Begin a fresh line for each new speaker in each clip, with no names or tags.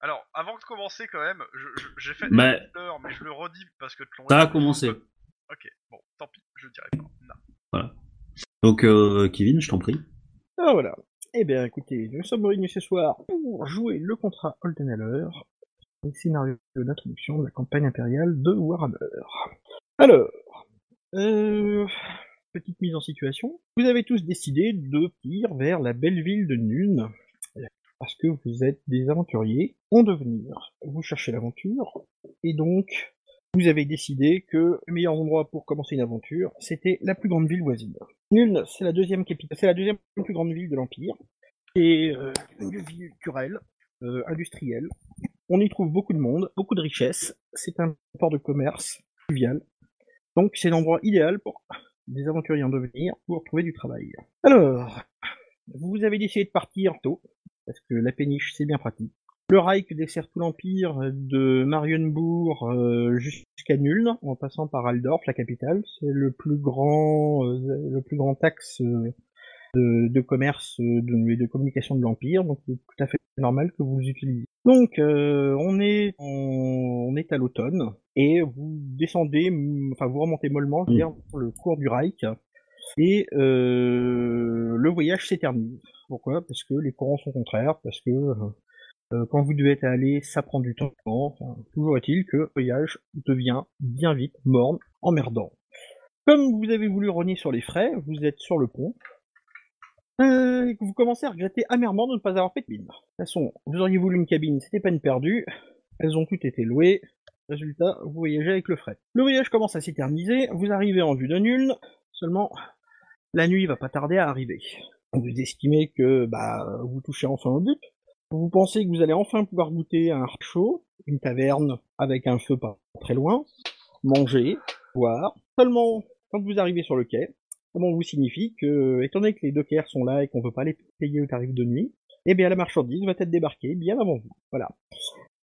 Alors, avant de commencer, quand même, je- je- j'ai fait
Mais
l'heure, mais je le redis parce que tu
t'as Bah, commencé.
Ok, bon, tant pis, je dirai pas. Non.
Donc, euh, Kevin, je t'en prie.
Ah voilà. Eh bien écoutez, nous sommes réunis ce soir pour jouer le contrat Holden Haller, le scénario d'introduction de la campagne impériale de Warhammer. Alors, euh, petite mise en situation. Vous avez tous décidé de partir vers la belle ville de Nune, parce que vous êtes des aventuriers en devenir. Vous cherchez l'aventure, et donc vous avez décidé que le meilleur endroit pour commencer une aventure, c'était la plus grande ville voisine. Nuln, c'est la deuxième capitale, c'est la deuxième plus grande ville de l'Empire. Et euh, une ville culturelle, euh, industrielle. On y trouve beaucoup de monde, beaucoup de richesses. C'est un port de commerce fluvial. Donc c'est l'endroit idéal pour des aventuriers en devenir pour trouver du travail. Alors, vous avez décidé de partir tôt, parce que la péniche c'est bien pratique. Le Reich dessert tout l'Empire euh, de Marienbourg euh, jusqu'à Nuln, en passant par Aldorf, la capitale. C'est le plus grand, euh, le plus grand axe euh, de, de commerce euh, de, et de communication de l'Empire, donc c'est tout à fait normal que vous l'utilisiez. Donc, euh, on est en- on est à l'automne et vous descendez, mm, enfin vous remontez mollement, je veux dire, sur le cours du Reich. Et euh, le voyage s'éternise. Pourquoi Parce que les courants sont contraires, parce que euh, euh, quand vous devez aller, ça prend du temps. Enfin, toujours est-il que le voyage devient bien vite morne, emmerdant. Comme vous avez voulu rogner sur les frais, vous êtes sur le pont. Euh, et que vous commencez à regretter amèrement de ne pas avoir fait de mine. De toute façon, vous auriez voulu une cabine, c'était peine perdue. Elles ont toutes été louées. Résultat, vous voyagez avec le fret. Le voyage commence à s'éterniser, vous arrivez en vue de nul, seulement la nuit va pas tarder à arriver. Vous estimez que bah, vous touchez enfin au but, vous pensez que vous allez enfin pouvoir goûter à un hard chaud, une taverne avec un feu pas très loin, manger, boire. Seulement, quand vous arrivez sur le quai, comment on vous signifie que, étant donné que les dockers sont là et qu'on ne peut pas les payer au tarif de nuit, eh bien la marchandise va être débarquée bien avant vous. Voilà.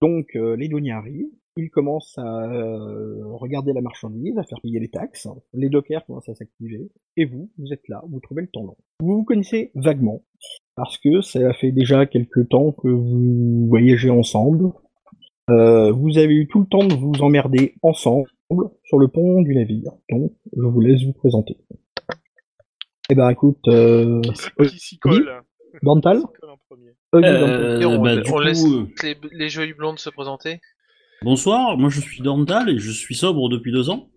Donc euh, les douaniers arrivent, ils commencent à euh, regarder la marchandise, à faire payer les taxes, les dockers commencent à s'activer, et vous, vous êtes là, vous trouvez le temps long. Vous vous connaissez vaguement, parce que ça fait déjà quelques temps que vous voyagez ensemble. Euh, vous avez eu tout le temps de vous emmerder ensemble sur le pont du navire. Donc, je vous laisse vous présenter. Eh ben, écoute, euh,
Qui s'y- Qui s'y colle
Dental,
Qui s'y colle en premier
Eudes Dental.
Euh,
Et on-
bah, du
on
coup,
laisse-
euh,
Les, les jolies blondes se présenter
bonsoir, moi je suis Dorndal et je suis sobre depuis deux ans.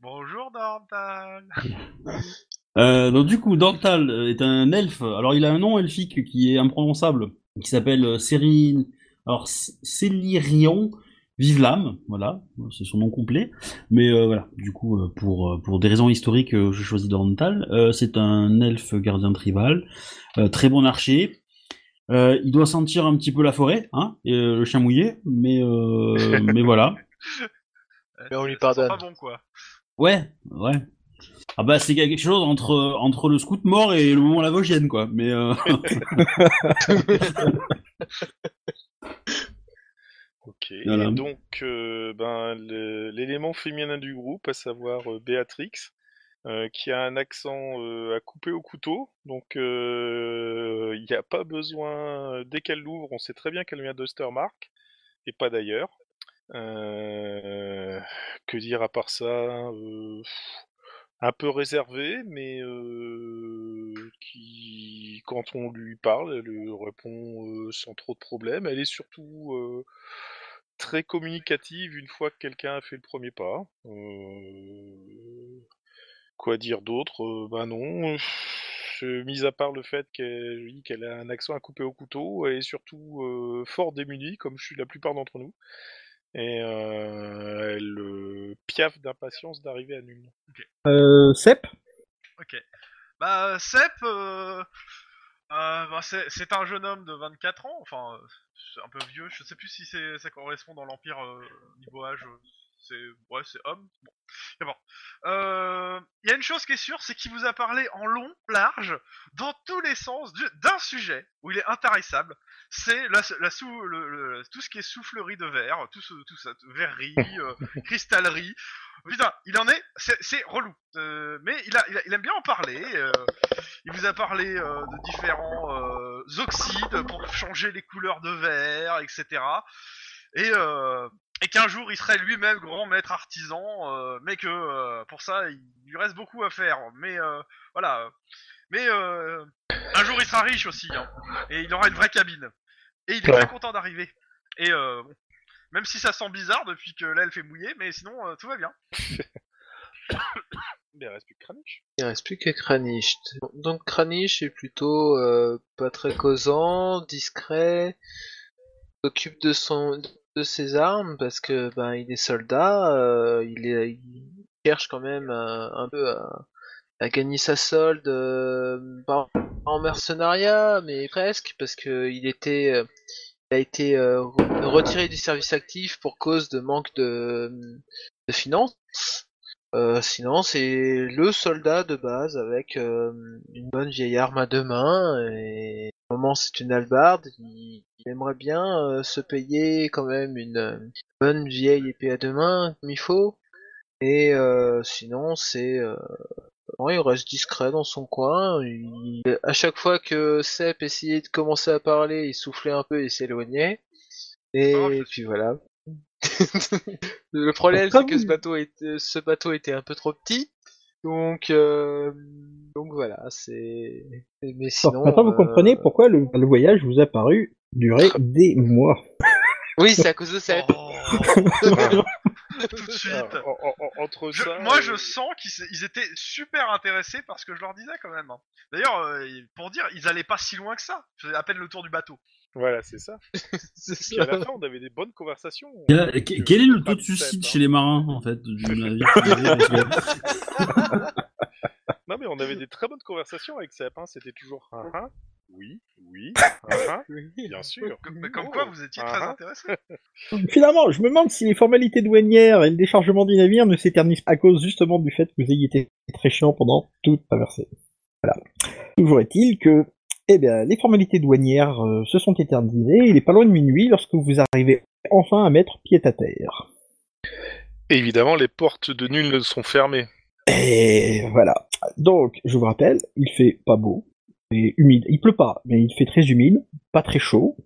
Bonjour Dorntal
Euh, donc du coup, Dorntal est un elfe. Alors il a un nom elfique qui est imprononçable, qui s'appelle euh, Sérin... Alors S- Célirion Vivlam, voilà, c'est son nom complet. Mais euh, voilà, du coup, euh, pour euh, pour des raisons historiques, euh, je choisis Dorntal. Euh, c'est un elfe gardien tribal, euh, très bon archer. Euh, il doit sentir un petit peu la forêt, hein, et, euh, le chien mouillé, mais euh, mais voilà.
Mais on lui
Eh, Ça sent
pardonne.
pas bon quoi.
Ouais, ouais. Ah bah c'est quelque chose entre entre le scout mort et le moment lavogienne quoi. Mais euh,
Ok.
Voilà.
Et donc, euh, ben, le- l'élément féminin du groupe, à savoir euh, Béatrix, euh, qui a un accent euh, à couper au couteau. Donc, euh, il n'y a pas besoin. euh, Dès qu'elle l'ouvre, on sait très bien qu'elle vient d'Ostermark, et pas d'ailleurs. Euh, que dire à part ça euh, Un peu réservé, mais euh, qui, quand on lui parle, elle euh, répond euh, sans trop de problème. Elle est surtout euh, très communicative une fois que quelqu'un a fait le premier pas. Euh, Quoi dire d'autre Euh, Ben non. euh, je- Mis à part le fait qu'elle je dis qu'elle a un accent à couper au couteau, elle est surtout euh, fort démunie, comme je suis la plupart d'entre nous. Et euh, elle euh, piaffe d'impatience d'arriver à Nuln.
Euh, Sep,
Ok. Bah, Sep, euh, euh, bah, c'est c'est un jeune homme de 24 ans, enfin, euh, c'est un peu vieux, je sais plus si c'est ça correspond dans l'Empire euh, niveau âge, euh, c'est ouais, c'est homme. Bon, c'est bon. Euh, Il y a une chose qui est sûre, c'est qu'il vous a parlé en long, large, dans tous les sens du- d'un sujet où il est intarissable. C'est la, la sou- le- le- tout ce qui est soufflerie de verre, tout, ce- tout ça, verrerie, euh, cristallerie. Putain, il en est, c'est c'est relou. Euh, mais il, a, il, a- il aime bien en parler. euh, il vous a parlé euh, de différents euh, oxydes pour changer les couleurs de verre, etc. Et, euh, et qu'un jour il serait lui-même grand maître artisan, euh, mais que euh, pour ça il lui reste beaucoup à faire. Mais euh, voilà. Mais euh, un jour il sera riche aussi, hein. et il aura une vraie cabine. Et il est
Ouais.
très content d'arriver. Et euh, bon, même si ça sent bizarre depuis que l'elfe est mouillé, mais sinon euh, tout va bien.
Mais il reste plus que Kranich.
Il reste plus que Kranich. Donc Kranich est plutôt euh, pas très causant, discret, s'occupe de son de ses armes parce que ben il est soldat, euh, il, est, il cherche quand même à- un peu à, à gagner sa solde euh, pas en- pas en mercenariat mais presque parce que il était euh, il a été euh, re- retiré du service actif pour cause de manque de, de finances. Euh, sinon, c'est le soldat de base avec euh, une bonne vieille arme à deux mains. Et au moment, c'est une hallebarde. Il, il aimerait bien euh, se payer quand même une euh, bonne vieille épée à deux mains, comme il faut. Et euh, sinon, c'est euh, ouais, il reste discret dans son coin. Il- à chaque fois que Sepp essayait de commencer à parler, il soufflait un peu et s'éloignait. Et
Oh, je-
puis voilà. le problème,
Ah
c'est que
oui.
ce bateau, était, ce bateau était un peu trop petit. Donc, euh, donc voilà, c'est. Mais sinon.
maintenant, vous
euh, Ah.
comprenez pourquoi le, le voyage vous a paru durer des mois.
Oui, c'est à cause de ça.
tout de suite.
Oh. Ah, en- en- en- entre
Je-
ça. euh,
moi,
et-
je sens qu'ils s- ils étaient super intéressés par ce que je leur disais quand même. hein. D'ailleurs, euh, ils- pour dire, ils allaient pas si loin que ça. Ils faisaient à peine le tour du bateau.
Voilà, c'est ça.
C'est
Puis à
ça.
la fin, on avait des bonnes conversations. hein.
Quel quel est le taux de suicide chez les marins, en fait, du navire Parce que-
Non, mais on avait des très bonnes conversations avec Sep. hein. C'était toujours. Ah, ah, oui, oui, ah, ah, bien sûr.
Comme, mais comme quoi, vous étiez très
Ah.
intéressés.
Finalement, je me demande si les formalités douanières et le déchargement du navire ne s'éternisent pas à cause justement du fait que vous ayez été très chiant pendant toute traversée. Voilà. Toujours est-il que, eh bien, les formalités douanières euh, se sont éternisées. Il est pas loin de minuit lorsque vous arrivez enfin à mettre pied à terre.
Et évidemment, les portes de nul ne sont fermées.
Et voilà. Donc, je vous rappelle, il fait pas beau, et humide. Il pleut pas, mais il fait très humide, pas très chaud.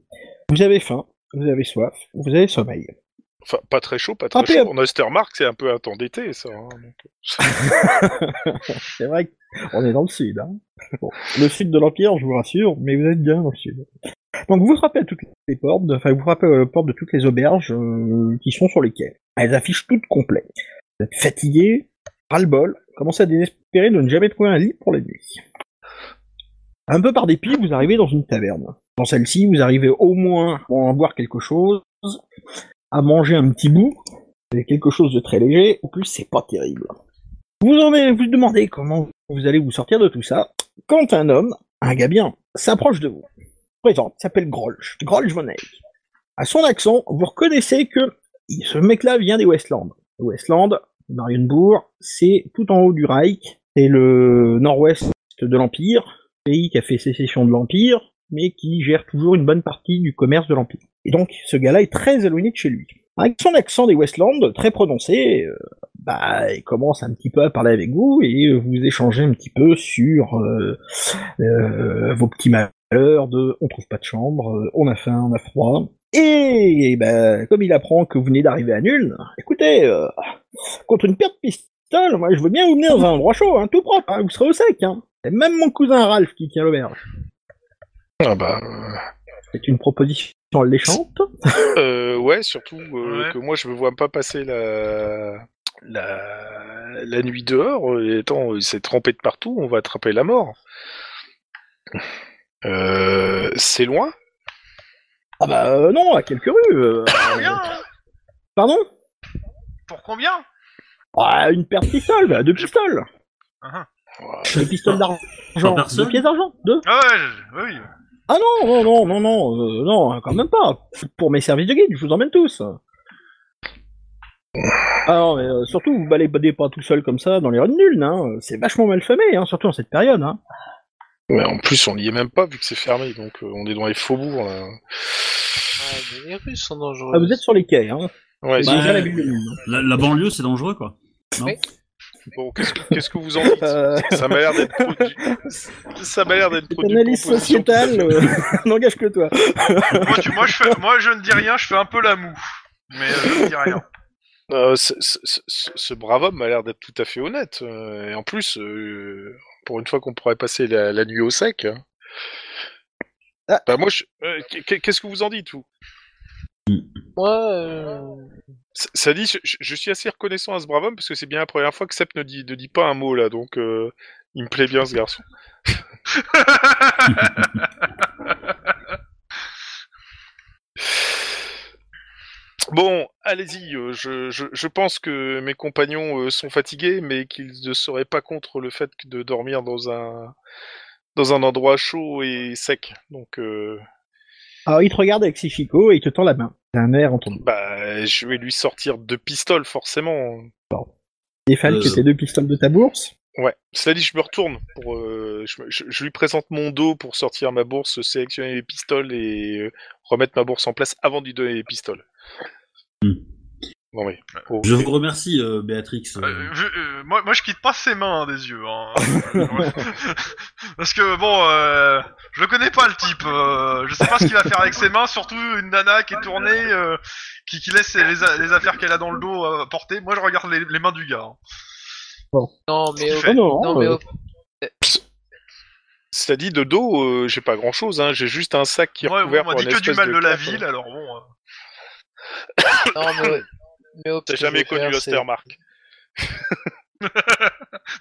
Vous avez faim, vous avez soif, vous avez sommeil.
Enfin, pas très chaud, pas très
Ah, puis,
chaud. On a cette remarque, c'est un peu un temps d'été, ça. hein, donc.
C'est vrai qu'on est dans le sud. Hein. Bon, le sud de l'Empire, je vous rassure, mais vous êtes bien dans le sud. Donc vous frappez à toutes les portes, de- enfin vous frappez aux portes de toutes les auberges euh, qui sont sur les quais. Elles affichent toutes complètes. Vous êtes fatigué, ras-le-bol, commencez à désespérer de ne jamais trouver un lit pour la nuit. Un peu par dépit, vous arrivez dans une taverne. Dans celle-ci, vous arrivez au moins pour en boire quelque chose, à manger un petit bout, et quelque chose de très léger, en plus c'est pas terrible. Vous en avez- vous demandez comment vous allez vous sortir de tout ça quand un homme, un gars bien, s'approche de vous. Présente, s'appelle Grolsch, Grolsch Von Eyck. À son accent, vous reconnaissez que ce mec-là vient des Westlands. Les Westlands, Marienbourg, c'est tout en haut du Reich, c'est le nord-ouest de l'Empire, pays qui a fait sécession de l'Empire, mais qui gère toujours une bonne partie du commerce de l'Empire. Et donc, ce gars-là est très éloigné de chez lui. Avec son accent des Westlands, très prononcé, euh, bah, il commence un petit peu à parler avec vous et euh, vous échangez un petit peu sur euh, euh, vos petits malheurs de on trouve pas de chambre, euh, on a faim, on a froid. Et, bah, comme il apprend que vous venez d'arriver à nul, écoutez, euh, contre une paire de pistoles, moi je veux bien vous mener dans un endroit chaud, hein, tout propre, hein, vous serez au sec. Hein. C'est même mon cousin Ralph qui tient l'auberge.
Ah bah. euh,
C'est une proposition alléchante.
euh, ouais, surtout euh,
Ouais.
que moi, je me vois pas passer la. La... la nuit dehors, euh, étant, il s'est trempé de partout, on va attraper la mort. Euh, c'est loin
Ah bah euh, non, à quelques rues. euh,
Ah,
Combien hein
pardon
Pour combien
ah, Une paire de pistoles, bah, deux pistoles.
Ouais.
Des pistoles d'argent.
Par personne
Deux pièces d'argent Deux
Ah ouais, je- oui.
Ah non, non, non, non, non, euh, non, quand même pas. Pour mes services de guide, je vous emmène tous. Ah non, mais euh, surtout, vous baladez pas tout seul comme ça dans les rues de nulles, hein. euh, C'est vachement mal famé, hein, surtout en cette période, hein.
Mais en plus, on n'y est même pas vu que c'est fermé, donc euh, on est dans les faubourgs. Là.
Ouais, mais les Russes sont dangereux.
Ah, vous êtes sur les quais, hein.
Ouais,
C'est
Bah,
déjà la ville de Nulles. hein.
La, la banlieue, c'est dangereux, quoi. Non
Oui.
Bon, qu'est-ce que, qu'est-ce que vous en dites
Euh,
Ça m'a l'air d'être trop du... Ça m'a l'air d'être trop
cette
du
analyse
proposition.
sociétale euh, n'engage que toi.
moi, tu- moi, je fais- moi, je ne dis rien, je fais un peu la moue. Mais euh, je ne dis rien.
Euh, ce, ce- ce- ce- ce brave homme a l'air d'être tout à fait honnête. euh, et en plus, euh, pour une fois qu'on pourrait passer la, la nuit au sec. hein.
Ah.
Bah, moi, je- euh, qu'est- qu'est-ce que vous en dites, vous
Moi, euh,
Ça- Ça dit, je, je- je suis assez reconnaissant à ce brave homme parce que c'est bien la première fois que Sepp ne dit, ne dit pas un mot là, donc euh, il me plaît bien ce garçon. Bon, allez-y, euh, je, je- je pense que mes compagnons euh, sont fatigués, mais qu'ils ne seraient pas contre le fait que de dormir dans un, dans un endroit chaud et sec. Donc, euh,
Alors, il te regarde avec ses chicots et il te tend la main. T'as un air entendu.
bah, je vais lui sortir deux pistoles, forcément.
Il fallait que
Euh.
tes deux pistoles de ta bourse.
Ouais, cela dit, je me retourne. Pour, euh, je, me- je- je lui présente mon dos pour sortir ma bourse, sélectionner les pistoles et euh, remettre ma bourse en place avant de lui donner les pistoles.
Hmm.
Non mais. oh,
Je vous remercie, euh, Béatrix.
Euh, je- euh, moi, moi, je quitte pas ses mains hein, des yeux. hein. Ouais. Parce que bon, euh, je le connais pas le type. euh, je sais pas ce qu'il va faire avec ses mains, surtout une nana qui est tournée, euh, qui, qui laisse les, a- les affaires qu'elle a dans le dos euh, porter. Moi, je regarde les, les mains du gars. hein.
non, mais au...
Fait.
Oh non,
non, mais
euh,
au-
Cela dit, de dos, euh, j'ai pas grand chose, hein. j'ai juste un sac qui est
Moi,
recouvert
on m'a
par
dit
une
que du
espèce hein.
mal de, la
cape.
ville, alors bon. euh.
non, mais au- mais au
T'as
pire, je
jamais
vais
connu
faire, c'est-
l'Ostermark.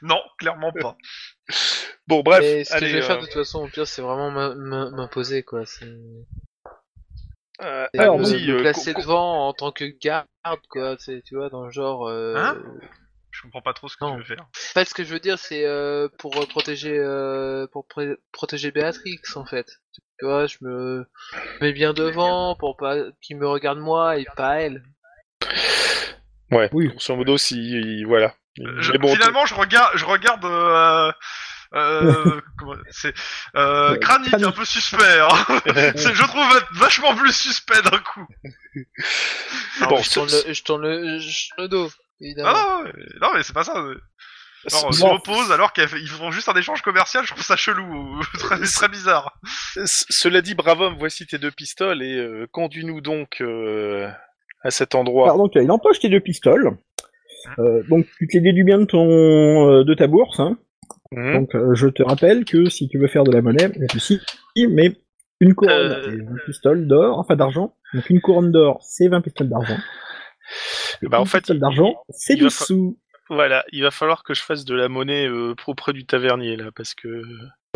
Non, clairement pas.
Bon, bref,
Mais ce que je
allez.
vais faire
euh,
de toute façon, au pire, c'est vraiment m'im- m'im- m'imposer quoi. C'est c'est
euh,
Alors,
me,
allons-y,
me
euh,
placer
co- co-
devant en tant que garde quoi. C'est tu vois dans le genre. euh,
Hein Je comprends pas trop ce que
Non.
tu veux faire.
En fait, ce que je veux dire, c'est euh, pour euh, protéger euh, pour pré- protéger Béatrix en fait. Tu vois, je me mets bien devant pour pas qu'il me regarde moi et pas elle.
Ouais,
Oui.
grosso modo, si. Voilà.
Euh, je-
Mais bon,
finalement, je regarde, je regarde. euh, euh, comment- c'est euh,
Euh,
Kranich,
Kranich.
un peu suspect. hein. C'est- je trouve être vachement plus suspect d'un coup.
Bon,
Alors, je,
ce-
tourne
ce-
le, je tourne le- je tourne le dos. Évidemment.
Ah non, non, non, mais c'est pas ça. Genre,
ce-
je m'oppose alors qu'ils font juste un échange commercial. Je trouve ça chelou, euh, très, très bizarre.
ce- cela dit, brave homme, voici tes deux pistoles et euh, conduis-nous donc euh, à cet endroit.
Alors donc, euh, il empoche tes deux pistoles. Euh, donc tu te les déduis bien de ton euh, de ta bourse. Hein.
Mhm.
Donc euh, je te rappelle que si tu veux faire de la monnaie, tu si, mais une couronne
Euh.
c'est 20 pistoles d'or, enfin d'argent. Donc une couronne d'or, c'est 20 pistoles d'argent.
Bah, en
Une
fait,
pistole d'argent, c'est
il va
12
fa-
sous.
Voilà, il va falloir que je fasse de la monnaie euh, auprès du tavernier là, parce que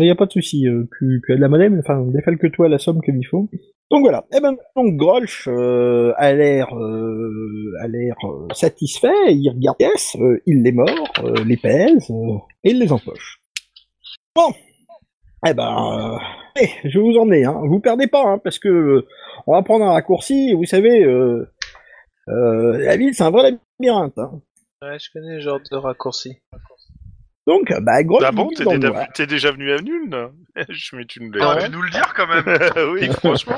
Il n'y a pas de souci, euh, tu, tu as de la monnaie, mais enfin, défale que toi la somme qu'il faut. Donc voilà. Eh ben, donc Grolsch euh, a l'air, euh, a l'air euh, satisfait. Il regarde les pièces, euh, il les mord, euh, les pèse euh, et il les empoche. Bon, eh ben, euh, allez, je vais vous emmener. Hein. Vous perdez pas, hein, parce que euh, on va prendre un raccourci. et Vous savez, euh, euh, la ville, c'est un vrai labyrinthe. Hein.
Ouais, je connais le genre de raccourci.
Donc, bah, Grolsch,
ah bon,
vous guide
t'es
dans le
déjà,
noir. Ah
t'es déjà venu à nul là Je mets une blague.
T'aurais dû nous le dire quand même.
oui, franchement.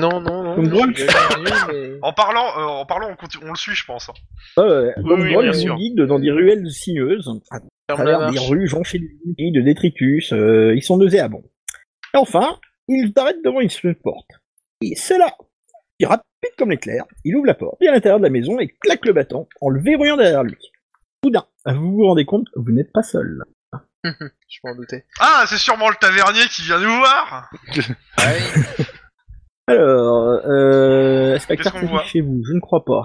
Non, non, non.
Comme
je-
drôle.
je l'ai connu, mais-
En parlant, euh, en parlant, on, continue- on le suit, je pense.
Euh, donc,
oui,
Grolsch
bien
vous
sûr.
guide dans des ruelles sinueuses. à
Ferme la
travers des
marche.
rues jonchées d'huiles, de détritus, euh, ils sont nauséabonds. Et enfin, il t'arrête devant une porte. Et c'est là Il rapide comme l'éclair, il ouvre la porte, vient à l'intérieur de la maison et claque le bâton en le verrouillant derrière lui. Soudain, vous vous rendez compte, vous n'êtes pas seul.
Je m'en doutais.
Ah, c'est sûrement le tavernier qui vient nous voir.
Alors, euh, est-ce que la
Qu'est-ce qu'on
carte s'affiche
voit
chez vous Je ne crois pas.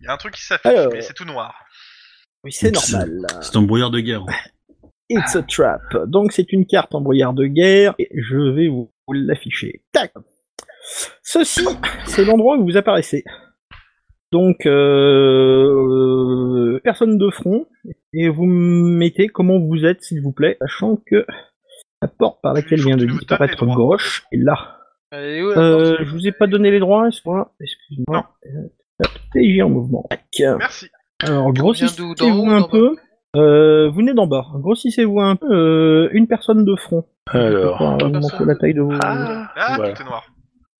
Il y a un truc qui s'affiche,
Alors.
mais c'est tout noir.
Oui, c'est
Oups.
normal.
C'est un brouillard de guerre.
It's a trap. Donc c'est une carte en brouillard de guerre et je vais vous vous l'afficher. Tac. Ceci, c'est l'endroit où vous apparaissez. Donc euh, euh, personne de front et vous mettez comment vous êtes s'il vous plaît, sachant que la porte par laquelle
Je
vient de
vous donne les
disparaître
droits.
gauche est là.
Elle est où la
Euh,
porte
je vous ai pas donné les droits, excuse-moi. Excuse-moi. TJ en mouvement. Tac.
Merci.
Alors,
d'où, d'en haut
grossissez-vous
ou
un
d'en
peu. Euh, vous venez d'en bas. Grossissez-vous un peu. euh, une personne de front.
Alors.
Pour augmenter la taille de vos...
Ah,
Ah,
Voilà.
tout est noir.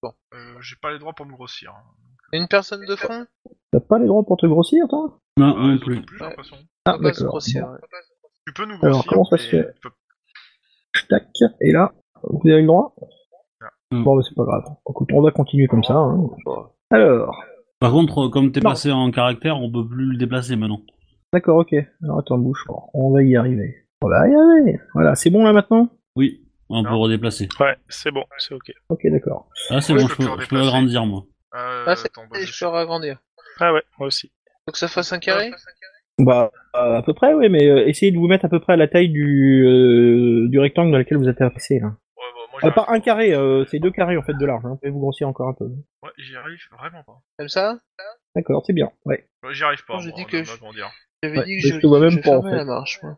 Bon.
Euh, J'ai pas les droits pour me grossir. hein.
une personne de front
T'as pas les droits pour te grossir, toi
Non,
Euh,
non
ils ont
plus.
plus, j'ai l'impression.
Ah,
On va se
d'accord.
grossir, ouais.
Tu peux nous grossir.
Alors, comment ça
mais
se fait
tu peux-
Tac. Et là, vous avez le droit
Hmm.
Bon, bah, c'est pas grave. Écoute, on va continuer comme ça. hein. Alors,
Par contre, euh, comme t'es
Non.
passé en caractère, on peut plus le déplacer maintenant.
d'accord, ok. Alors, attends, bouge. On va y arriver. On va y arriver. Voilà, c'est bon là maintenant
Oui, on peut
Non.
redéplacer.
Ouais, c'est bon, c'est ok.
Ok, d'accord.
Ah, c'est
Ouais,
bon,
je
je
peux
peux,
le
je peux
redéplacer.
agrandir, moi.
Euh,
Ah, c'est
attends, bah,
Et
je-
je peux agrandir.
Ah ouais, moi aussi.
Faut que ça fasse un carré
Bah, euh, à peu près, oui, mais euh, essayez de vous mettre à peu près à la taille du, euh, du rectangle dans lequel vous êtes passé. Là.
Ouais, bah, moi,
Ah,
j'arrive
pas un
pas.
carré, euh, c'est deux carrés en fait de large. Hein. Vous pouvez vous grossir encore un peu.
Ouais, j'y arrive vraiment pas.
Comme ça
D'accord, c'est bien. Ouais.
Ouais, J'y arrive pas.
Non, j'ai
moi,
dit
on
que
va
je-
grandir.
J'avais
Ouais,
dit
mais
que
je te vois même
je
pas, en
fermais
fait.
la marche. moi.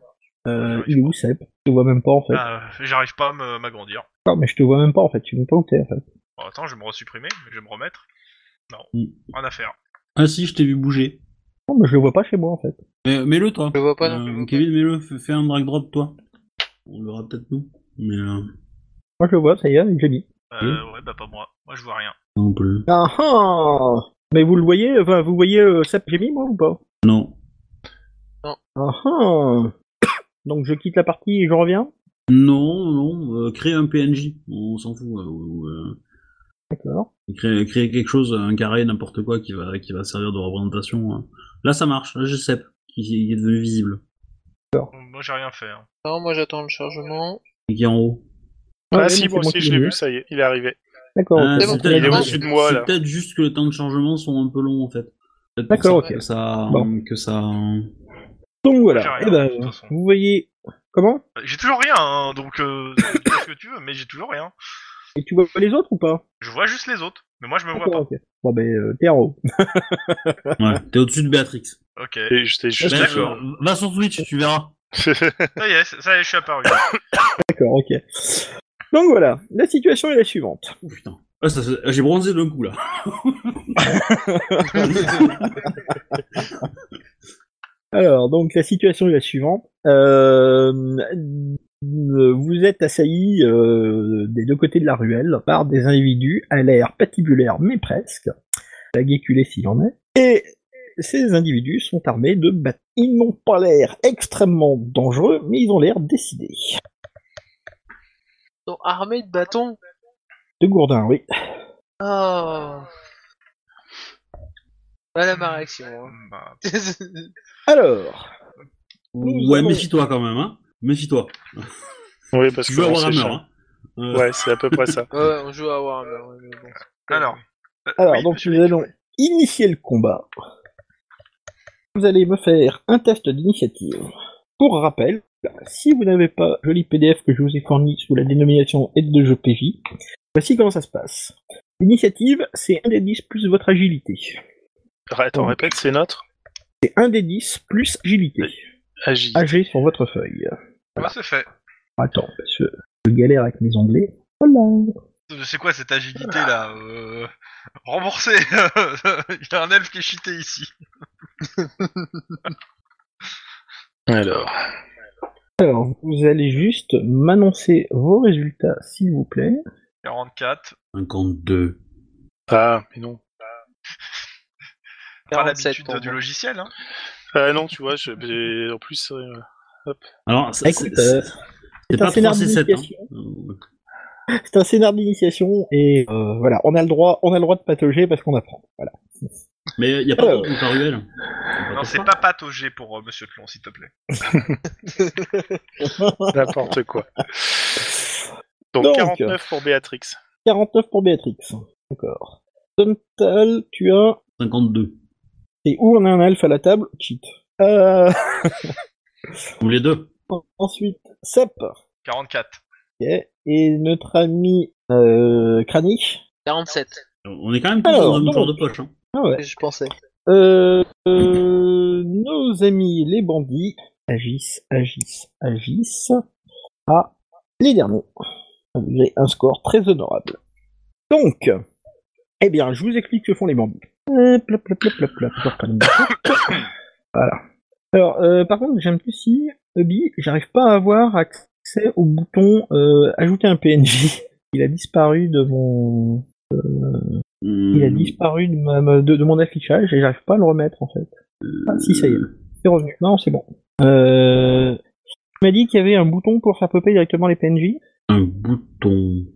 Euh, il est où, Seb Je te vois même pas en fait.
Ah, J'arrive pas à me- m'agrandir.
Non, mais je te vois même pas en fait. Tu ne pas où t'es en fait.
Oh, attends, je vais me resupprimer, je vais me remettre. Non,
Oui.
rien à faire.
Ah si, je t'ai vu bouger.
Non, mais je le vois pas chez moi en fait.
Mais, mets-le, toi.
Je le vois pas non
Euh,
plus.
Kevin, mets-le, fais fais un drag drop, toi. On l'aura peut-être nous. Mais euh,
Moi je le vois, ça y est, j'ai mis.
Euh, ouais, bah pas moi. Moi, je vois rien.
non plus.
Ah ah Mais vous le voyez Enfin, vous voyez euh, Seb j'ai mis moi ou pas
Non.
Ah ah Donc je quitte la partie et je reviens
Non, non, euh, crée un PNJ, on s'en fout. euh, ou, euh,
D'accord.
créer, créer quelque chose, un carré, n'importe quoi qui va, qui va servir de représentation. hein. Là, ça marche, là, je sais, qui qui est devenu visible,
Moi, j'ai rien fait. hein.
Non, moi j'attends le chargement.
et qui est en haut.
Ah,
ouais,
si,
mais
moi
c'est
aussi,
qui
je
l'ai
l'ai vu, ça y est, il est arrivé.
D'accord.
Euh,
Ah,
ok.
c'est bon,
peut-être-
il est au-dessus
de moi,
c'est
là.
peut-être juste que les temps de chargement sont un peu longs, en fait. Peut-être pour
D'accord,
ça
ok.
Que ça,
Bon.
que ça... hein.
Donc voilà.
J'ai rien,
Eh ben,
de toute façon.
vous voyez. Comment
Euh, J'ai toujours rien, hein, donc euh, dis ce que tu veux, mais j'ai toujours rien.
Et tu vois pas les autres ou pas
Je vois juste les autres, mais moi, je me vois
D'accord, ok. Bon ben, euh, t'es en haut.
Ouais, t'es au-dessus de Béatrix.
pas. Ok.
Et j'étais juste
Ben,
D'accord.
euh, va sur Twitch, tu verras.
Ça y est, ça y est, je suis apparu.
D'accord, ok. Donc voilà, la situation est la suivante.
Oh putain. Ah, ça, ça- J'ai bronzé d'un coup, là.
Alors, donc la situation est la suivante. Euh, euh, vous êtes assailli euh, des deux côtés de la ruelle par des individus à l'air patibulaire, mais presque, guéculé s'il en est. Et ces individus sont armés de bâtons. Ils n'ont pas l'air extrêmement dangereux, mais ils ont l'air décidés.
Ils sont armés de bâtons
De gourdins, oui.
Oh Voilà ma réaction. hein.
Bah,
Alors, Nous
Ouais,
avons-
méfie-toi quand même, hein. Méfie-toi.
oui, parce
Tu
que
veux
on
avoir un
s'échappe.
meurtre, hein. Euh,
Ouais, c'est à peu près ça.
ouais, on joue à Warhammer. ouais, mais bon.
alors. euh,
Alors,
oui,
donc
monsieur
nous
Mitch,
allons initier le combat. Vous allez me faire un test d'initiative. Pour rappel, si vous n'avez pas le joli PDF que je vous ai fourni sous la dénomination aide de jeu PJ, voici comment ça se passe. L'initiative, c'est 1 des 10 plus votre agilité.
Attends, répète, c'est notre
C'est 1 des 10 plus agilité.
Agi.
AG sur votre feuille.
ouais, c'est fait.
Attends, parce que je galère avec mes onglets. Voilà.
Euh, C'est quoi cette agilité là euh... Remboursé Il y a un elfe qui est cheaté ici.
Alors.
Alors, vous allez juste m'annoncer vos résultats, s'il vous plaît.
44.
52.
Ah, mais non.
Pas
47
l'habitude
pour
du
moi.
logiciel. Hein.
Ah non, tu vois, je- j'ai- en plus. euh,
Alors, ça-
Écoute,
c'est- c'est
euh,
c'est pas hein.
un scénar
3, c'est 7.
d'initiation. C'est un scénar d'initiation et euh, voilà, on a le droit, on a le droit de patauger parce qu'on apprend. Voilà.
Mais il n'y a pas
Alors.
de contre par ruelle.
Non, c'est pas pataugé pour euh, Monsieur Tlon, s'il te plaît.
N'importe quoi. Donc,
Donc.
49 pour Béatrix.
49 pour Béatrix. D'accord. Tontal, tu as.
52.
Et où on a un elfe à la table Cheat. Euh,
Ou les deux.
ensuite, Sep.
44.
Ok. Et notre ami euh, Kranich.
47,
On est quand même tous
Alors,
dans une
donc.
tour de poche. Hein.
Ah ouais.
je pensais.
Euh, euh, nos amis les bandits agissent, agissent, agissent. Ah, les derniers. Vous avez un score très honorable. Donc, eh bien, je vous explique ce que font les bandits. Euh, plop, plop, plop, plop, plop, plop, pardon. voilà. Alors, euh, par contre, j'aime plus si, Ubi, j'arrive pas à avoir accès au bouton euh, ajouter un PNJ. Il a disparu de mon, il a disparu de, ma- ma- de- de mon affichage et j'arrive pas à le remettre en fait.
Euh,
Ah, si, ça y est. C'est revenu. Non, c'est bon. Euh... Tu m'as dit qu'il y avait un bouton pour faire popper directement les PNJ.
Un bouton.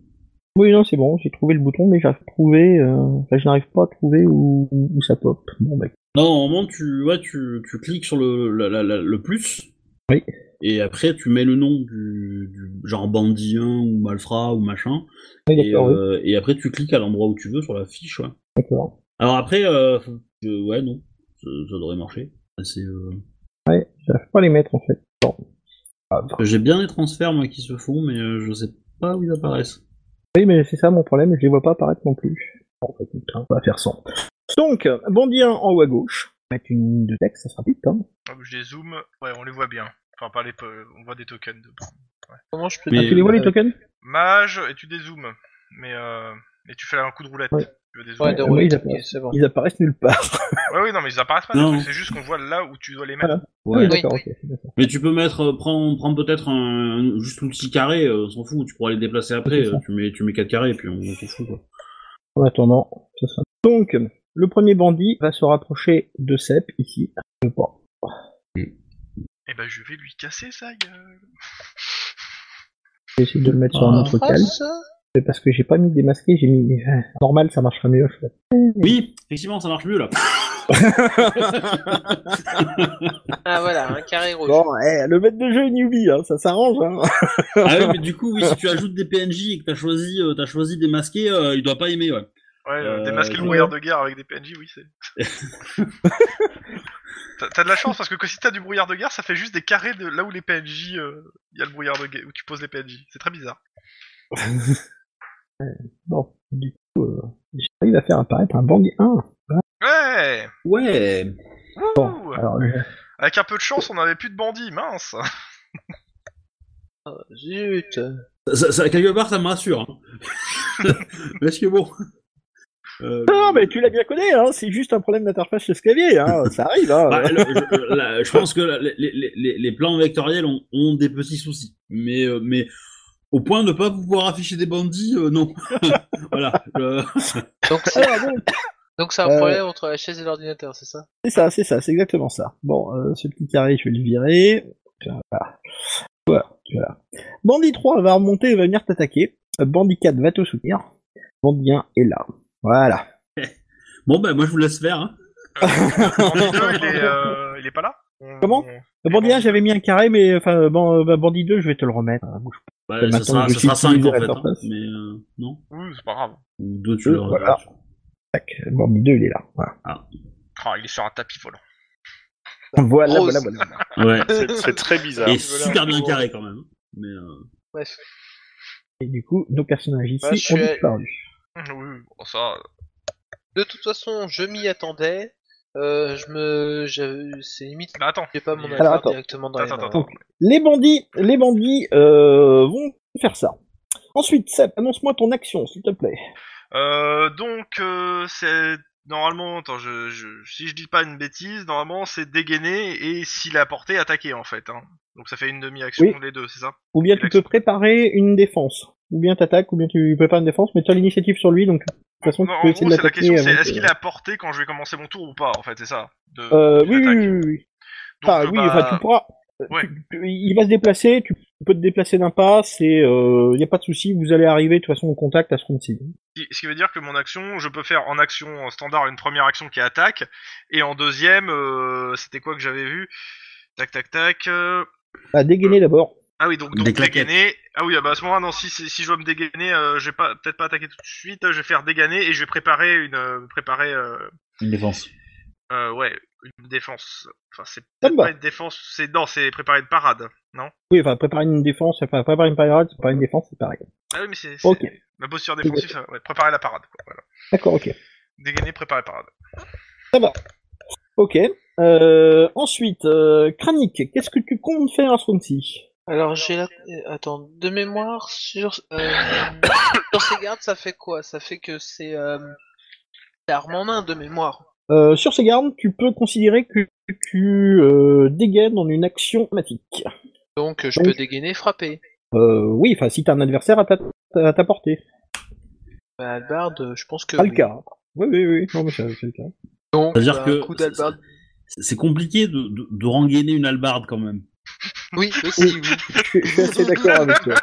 Oui, non, c'est bon, j'ai trouvé le bouton, mais j'arrive trouvé, euh, enfin, je n'arrive pas à trouver où, où- où ça pop. Bon, bah,
Non, normalement, tu, ouais, tu, tu cliques sur le, la- la- la- le plus.
Oui.
Et après, tu mets le nom du, du genre bandit 1 ou malfrat ou machin.
oui,
Et,
d'accord, oui,
euh, et après, tu cliques à l'endroit où tu veux sur la fiche. Ouais.
d'accord.
Alors après, euh, faut que- ouais, non, ça, ça devrait marcher. C'est, euh,
J'arrive pas à les mettre, en fait. Bon. Ah, bah.
J'ai bien les transferts moi qui se font, mais euh, je sais pas où ils apparaissent.
Oui, mais c'est ça mon problème, je les vois pas apparaître non plus. Bon, bah, écoute, hein, on va faire sans. Donc, bandit un en haut à gauche. Mettre une ligne de texte, ça sera vite, hein.
Hop, je les zoome. Ouais, on les voit bien. Enfin, pas les. pe- On voit des tokens. De...
Comment je peux
Mais-
Ah, tu les vois, les
Euh,
tokens
Mage, et tu dézoomes. Mais euh... Et tu fais un coup de roulette.
Ouais.
Tu veux des
Ouais,
zooms.
de
oui,
rouler,
d'accord.
ok, c'est bon.
Ils apparaissent nulle part.
Ouais, oui, non, mais ils apparaissent pas. des
Non.
trucs, C'est juste qu'on voit là où tu dois les mettre.
Ouais.
Voilà. Ah, oui, d'accord,
Oui,
ok, c'est bien ça.
Mais tu peux mettre, euh, prends, prends peut-être un, un- juste l'outil carré, euh, on s'en fout. Tu pourras les déplacer après.
C'est ça.
euh, tu mets, tu mets quatre carrés, puis on, on s'en fout. Quoi.
En attendant, ça sera. Donc, le premier bandit va se rapprocher de Sep, ici. Je pense.
Et ben, je vais lui casser sa gueule.
Je vais essayer de le mettre sur un
Ah,
autre cal.
ça
C'est parce que j'ai pas mis démasqué, j'ai mis normal, ça marchera mieux. je sais.
Oui, effectivement, ça marche mieux là.
Ah, voilà, un carré rouge.
Bon, eh, le maître de jeu est newbie, hein, ça s'arrange. Hein.
ah oui, mais du coup, oui, si tu ajoutes des PNJ et que t'as choisi, euh, t'as choisi des masqués, euh, il doit pas aimer. Ouais.
Ouais, euh,
Euh,
démasquer le
ouais.
brouillard de guerre avec des PNJ, oui, c'est. T'as- T'as de la chance parce que, que si t'as du brouillard de guerre, ça fait juste des carrés de là où les PNJ, euh, il y a le brouillard de guerre, où tu poses les PNJ. C'est très bizarre.
Bon, du coup, euh, j'arrive à faire apparaître un bandit 1.
Ouais
Ouais.
Ouh
Alors, je-
Avec un peu de chance, on avait plus de bandits, mince
Zut
Ça, ça- quelque part, ça me rassure. hein. Parce que bon. euh,
Non, mais tu l'as bien connu, hein, c'est juste un problème d'interface chez ce clavier, hein, ça arrive. Hein.
Bah, le- je, la- je pense que la- les, les- les- les plans vectoriels ont, ont des petits soucis, mais, euh, mais au point de ne pas pouvoir afficher des bandits, euh, non. voilà. euh,
Donc, c'est-
Alors, donc,
donc c'est un
Euh.
problème entre la chaise et l'ordinateur, c'est ça
c'est ça, c'est ça, c'est exactement ça. Bon, euh, ce petit carré, je vais le virer. Voilà. Voilà, voilà. Bandit 3 va remonter et va venir t'attaquer. Euh, Bandit 4 va te soutenir. Bandit 1 est là. Voilà.
Bon, ben moi je vous laisse faire. hein.
Bandit 2, il est, euh, il est pas là On-
Comment
on-
Euh, Bandit 1, j'avais mis un carré, mais enfin, ban- bah, Bandit 2, je vais te le remettre. Ah, bouge
Bah,
Bah,
ça
maintenant,
sera,
je
ça
suis
sera cinq, en
utilisé à
fait.
leur
hein.
place.
Mais euh, non.
Oui, c'est pas grave.
Ou deux, tu
Euh,
le
voilà. Tac, Bandit 2, il est là. Voilà.
Ah, il est sur un tapis volant.
Voilà,
Rose.
voilà,
Ouais.
voilà.
C'est c'est très bizarre.
Et
voilà,
super bien
bon.
carré quand même. Mais euh,
Bref.
Et du coup, nos personnages ici
Bah, je
ont
suis à-
disparu.
Oui, bon, ça.
De toute façon, je m'y attendais. Euh, je me. j'avais- C'est limite
Bah attends,
J'ai pas mon
Alors,
accord
attends.
directement dans les
Attends,
mains.
attends,
Les bandits, les bandits euh, vont faire ça. Ensuite, Seb, annonce-moi ton action, s'il te plaît.
Euh, donc, euh, c'est normalement, attends, je, je- si je dis pas une bêtise, normalement c'est dégainer et s'il a porté, attaquer en fait. Hein. Donc ça fait une demi-action
Oui.
les deux, c'est ça
Ou bien tu peux
L'action.
préparer une défense. Ou bien t'attaques, ou bien tu prépares une défense, mais tu as l'initiative sur lui, donc de toute façon,
Non,
tu
En
peux essayer
gros,
de
c'est la
l'attaquer. euh,
question, c'est
avant
est-ce
que-
qu'il a porté quand je vais commencer mon tour ou pas En fait, c'est ça. de-
Euh,
de
oui, oui,
l'attaque.
oui, oui, oui.
Donc,
Enfin,
euh,
oui,
bah,
enfin, tu pourras...
ouais.
tu- tu- il va se déplacer, tu peux te déplacer d'un pas, c'est... euh, Il n'y a pas de souci, vous allez arriver de toute façon au contact à ce round-ci.
Ce qui- Ce qui veut dire que mon action, je peux faire en action euh, standard une première action qui est attaque, et en deuxième, euh, c'était quoi que j'avais vu Tac tac tac. euh,
Bah, dégainer d'abord.
Ah oui, donc, donc
Des claquettes.
dégainer. Ah oui, ah bah à ce moment-là, non, si, si, si je dois me dégainer, euh, je vais pas, peut-être pas attaquer tout de suite, euh, je vais faire dégainer et je vais préparer une. euh, préparer, euh,
une défense.
euh, ouais, une défense. Enfin, c'est
Ça me
peut-être
va.
pas une défense, c'est. Non, c'est préparer une parade, non
Oui, enfin, préparer une défense, enfin, préparer une parade, préparer une défense, c'est pareil.
Ah oui, mais c'est. c'est-
Ok,
Ma posture défensive, ça- ouais, préparer la parade, quoi, voilà.
d'accord, ok.
Dégainer, préparer parade.
Ok. Euh, ensuite, euh, Kranik, qu'est-ce que tu comptes faire à ce round-ci
Alors j'ai la... euh, Attends, de mémoire, sur... Euh... sur ces gardes, ça fait quoi Ça fait que c'est... euh, arme en main de mémoire.
Euh, sur ces gardes, tu peux considérer que tu euh, dégaines en une action automatique.
Donc euh, je
Oui.
peux dégainer frapper.
Euh, oui, enfin, si t'as un adversaire à ta, à ta portée.
Bah, Albarde, euh, je pense que.
Pas le
oui.
cas. Oui, oui, oui, non, mais c'est c'est le cas.
Donc
C'est-à-dire
bah, un
que-
coup d'albarde.
C'est compliqué de, de, de rengainer une albarde quand même.
Oui, aussi, oui.
Je, je suis assez d'accord avec toi.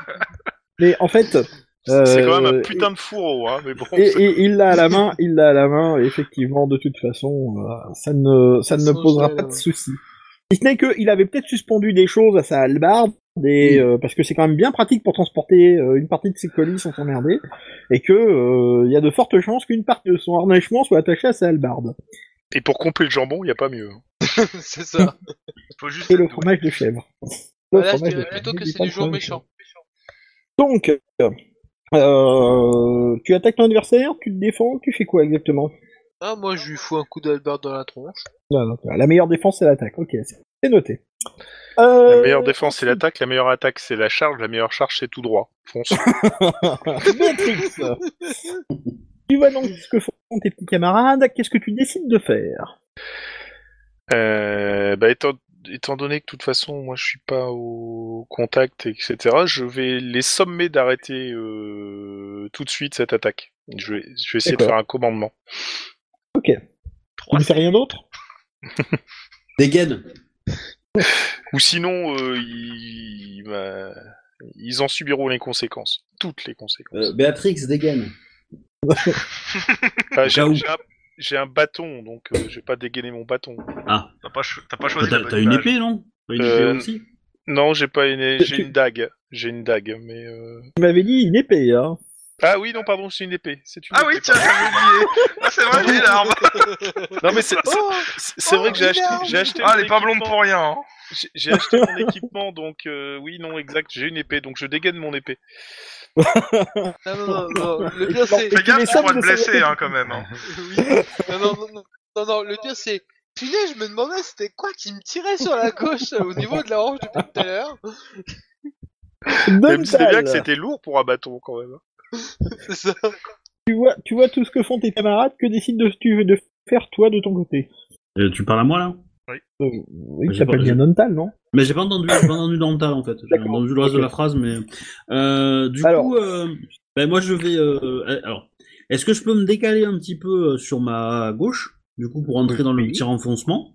Mais en fait.
C'est
euh,
quand même un putain de fourreau, hein, mais bon.
Et, et il l'a à la main, il l'a à la main, et effectivement, de toute façon, euh, ça ne, ça ne
Sans
posera
gel,
pas de
ouais.
soucis. Si ce n'est qu'il avait peut-être suspendu des choses à sa hallebarde, et, euh, parce que c'est quand même bien pratique pour transporter euh, une partie de ses colis sans s'emmerder, et que euh, il y a de fortes chances qu'une partie de son harnachement soit attachée à sa hallebarde,
Et pour couper le jambon, il n'y a pas mieux. hein.
c'est ça.
Faut juste
et le
être doué.
fromage de chèvre. Le
Voilà, je
fromage
dirais
de
plutôt
chèvre,
que
n'oublie
c'est
pas
du
le
jour
fromage de
méchant.
chèvre. Donc, euh, tu attaques ton adversaire, tu te défends, tu fais quoi exactement
Ah, moi je lui fous un coup d'albarde dans la tronche.
Non, non, la meilleure défense, c'est l'attaque. Ok, c'est c'est noté. Euh,
La meilleure défense, c'est l'attaque. La meilleure attaque, c'est la charge. La meilleure charge, c'est tout droit. Fonce.
Béatrix. tu vois donc ce que font tes petits camarades. Qu'est-ce que tu décides de faire
Euh, bah, étant, étant donné que de toute façon, moi, je suis pas au contact, etc., je vais les sommer d'arrêter euh, tout de suite cette attaque. Je vais, je vais essayer de
D'accord.
faire un commandement.
Tu
Trois,
ne fais rien d'autre
Dégaine.
Ou sinon, euh, ils, bah, ils en subiront les conséquences. Toutes les conséquences.
Euh, Béatrix, dégaine.
Ah, j'ai,
cas où.
j'ai un, j'ai un bâton, donc euh, je vais pas dégainer mon bâton.
Ah,
T'as pas, cho- t'as pas
t'as
choisi la bonne
t'as une
image.
épée, non T'as une
Euh,
épée aussi
Non, j'ai pas une, j'ai
tu-
une dague. J'ai une dague, mais. euh,
Tu m'avais dit une épée, hein.
Ah oui, non, pardon, c'est une épée. C'est une
Ah
épée,
oui, tiens,
pardon.
j'avais oublié. Ah, c'est vrai, j'ai l'arme.
Non, mais c'est, c'est-
Oh
c'est- c'est vrai que j'ai acheté, j'ai acheté.
Ah,
mon
elle est pas blonde
équipement-
pour rien. hein.
J'ai, j'ai acheté mon équipement, donc euh, oui, non, exact. J'ai une épée, donc je dégaine mon épée.
Non, non, non, non, le
Et
pire
tu l'en-
c'est.
et
Fais
tu les
gaffe, tu
sommes
pourrais
de
te
sa
blesser
épée.
hein, quand même. hein.
Oui. Non, non, non, non, non, non, le pire c'est. Punaise, je me demandais c'était quoi qui me tirait sur la gauche euh, au niveau de la hanche depuis tout à l'heure.
Même si c'est bien que
Dontal,
c'était lourd pour un bâton, quand même. hein.
C'est ça.
tu vois, tu vois tout ce que font tes camarades. Que décides de, tu veux de faire toi de ton côté
Euh, Tu parles à moi là
euh, Oui,
J'ai
tu t'appelles
pas-
bien
j'ai-
Dontal, non
Mais j'ai pas entendu, j'ai pas entendu Dantal en fait. J'ai
D'accord,
entendu le reste
ok.
de la phrase, mais euh, du
Alors.
coup, euh, ben moi je vais. euh, euh, alors, est-ce que je peux me décaler un petit peu euh, sur ma gauche, du coup, pour entrer dans le
Oui.
petit renfoncement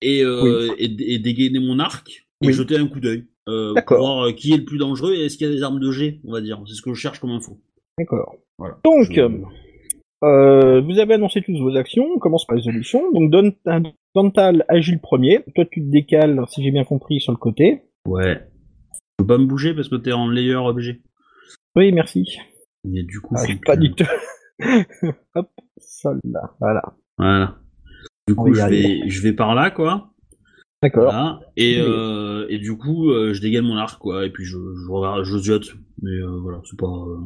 et, euh, et dé- et dégainer mon arc et
Oui.
jeter un coup d'œil euh, pour
D'accord.
voir euh, qui est le plus dangereux et est-ce qu'il y a des armes de G, on va dire. C'est ce que je cherche comme info.
D'accord.
Voilà.
Donc,
Je-
euh, vous avez annoncé toutes vos actions. On commence par les solutions. Donc, Don- euh, Dontal agit le premier. Toi, tu te décales, si j'ai bien compris, sur le côté.
Ouais. Je peux pas me bouger parce que t'es en layer objet.
Oui, merci.
Mais du coup,
Ah,
faut
j'ai
que-
pas du tout. Hop, ça là, voilà.
Voilà. Du
On
coup,
va y
je
arriver.
vais, je vais par là, quoi.
D'accord.
Voilà. Et,
Oui.
euh, et du coup, euh, je dégaine mon arc, quoi. Et puis je, je, regarde- je ziote. Mais euh, voilà, c'est pas. euh,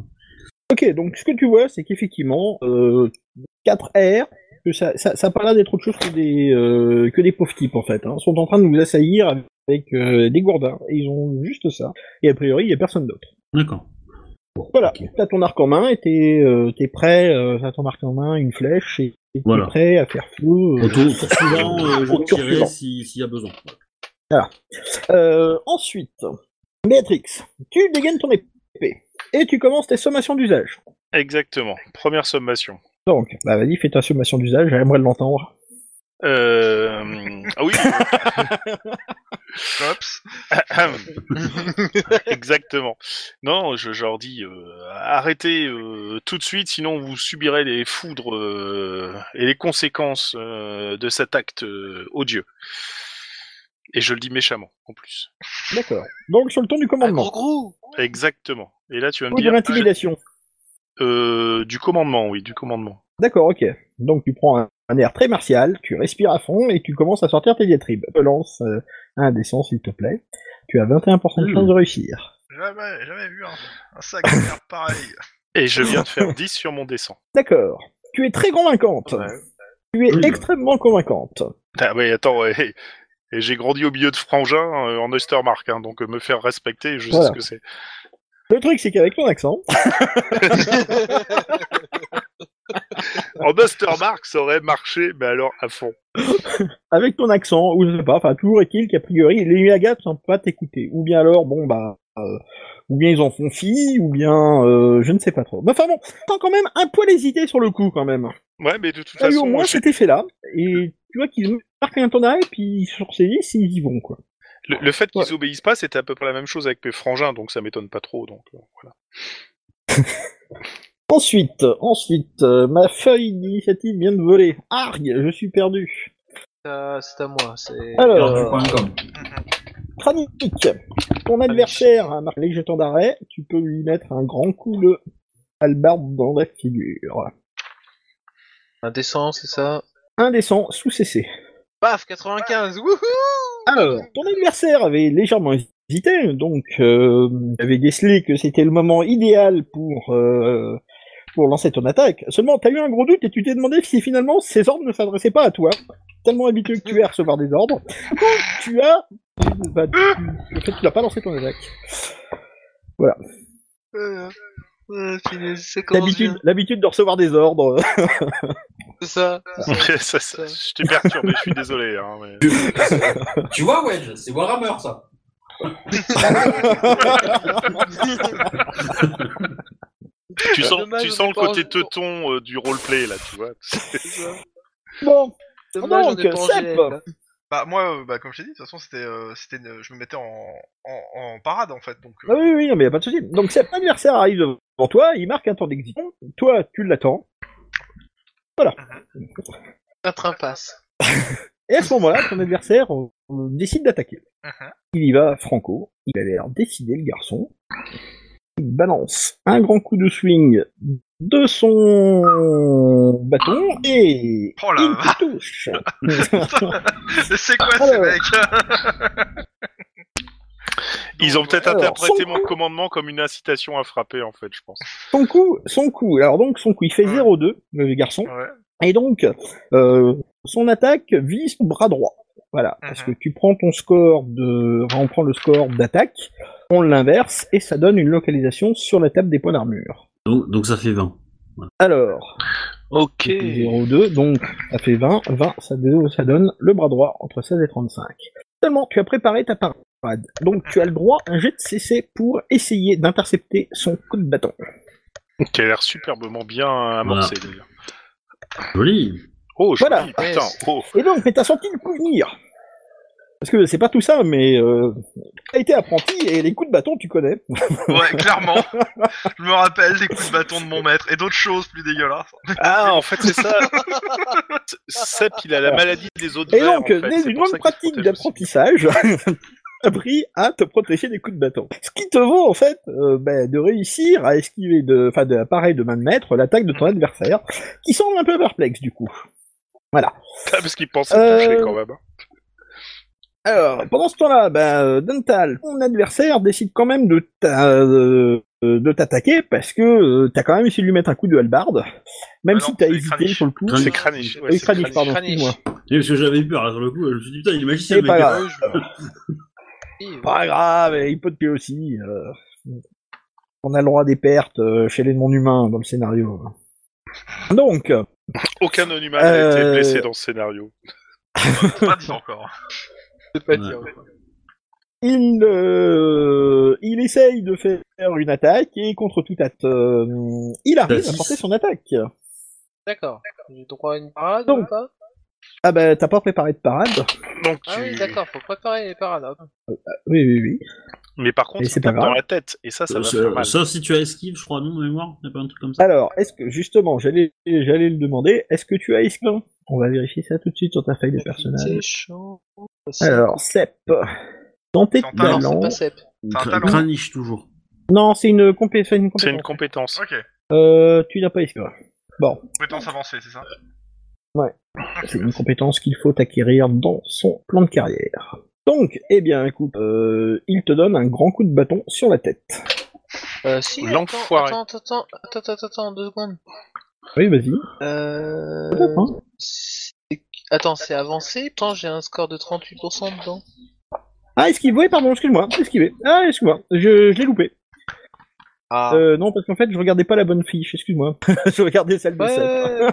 Ok, donc ce que tu vois, c'est qu'effectivement, euh, 4 R, que ça, ça, ça a pas l'air d'être autre chose que des, euh, que des pauvres types en fait, hein, sont en train de nous assaillir avec euh, des gourdins. Et ils ont juste ça. Et a priori, il y a personne d'autre.
D'accord. Bon,
Voilà,
ok.
t'as ton arc en main et t'es euh, t'es prêt, euh, t'as ton arc en main, une flèche, et et t'es
Voilà.
prêt à faire fou.
Au tour, tour suivant, euh,
Au tour
je tirerai
suivant.
si- s'il y a besoin.
Euh, ensuite, Béatrix, tu dégaines ton épée et tu commences tes sommations d'usage.
Exactement. Première sommation.
Donc, bah vas-y, fais ta sommation d'usage, j'aimerais l'entendre.
Euh... Ah oui.
Cops.
Exactement. Non, je, je leur dis euh, arrêtez euh, tout de suite, sinon vous subirez les foudres euh, et les conséquences euh, de cet acte euh, odieux. Et je le dis méchamment, en plus.
D'accord. Donc sur le ton du
Un gros
commandement.
gros.
Exactement. Et là, tu vas me
Ou de
dire
l'intimidation.
euh, du commandement, oui, du commandement.
D'accord, ok. Donc tu prends un, un air très martial, tu respires à fond et tu commences à sortir tes diatribes. Te lance euh, un dessin s'il te plaît. Tu as 21% de chance de réussir.
Jamais, jamais vu un, un sac de merde pareil.
Et je viens de faire 10 sur mon dessin.
D'accord. Tu es très convaincante. Tu es
Oui.
extrêmement convaincante.
Ah oui, attends, ouais. Et j'ai grandi au milieu de Frangin euh, en Ostermark, hein, donc euh, me faire respecter, je
Voilà.
sais ce que c'est.
Le truc c'est qu'avec ton accent,
En Buster Mark, ça aurait marché, mais alors à fond.
Avec ton accent, ou je sais pas, enfin, toujours est-il qu'a priori, les Yagaps ne pas t'écouter. Ou bien alors, bon, bah, euh, ou bien ils en font fi, ou bien, euh, je ne sais pas trop. Bah, enfin bon, t'as quand même un poil hésité sur le coup, quand même.
Ouais, mais de toute
T'as eu Ah, au
façon,
moins
je-
cet effet-là, et tu vois qu'ils marquent un temps d'arrêt, puis sur ces 10, ils y vont, quoi.
le, le fait qu'ils
Ouais.
obéissent pas, c'était à peu près la même chose avec mes frangins, donc ça m'étonne pas trop. Donc euh, voilà.
Ensuite, ensuite, euh, ma feuille d'initiative vient de voler. Argue, je suis perdu.
Ah, c'est à moi. C'est...
Alors,
Perdu.com.
Kranik, ton adversaire a marqué les jetons d'arrêt, tu peux lui mettre un grand coup de halbarde dans la figure.
Indécent, c'est ça
Indécent, sous CC.
Paf, 95, wouhou
Alors, ton adversaire avait légèrement hésité, donc euh, avait décelé que c'était le moment idéal pour euh, pour lancer ton attaque. Seulement, t'as eu un gros doute et tu t'es demandé si finalement ces ordres ne s'adressaient pas à toi. Tellement habitué que tu es à recevoir des ordres, Donc, tu as, bah, tu- en fait, tu n'as pas lancé ton attaque.
Euh, euh, punaise, c'est comment je
L'habitude,
viens
l'habitude de recevoir des ordres.
C'est ça, c'est ça.
Ça, ça- je t'ai perturbé, je suis désolé. Hein, mais...
Tu vois, Wedge, c'est Warhammer, ça.
Tu sens,
Dommage,
tu
on
sens
est
le
pas
côté
en-
teuton euh, du roleplay là, tu vois.
bon,
Dommage, on
Donc,
est pas en
Sep.
GL, là.
Bah moi, euh, bah, comme je t'ai dit, de toute façon, c'était, euh, c'était une- je me mettais en, en, en parade en fait, donc. euh,
Ah oui, oui, non, mais y a pas de souci. Donc cet adversaire arrive devant toi, il marque un temps d'exécution, toi tu l'attends,
Un train passe.
et à ce moment-là, ton adversaire euh, décide d'attaquer.
Mhm.
Il y va franco, il avait l'air décidé le garçon. Il balance un grand coup de swing de son bâton et
Oh la
il
vache.
te touche.
c'est quoi ces
Alors.
mecs
Ils ont peut-être
Alors,
interprété
son
mon commandement comme une incitation à frapper en fait, je pense.
son coup, son coup, alors donc son coup, il fait
Ouais.
0-2, le garçon.
Ouais.
Et donc, euh, son attaque vise son bras droit. Voilà, parce que tu prends ton score de, enfin, on prend le score d'attaque, on l'inverse et ça donne une localisation sur la table des points d'armure.
Donc, donc ça fait 20.
Alors,
Ok.
0,2, donc ça fait 20, 20, ça, donne- ça donne le bras droit entre 16 et 35. Seulement, tu as préparé ta parade, donc tu as le droit à un jet de CC pour essayer d'intercepter son coup de bâton.
Qui a l'air superbement bien amorcé d'ailleurs.
Joli.
Oh, je
Voilà.
putain. Oh.
Et donc, mais t'as senti le coup venir. Parce que c'est pas tout ça, mais euh, t'as été apprenti et les coups de bâton, tu connais.
Ouais, clairement. je me rappelle des coups de bâton de mon maître et d'autres choses plus dégueulasses.
Ah, en fait, c'est ça. Sep, il a la maladie des autres
Et
verts,
donc,
en fait.
né
C'est
d'une
pour ça
bonne
qu'il se
pratique
protège aussi.
d'apprentissage, appris à te protéger des coups de bâton. Ce qui te vaut, en fait, euh, ben, de réussir à esquiver, de, enfin, de, pareil, de main de maître, l'attaque de ton adversaire, qui semble un peu perplexe, du coup.
Ah, parce qu'il pensait toucher
Euh,
quand même. hein.
Alors, pendant ce temps-là, ben, euh, Dental, ton adversaire décide quand même de t'a- euh, de t'attaquer parce que euh, t'as quand même essayé de lui mettre un coup de halbarde, même
Ah
si
non,
t'as
c'est
hésité
Kranich.
sur le coup.
Kranich.
C'est Kranich. ouais,
Oui,
c'est
Kranich, Ah, pardon,
Kranich.
excuse-moi.
Et parce que j'avais eu peur, là, sur le coup, je me suis dit, putain, il est magicien,
C'est
le
pas
mec. Ah,
grave.
Ouais, je-
Pas grave, il peut te payer aussi. euh. On a le droit à des pertes euh, chez les non-humains dans le scénario. Donc, euh,
Aucun non-humain n'a été
Euh,
blessé dans ce scénario.
Pas dit encore. hein.
C'est pas dire.
il, euh, il essaye de faire une attaque et contre toute attaque, il arrive à
six.
porter son attaque.
D'accord. J'ai droit à une parade
Donc.
ou pas
Ah ben, t'as pas préparé de parade
Donc, tu...
Ah oui, d'accord, faut préparer les parades. hein. hop.
Oui, oui, oui.
Mais par contre,
Mais
il
c'est pas
tape dans
grave.
la tête. Et ça, ça
Euh,
va
sa-
faire mal.
Sauf si tu as esquive, je crois, non, de mémoire Y'a pas un truc comme ça
Alors, est-ce que justement, j'allais, j'allais le demander, est-ce que tu as esclave On va vérifier ça tout de suite sur ta feuille de personnage.
C'est chaud.
Alors, Sep, dans tes
Ton talent,
non,
talents-
c'est pas Sep.
t'as un
Cra-
talent.
Craniche, toujours.
Non, c'est une compétence. Une
C'est une
compétence.
compétence.
Ok.
Euh, tu n'as pas esclave. Bon,
Compétence avancée, c'est ça
c'est une compétence qu'il faut acquérir dans son plan de carrière. Donc, eh bien, écoute, euh, il te donne un grand coup de bâton sur la tête.
Euh, si,
L'enfoiré.
Attends, attends, attends, attends, attends, attends, deux secondes.
Oui, vas-y.
Euh...
Peut-être, hein.
c'est- Attends, c'est avancé Pourtant, j'ai un score de 38% dedans.
Ah, esquive, oui, pardon, excuse-moi, esquivé. Ah, excuse-moi, je, je l'ai loupé.
Ah.
Euh, non, parce qu'en fait, je regardais pas la bonne fiche, excuse-moi. je regardais celle de Sep.
Ouais.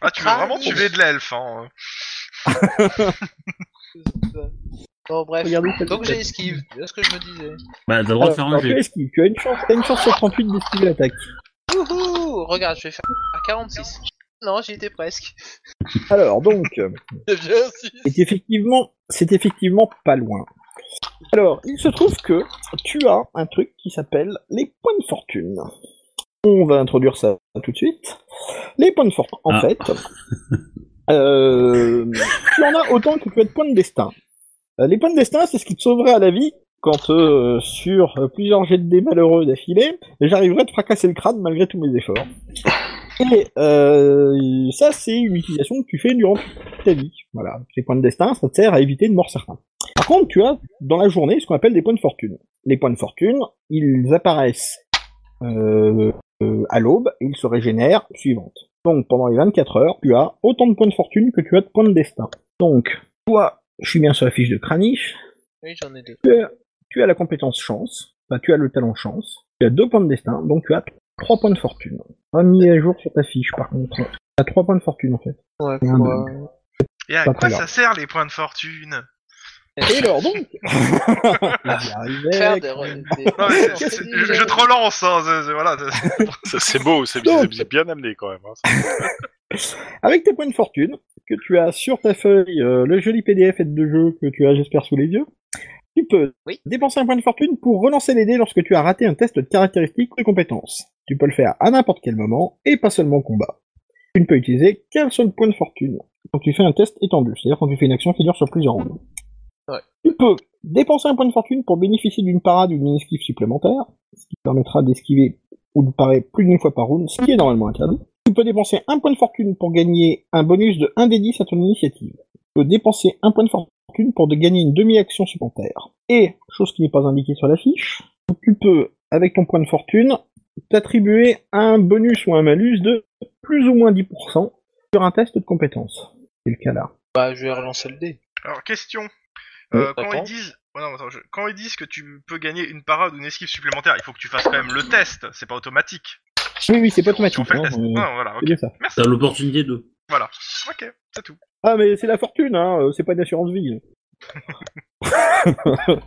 Ah, tu veux vraiment tuer de l'elfe, hein
Bon, bref.
Regardez, ça
Donc
fait-
j'ai esquive, c'est ce que je me disais.
Bah, t'as le droit
Alors,
de faire un
tu
jet.
as une, chance, t'as une chance sur 38 d'esquiver l'attaque.
Wouhou Regarde, je vais faire à 46. Non, j'y étais presque.
Alors, donc, euh,
C'est bien, si.
c'est effectivement, c'est effectivement pas loin. Alors, il se trouve que tu as un truc qui s'appelle les points de fortune. On va introduire ça tout de suite. Les points de fortune, en
Ah.
fait, euh, tu en as autant que tu as de points de destin. Euh, Les points de destin, c'est ce qui te sauvera à la vie quand euh, sur euh, plusieurs jets de dés malheureux d'affilée, j'arriverai à te fracasser le crâne malgré tous mes efforts. Et euh, ça, c'est une utilisation que tu fais durant toute ta vie. Voilà, les points de destin, ça te sert à éviter de mort certains. Par contre, tu as dans la journée ce qu'on appelle des points de fortune. Les points de fortune, ils apparaissent euh, euh, à l'aube et ils se régénèrent suivante. Donc pendant les 24 heures, tu as autant de points de fortune que tu as de points de destin. Donc, toi, je suis bien sur la fiche de Kranich,
Oui, j'en ai deux.
tu as, tu as la compétence chance, enfin tu as le talent chance, tu as deux points de destin, donc tu as trois points de fortune. Pas mis à jour sur ta fiche par contre. Tu as trois points de fortune en fait.
Ouais,
Rien
pour, euh,
Et à
Pas
quoi
très
ça sert les points de fortune
Et alors donc J'y arrivais.
faire des. re- des-
Non, mais c'est- c'est- je, je te relance, hein, c'est- c'est- voilà. c'est-
Ça, C'est beau, c'est bien, c'est bien amené quand même. hein, ça.
Avec tes points de fortune, que tu as sur ta feuille euh, le joli PDF et de jeu que tu as, j'espère, sous les yeux, tu peux
Oui.
dépenser un point de fortune pour relancer les dés lorsque tu as raté un test de caractéristiques ou de compétences. Tu peux le faire à n'importe quel moment et pas seulement au combat. Tu ne peux utiliser qu'un seul point de fortune quand tu fais un test étendu, c'est-à-dire quand tu fais une action qui dure sur plusieurs rounds.
Ouais.
Tu peux dépenser un point de fortune pour bénéficier d'une parade ou d'une esquive supplémentaire, ce qui te permettra d'esquiver ou de parer plus d'une fois par round, ce qui est normalement interdit. Tu peux dépenser un point de fortune pour gagner un bonus de 1 des 10 à ton initiative. Tu peux dépenser un point de fortune pour de gagner une demi-action supplémentaire. Et, chose qui n'est pas indiquée sur la fiche, tu peux, avec ton point de fortune, t'attribuer un bonus ou un malus de plus ou moins 10% sur un test de compétence. C'est le cas là.
Bah, je vais relancer le dé.
Alors, question. Euh,
Oui,
quand ils
réponse.
disent. oh, non, attends, je- Quand ils disent que tu peux gagner une parade ou une esquive supplémentaire, il faut que tu fasses quand même le test, c'est pas automatique.
Oui, oui, c'est pas
Tu
automatique.
refais le
hein,
test.
euh,
Non, voilà,
c'est
ok.
bien ça.
T'as l'opportunité de.
Voilà. Ok, c'est tout.
Ah, mais c'est la fortune, hein, euh, c'est pas une assurance vie.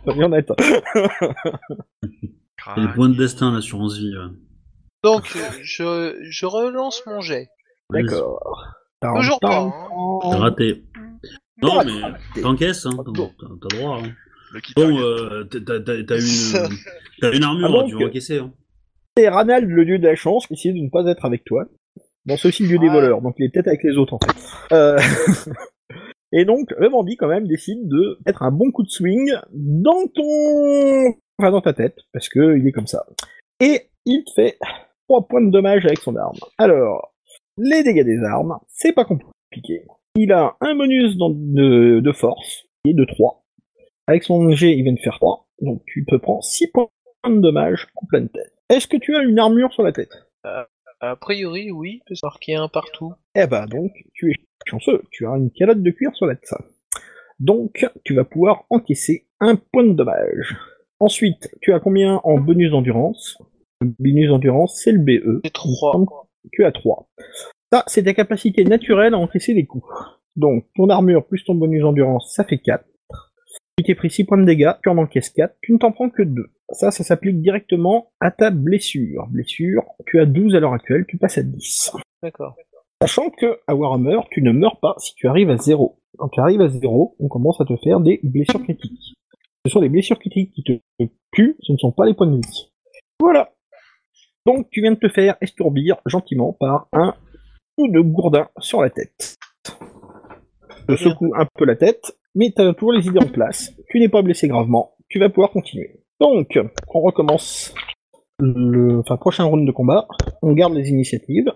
Soyons honnêtes.
Et
Ah,
les points de destin, l'assurance vie. euh. ouais.
Donc, euh, je, je relance mon jet.
Vas-y.
D'accord.
Toujours pas,
T'as raté. Non,
T'as
mais
raté.
t'encaisses, hein. t'as- T'as t'as droit. Hein.
Le kit
Bon,
target.
euh, t'as- t'as t'as- t'as
Ça.
une, euh, t'as une armure,
Ah, donc,
tu vas encaisser. Hein.
C'est Ranald, le dieu de la chance, qui décide de ne pas être avec toi. Dans ceci, le dieu des
Ah.
voleurs, donc il est peut-être avec les autres en fait. Euh, Et donc, le bandit quand même décide de mettre un bon coup de swing dans ton, enfin dans ta tête, parce que il est comme ça. Et il te fait trois points de dommage avec son arme. Alors, les dégâts des armes, c'est pas compliqué. Il a un bonus dans- de, de force, qui est de 3. Avec son G, il vient de faire 3, donc tu te prends 6 points de dommage en pleine tête. Est-ce que tu as une armure sur la tête
A priori, oui, parce qu'il y marqué un partout.
Eh ben donc, tu es chanceux, tu as une calotte de cuir sur la tête. Donc, tu vas pouvoir encaisser un point de dommage. Ensuite, tu as combien en bonus d'endurance Le bonus d'endurance, c'est le BE.
C'est 3.
Tu as 3. Ça, c'est ta capacité naturelle à encaisser les coups. Donc, ton armure plus ton bonus d'endurance, ça fait 4. Tu t'es pris 6 points de dégâts, tu en encaisses 4, tu ne t'en prends que 2. Ça, ça s'applique directement à ta blessure. Blessure, tu as 12 à l'heure actuelle, tu passes à 10.
D'accord.
Sachant que à Warhammer, tu ne meurs pas si tu arrives à zéro. Quand tu arrives à zéro, on commence à te faire des blessures critiques. Ce sont les blessures critiques qui te tuent, ce ne sont pas les points de vie. Voilà. Donc tu viens de te faire estourbir gentiment par un coup de gourdin sur la tête. Je
Très bien.
secoue un peu la tête, mais tu as toujours les idées en place. Tu n'es pas blessé gravement, tu vas pouvoir continuer. Donc, on recommence le enfin, prochain round de combat. On garde les initiatives.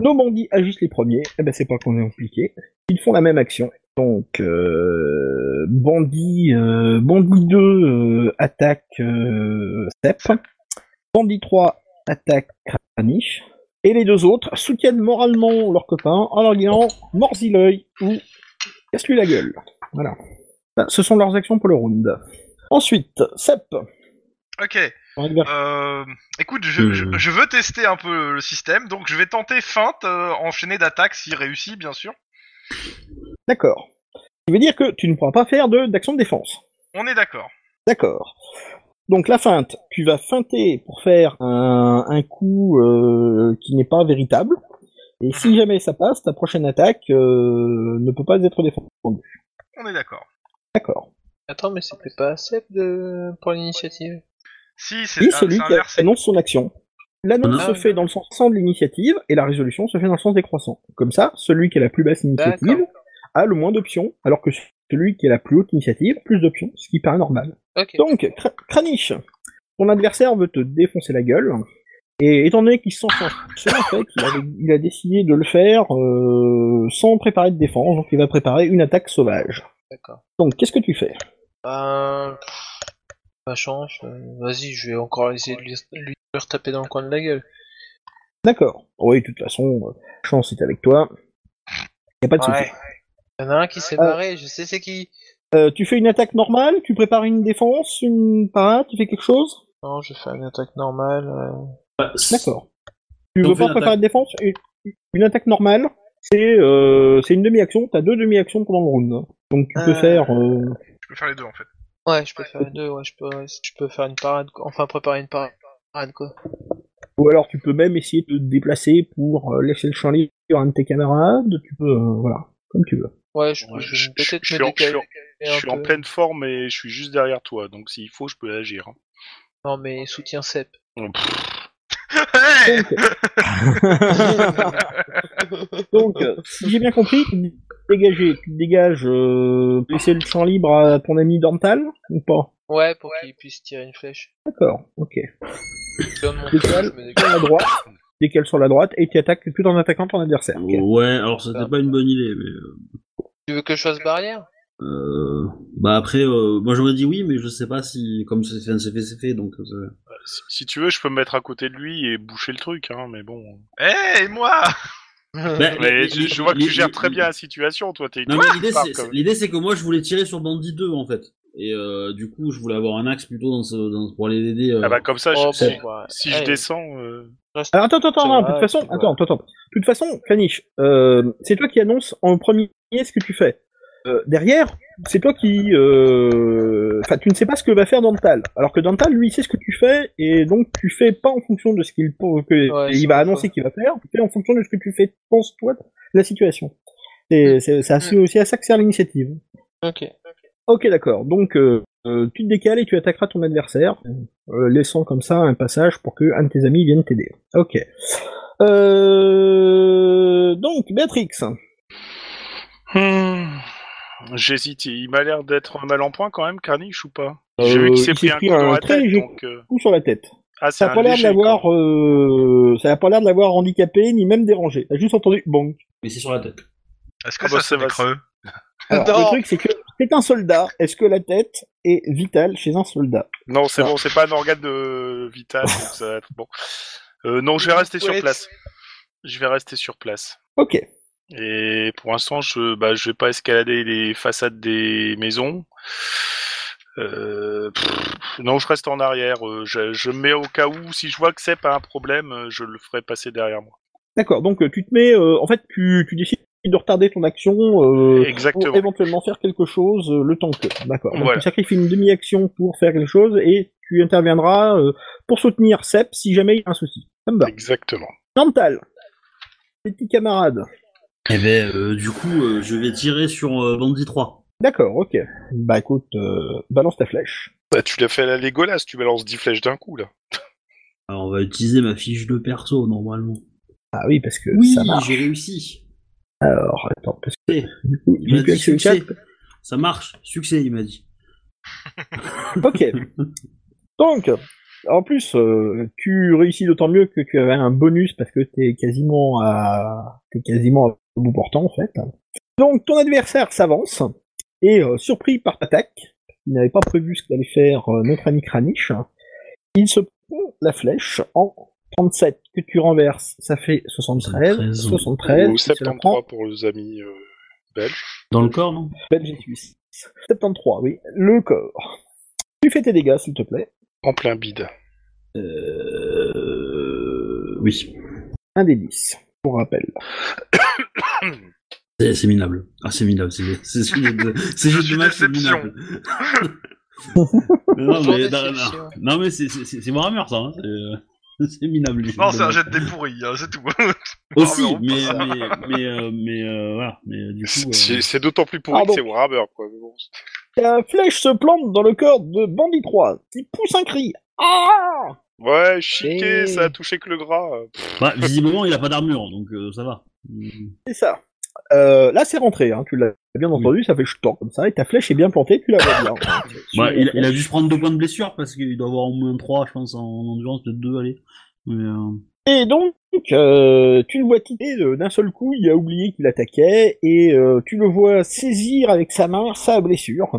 Nos bandits agissent les premiers, eh ben c'est pas qu'on est compliqué. Ils font la même action. Donc, euh, bandit, euh, bandit 2 euh, attaque euh, Step, bandit 3 attaque Kranich, et les deux autres soutiennent moralement leurs copains en leur disant mords-y l'œil ou casse-lui la gueule. Voilà. Ben, ce sont leurs actions pour le round. Ensuite, Sep,
Ok.
Par exemple,
Euh, écoute, je, je-
Euh.
je veux tester un peu le système, donc je vais tenter feinte, euh, enchaîner d'attaque s'il réussit, bien sûr.
D'accord. Ce qui veut dire que tu ne pourras pas faire de- d'action de défense.
On est d'accord.
D'accord. Donc la feinte, tu vas feinter pour faire un, un coup euh, qui n'est pas véritable. Et
Mhm.
si jamais ça passe, ta prochaine attaque euh, ne peut pas être défendue.
On est d'accord.
D'accord.
Attends, mais c'était pas Seb de... pour l'initiative
Si, c'est
Et
ah,
celui
c'est
qui
inversé. Mhm.
annonce son action. L'annonce
Ah
se
oui.
fait dans le sens croissant de l'initiative et la résolution se fait dans le sens décroissant. Comme ça, celui qui a la plus basse initiative
D'accord.
a le moins d'options, alors que celui qui a la plus haute initiative, plus d'options, ce qui paraît normal.
Ok.
Donc, Kra- Kranich, ton adversaire veut te défoncer la gueule. Et étant donné qu'il s'en sent seul, en fait, il, avait- il a décidé de le faire euh, sans préparer de défense, donc il va préparer une attaque sauvage.
D'accord.
Donc, qu'est-ce que tu fais
Ben. pff, Pas chance. euh, Vas-y, je vais encore essayer de lui, lui retaper dans le coin de la gueule.
D'accord. Oui, de toute façon, euh, chance est avec toi. Y a pas de souci.
Ouais. Y'en a un qui s'est
Ah.
barré, je sais c'est qui.
Euh, tu fais une attaque normale, tu prépares une défense, une parade, tu fais quelque chose
Non, je fais une attaque normale. euh.
Bah, s-
D'accord. Tu
On
veux
fait
pas
une
préparer de défense une, une attaque normale, c'est euh, c'est une demi-action, t'as deux demi-actions pendant le round. Donc tu peux
Euh,
faire... euh,
Je peux faire les deux en fait.
Ouais, je peux faire les deux, ouais, je peux, je peux faire une parade, quoi. enfin préparer une parade, quoi.
Ou alors tu peux même essayer de te déplacer pour euh, laisser le champ libre à un de tes camarades, tu peux, euh, voilà, comme tu veux.
Ouais, je,
Ouais,
je,
je-
vais peut-être
je
me
suis en- je suis en-
décaler.
Je
un
suis en
peu.
pleine forme et je suis juste derrière toi, donc s'il faut, je peux agir. hein.
Non, mais soutien Seb.
Oh, pff,
Hey
Donc, Donc, euh, si j'ai bien compris, tu dégages, tu dégages, euh, laisser le champ libre à ton ami Dental, ou pas
Ouais, pour qu'il puisse tirer une flèche.
D'accord, ok.
Je donne mon
Décale.
tour, je me
Sur
décale.
la droite, décale sur la droite, et tu attaques tout en attaquant ton adversaire. ok.
Ouais, alors c'était pas une bonne idée, mais. euh,
Tu veux que je fasse barrière
Euh, bah après, euh, moi j'aurais dit oui, mais je sais pas si comme c'est fait, c'est fait, c'est fait, donc. euh,
Bah, si- Si tu veux, je peux me mettre à côté de lui et boucher le truc, hein, mais bon.
Hey, moi
Ben,
Mais
les-
je,
les-
je vois que
les-
tu gères
les-
très bien
les-
la situation, toi. T'es
Non,
toi,
mais
tu
l'idée,
parles
c'est-
comme-
c'est- l'idée c'est que moi je voulais tirer sur Bandit 2 en fait, et euh, du coup je voulais avoir un axe plutôt dans ce, dans, pour aller l'aider. euh.
Ah bah comme ça,
Oh,
je-
c'est-
bon, bah,
si je
hey,
descends, euh,
reste-
Alors attends, attends, attends,
C'est
non, de
vrai,
toute façon,
c'est vrai.
attends, attends, attends. De toute façon, Caniche, euh, c'est toi qui annonce en premier ce que tu fais. Euh, derrière, c'est toi qui... euh, Enfin, tu ne sais pas ce que va faire Dantal. Alors que Dantal, lui, il sait ce que tu fais, et donc tu fais pas en fonction de ce qu'il que
Ouais,
il
c'est
va
vrai.
annoncer qu'il va faire, tu fais en fonction de ce que tu fais, penses toi, de la situation.
Hmm.
C'est c'est- c'est assez- aussi à ça que sert l'initiative.
Ah, Ok.
Ok, d'accord. Donc, euh, euh, tu te décales et tu attaqueras ton adversaire, euh, laissant comme ça un passage pour que un de tes amis vienne t'aider. Ok. Euh... Donc, Béatrix.
Hmm. J'hésite, il m'a l'air d'être mal en point quand même, Carniche ou pas J'ai vu qu'il s'est
Euh, il
pris
s'est
un
pris
coup dans
un
la
très
tête,
léger
donc... euh,
Coup sur la tête.
Ah, c'est
Ça a
un
pas l'air de
léger,
l'avoir,
quoi.
euh, ça a pas l'air de l'avoir handicapé ni même dérangé. T'as juste entendu bon.
Mais c'est sur la tête.
Est-ce que
Ah bah,
ça,
ça
c'est
va,
creux
Alors,
Non.
le truc c'est que c'est un soldat. Est-ce que la tête est vitale chez un soldat
Non, c'est
Ah.
bon, c'est pas un organe de... vital, donc ça va être bon. Euh, non, je vais rester sur
Ouais,
place. Je vais rester sur place.
Ok.
Et pour l'instant, je bah, je vais pas escalader les façades des maisons. Euh, pff, non, je reste en arrière. euh, Je, je me mets au cas où, si je vois que c'est pas un problème, euh, je le ferai passer derrière moi.
D'accord. Donc, euh, tu te mets. euh, en fait, tu, tu décides de retarder ton action. Euh, pour
Exactement.
éventuellement faire quelque chose euh, le temps que. D'accord. Donc
Voilà.
tu sacrifies une demi-action pour faire quelque chose et tu interviendras euh, pour soutenir Sep si jamais il y a un souci. Ça me va.
Exactement.
Dental, tes petits camarades.
Et ben euh, du coup euh, je vais tirer sur euh, Bandit 3.
D'accord, ok. Bah écoute, euh, balance ta flèche.
Bah, tu l'as fait à la Légolas, tu balances 10 flèches d'un coup, là.
Alors on va utiliser ma fiche de perso normalement.
Ah oui, parce que
Oui,
ça marche.
j'ai réussi.
Alors, attends, parce que
Eh,
du coup,
Il m'a
depuis
dit
Action
succès.
Cap-
Ça marche, succès il m'a dit.
Ok. Donc, en plus, euh, tu réussis d'autant mieux que tu avais un bonus parce que t'es quasiment à, t'es quasiment à bout portant en fait. Donc, ton adversaire s'avance et euh, surpris par ta attaque, il n'avait pas prévu ce qu'allait faire euh, notre ami Kranich. Il se prend la flèche en 37 que tu renverses, ça fait 73,
73,
73,
Ou
tu te la prends.
73 pour les amis euh, belges.
Dans le corps non
Belgique Suisse. 73, oui, le corps. Tu fais tes dégâts, s'il te plaît.
En plein bide.
Euh... Oui.
Un des 10, pour rappel.
C'est c'est minable. Ah, c'est minable. C'est c'est ce jeu de, c'est
Je
jeu
suis
de match, c'est
déception.
minable. non,
Toujours
mais, non,
déception.
non. Non, mais c'est- c'est c'est- c'est Warhammer, ça. hein. C'est, euh, C'est minable. les jeux
Non,
de
c'est un
match.
jet des pourris, hein, c'est tout.
Aussi,
Warhammer,
mais, mais, mais, euh, mais, euh, voilà. Mais euh, du coup. euh,
C'est c'est d'autant plus pourri
Pardon.
que c'est Warhammer, quoi. mais bon.
La flèche se plante dans le corps de Bandit 3, qui pousse un cri. Ah
Ouais, chiqué,
Eh.
ça a touché que le gras.
bah, visiblement, il a pas d'armure, donc euh, ça va. Mm.
C'est ça. Euh, là, c'est rentré, hein, tu l'as bien entendu, ça fait chutant comme ça, et ta flèche est bien plantée, tu la vois bien.
Bah, il, il a dû se prendre deux points de blessure parce qu'il doit avoir au moins trois, je pense, en endurance, peut-être deux, allez. Mais, euh,
Et donc, euh, tu le vois quitter euh, d'un seul coup, il a oublié qu'il attaquait, et euh, tu le vois saisir avec sa main sa blessure.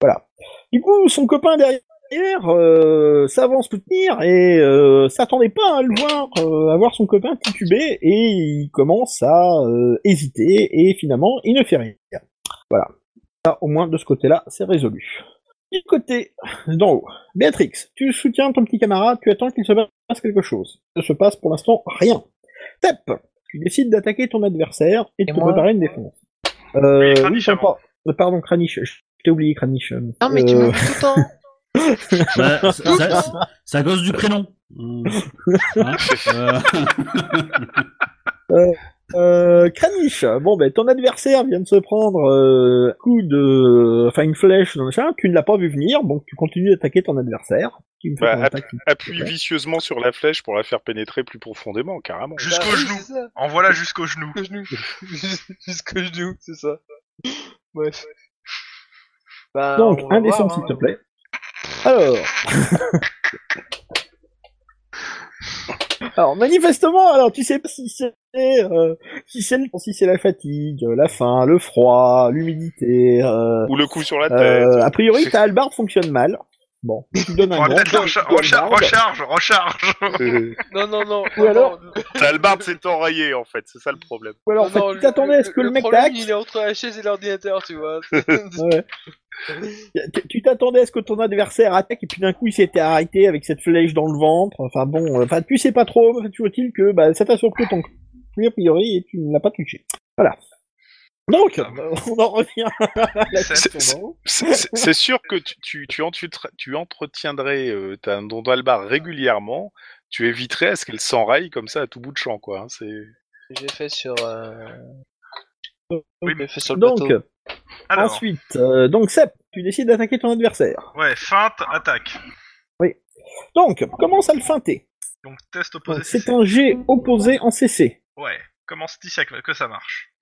Voilà. Du coup, son copain derrière euh, s'avance pour tenir et euh, s'attendait pas à le voir, euh, à voir son copain titubé, et il commence à euh, hésiter, et finalement, il ne fait rien. Voilà. Ça, au moins, de ce côté-là, c'est résolu. Du côté d'en haut, Béatrix, tu soutiens ton petit camarade, tu attends qu'il se passe quelque chose. Ne se passe pour l'instant rien. Tep, tu décides d'attaquer ton adversaire et de
Et
te
moi
préparer une défense. Euh,
Oui,
oui,
Kranich hein.
pardon, pardon, Kranich, je t'ai oublié Kranich. euh,
Non, mais tu
euh,
me dis tout le temps.
bah, ça- ça- c'est- c'est à cause du prénom. Euh, hein, euh,
Euh, Kranich, bon ben ton adversaire vient de se prendre euh, un coup de, enfin une flèche dans le chat, tu ne l'as pas vu venir, donc tu continues d'attaquer ton adversaire. Tu me fais
Bah,
ton attaque.
Appuie
Ouais.
vicieusement sur la flèche pour la faire pénétrer plus profondément, carrément.
Jusqu'au
Bah oui,
genou.
c'est ça.
En voilà jusqu'au genou.
Jusqu'au genou. Jus- Jusqu'au genou, c'est ça. Bref. Bah,
Donc
on va
un des
voir,
sons,
hein.
s'il te plaît. Alors. Alors manifestement, alors tu sais pas si c'est euh, si c'est le- si c'est la fatigue, euh, la faim, le froid, l'humidité. euh,
Ou le coup sur la tête.
euh, a priori, ta hallebarde fonctionne mal. Bon, tu donnes
On
un
va
grand
peut-être le
coup
recha-
de
recha-
hallebarde.
recharge, recharge.
Euh,
Non, non, non.
Ou
non,
alors-
non.
Talbard s'est enraillé, en fait, c'est ça le problème.
Ou alors, en fait,
Non,
tu
le-
t'attendais à ce que le, mec
problème,
t'attaque
il est entre la chaise et l'ordinateur, tu vois.
Ouais. Tu- Tu t'attendais à ce que ton adversaire attaque et puis d'un coup il s'était arrêté avec cette flèche dans le ventre. Enfin bon, euh, enfin tu sais pas trop. mais Toujours est-il que bah, ça t'a surpris ton coup a priori et tu ne l'as pas touché. Voilà. Donc euh, on en revient à la
Ah, bah. C'est-
question.
C'est- C'est c'est sûr que tu, tu, tu, entretra- tu entretiendrais euh, ta ton Talbard régulièrement, tu éviterais à ce qu'elle s'enraille comme ça à tout bout de champ, quoi. hein, c'est-
J'ai fait sur. Euh...
Oui,
j'ai fait sur le
Donc
bateau.
Alors,
ensuite, euh, donc Sep, tu décides d'attaquer ton adversaire.
ouais, feinte, attaque.
Donc commence à le feinter.
Donc test
Donc,
opposé.
C'est
CC.
un jet opposé en CC.
Ouais, commence Tissac, que ça marche.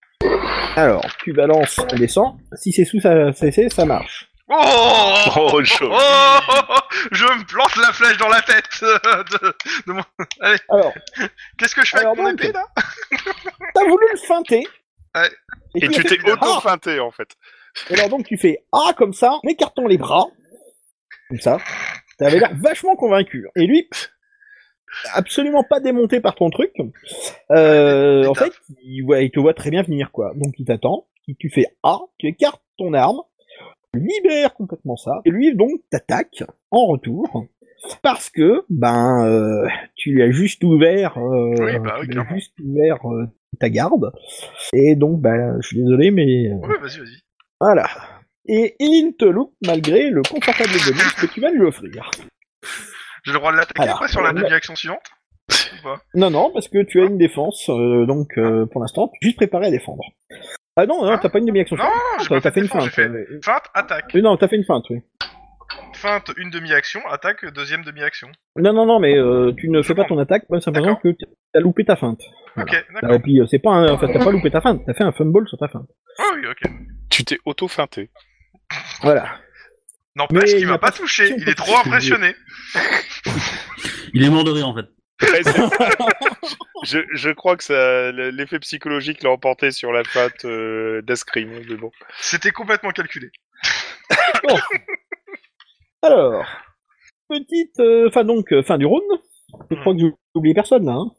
Alors tu balances les 100. Si c'est sous sa CC, ça marche.
Oh
Oh, chaud.
Oh, oh, oh, je me plante la flèche dans la tête de- de mon- Allez.
Alors.
Qu'est-ce que je fais
Alors
avec mon
donc.
épée là
T'as voulu le feinter.
Ouais.
tu
Et tu
as
t'es
fait-
auto-feinté, en fait.
Et alors donc tu fais ah comme ça, en écartant les bras, comme ça. T'avais l'air vachement convaincu. Et lui, absolument pas démonté par ton truc. Euh, en fait, il, ouais, il te voit très bien venir quoi. Donc il t'attend. Tu- Tu fais ah, tu écartes ton arme, tu libères complètement ça. Et lui donc t'attaque en retour. Parce que ben euh, tu lui as juste ouvert, euh,
Oui, bah oui,
tu lui as
clairement.
juste ouvert euh, ta garde et donc ben je suis désolé mais euh,
Ouais, vas-y, vas-y.
voilà. Et il te loupe malgré le confortable bonus que tu vas lui offrir.
J'ai le droit de l'attaquer
Alors,
après sur la
euh,
demi-action suivante Ou pas
Non, non, parce que tu as une défense, euh, donc euh, pour l'instant, tu es juste préparé à défendre. Ah non, non, t'as pas une demi-action.
Non, Ah, j'ai pas
t'as
fait
fait
de
une
défense,
feinte.
j'ai fait
euh,
feinte, attaque.
euh, non, t'as fait une feinte, oui.
Feinte, une demi-action, attaque, deuxième demi-action.
Non, non, non, mais euh, tu ne fais pas ton attaque, même simplement
D'accord.
que t- t'as loupé ta feinte. Voilà.
Ok, d'accord.
Et puis, euh, c'est pas un... Enfin, t'as pas loupé ta feinte, t'as fait un fumble sur ta feinte.
Ah oui, ok.
Tu t'es auto-feinté.
Voilà. Mais
N'empêche
il
qu'il m'a
n'a
pas
pas
touché,
touché,
il est
parce
trop
que-
impressionné.
il est mort de rire, en fait.
Ouais, c'est- je, je crois que ça- l'effet psychologique l'a emporté sur la feinte euh, d'Ascrim, mais bon.
C'était complètement calculé.
Alors, petite... euh, Enfin, donc, euh, fin du round. Je crois que j'ai oublié personne, là. hein.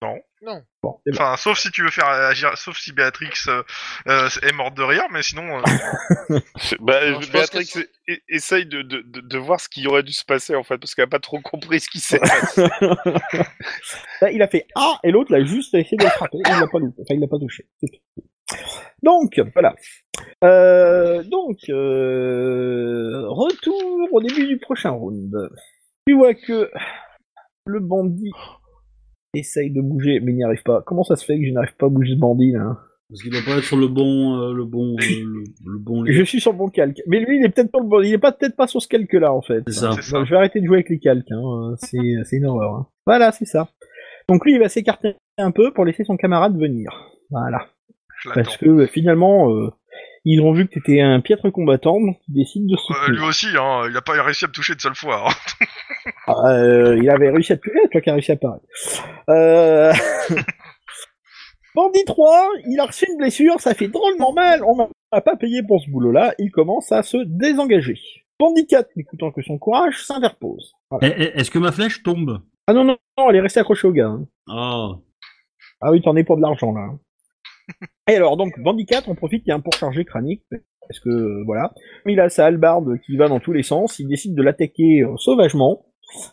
Non.
Non.
Bon, eh ben,
Enfin, sauf si tu veux faire agir, sauf si Béatrix euh, euh, est morte de rire, mais sinon, euh,
Bah,
Alors, je pense
Béatrix,
que
e- essaye de, de, de, de voir ce qui aurait dû se passer en fait, parce qu'elle a pas trop compris ce qui s'est passé.
Là, il a fait Ah et l'autre l'a juste essayé de le frapper. et il l'a pas loupé. Enfin, il l'a pas touché. C'est tout. Donc voilà. Euh, donc euh, retour au début du prochain round. Tu vois que le bandit essaye de bouger mais n'y arrive pas. Comment ça se fait que je n'arrive pas à bouger ce bandit là hein
Parce qu'il doit pas être sur le bon, euh, le bon, euh, le, le bon.
Je suis sur mon calque. Mais lui, il est peut-être pas le bon. Il est pas peut-être pas sur ce calque là en fait.
C'est ça.
c'est ça.
Non, je vais arrêter de jouer avec les calques, hein. euh, c'est c'est une horreur. hein. Voilà, c'est ça. Donc lui, il va s'écarter un peu pour laisser son camarade venir. Voilà.
je l'attends.
Parce que euh, finalement, euh, ils ont vu que t'étais un piètre combattant, donc ils décident de se
Euh, lui
soutenir.
aussi, hein, il a pas réussi à me toucher de seule fois. hein.
Euh, il avait réussi à te tuer, toi qui as réussi à parler. Euh... Bandit 3, il a reçu une blessure, ça fait drôlement mal, on n'a pas payé pour ce boulot-là, il commence à se désengager. Bandit 4, n'écoutant que son courage, s'interpose. Voilà.
Eh, eh, Est-ce que ma flèche tombe
Ah non, non, non, elle est restée accrochée au gars. hein.
Ah.
Ah oui, t'en es pour de l'argent là. Et alors donc Bandit 4, on profite qu'il y a un pourchargé crânique parce que euh, voilà, il a sa hallebarde qui va dans tous les sens, il décide de l'attaquer euh, sauvagement.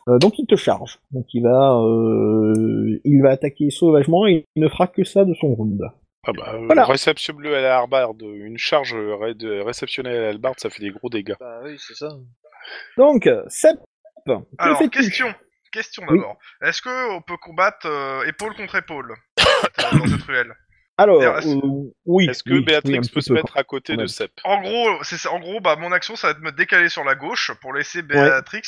Euh, donc il te charge. Donc il va euh, il va attaquer sauvagement et il ne fera que ça de son round.
Ah bah, euh,
Voilà.
réception bleue à la hallebarde, une charge euh, ré- de- réceptionnée à la hallebarde, ça fait des gros dégâts.
Bah oui, c'est ça.
Donc Sep, que
Alors,
fais-tu
question, question
Oui.
d'abord. Est-ce que on peut combattre euh, épaule contre épaule euh, dans cette ruelle
Alors
Est-ce-
euh, oui.
Eh, Est-ce que
oui,
Béatrix
oui, un petit
peut se
peu,
mettre à côté
quand
de
même.
Sep
En gros, c'est ça. En gros, bah mon action, ça va être me décaler sur la gauche pour laisser Béatrix.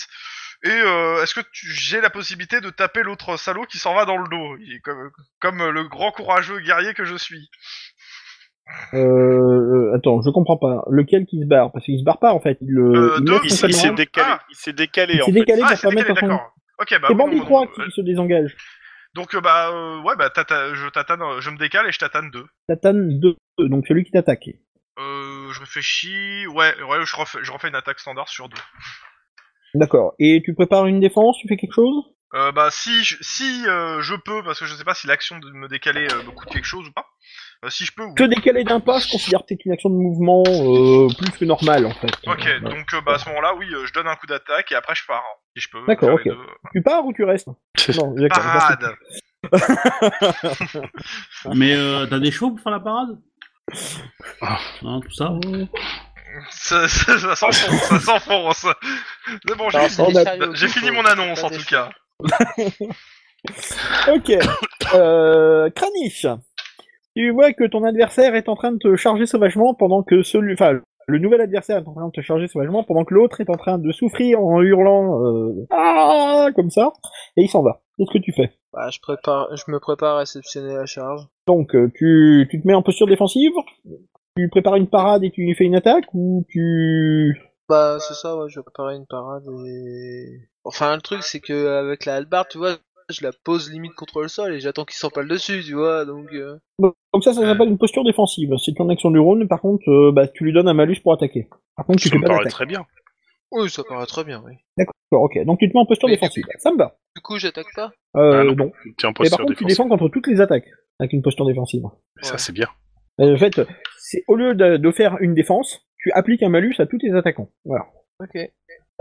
Et euh, est-ce que tu- j'ai la possibilité de taper l'autre salaud qui s'en va dans le dos Il est comme, comme euh, le grand courageux guerrier que je suis.
quoi. Euh, euh, attends, je comprends pas. Lequel qui se barre Parce qu'il se barre pas en fait. Il, le-
Euh,
il
deux,
laisse
Il,
son
s- il s'est
camarade-
décalé,
Ah
il s'est décalé
il
en
s'est
fait.
décalé
ah,
pour
c'est
pas
décalé,
mettre son.
d'accord. Ok, bah.
C'est
oui,
Bandit
non,
3
non, euh,
qui se désengage.
Donc euh, bah euh, ouais, bah tata- je tatane, euh, je me décale et je tatane deux.
Tatane 2, donc celui qui t'attaque.
Euh, je réfléchis. Ouais, ouais, je refais, je refais une attaque standard sur deux.
D'accord. Et tu prépares une défense, tu fais quelque chose
Euh, bah si je, si euh, je peux parce que je sais pas si l'action de me décaler euh, me coûte quelque chose ou pas. Euh, si je peux, oui.
Te décaler d'un pas, je considère que c'est une action de mouvement euh, plus que normale en fait.
Ok,
Euh, voilà.
donc euh, bah, à ce moment-là, oui, euh, je donne un coup d'attaque et après je pars. hein, si je peux.
D'accord,
faire les
ok.
deux.
Tu pars ou tu restes Non, d'accord.
Parade
Mais euh, t'as des chevaux pour faire la parade Hein, tout ça ouais.
Ça, ça, ça s'enfonce, ça s'enfonce C'est bon, j'ai
Alors,
fini- Bah,
c'est des chariots
j'ai
qui
fini
font-
mon annonce
pas
en
des
tout
chevaux.
cas.
Ok. Euh, Kranich, tu vois que ton adversaire est en train de te charger sauvagement pendant que celui, enfin, le nouvel adversaire est en train de te charger sauvagement pendant que l'autre est en train de souffrir en hurlant euh, ah comme ça et il s'en va. Qu'est-ce que tu fais
Bah, je prépare, je me prépare à réceptionner la charge.
Donc, euh, tu, tu te mets en posture défensive Tu prépares une parade et tu lui fais une attaque Ou tu...
Bah, c'est ça, ouais, je vais préparer une parade et... Enfin, le truc, c'est que avec la hallebarde, tu vois, je la pose limite contre le sol et j'attends qu'il s'empale dessus, tu vois, donc... euh,
Bon, Donc ça, ça s'appelle une posture défensive. C'est ton action du round, par contre, euh, bah, tu lui donnes un malus pour attaquer. Par contre, tu
Ça
fais
me
pas
paraît
d'attaque.
très bien.
Oui, ça paraît très bien, oui.
D'accord, ok. Donc tu te mets en posture
Oui.
défensive. Ça me va.
Du coup, j'attaque pas
Euh,
Ah non.
non.
T'es en
Et par
posture
contre, tu
défensive.
défends contre toutes les attaques avec une posture défensive.
Ça c'est bien.
Euh, En fait, c'est au lieu de, de faire une défense, tu appliques un malus à tous tes attaquants. Voilà.
Ok.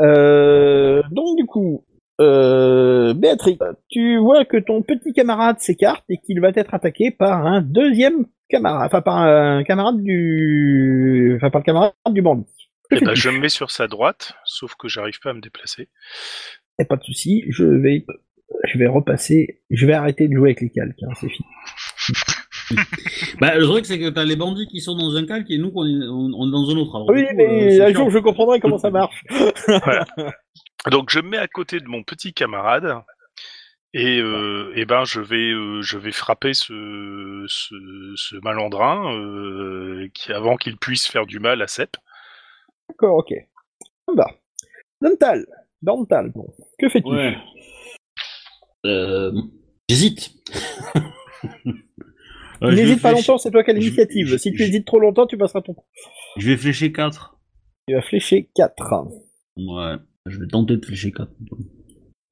Euh, donc du coup, euh, Béatrix, tu vois que ton petit camarade s'écarte et qu'il va être attaqué par un deuxième camarade, enfin par un camarade du, enfin par le camarade du bandit.
Eh ben, je me mets sur sa droite, sauf que j'arrive pas à me déplacer.
Et pas de souci, je vais, je vais repasser, je vais arrêter de jouer avec les calques, hein, c'est fini.
Bah, le truc, c'est que t'as les bandits qui sont dans un calque et nous, on est, on- on est dans un autre. Alors,
Oui,
du coup, euh,
mais
c'est
un
chiant.
jour je comprendrai comment ça marche.
Donc je me mets à côté de mon petit camarade et, euh, eh ben je vais euh, je vais frapper ce ce, ce malandrin euh, qui avant qu'il puisse faire du mal à Sep.
D'accord, ok. On va. Dental, dental. Bon, que fais-tu
Ouais. Euh, J'hésite. Euh, je vais
N'hésite pas
fléch-
longtemps, c'est toi qui as
je-
l'initiative.
je-
Si tu
je-
hésites trop longtemps, tu passeras ton
Je vais flécher 4.
Tu vas flécher 4.
Ouais, je vais tenter de flécher 4.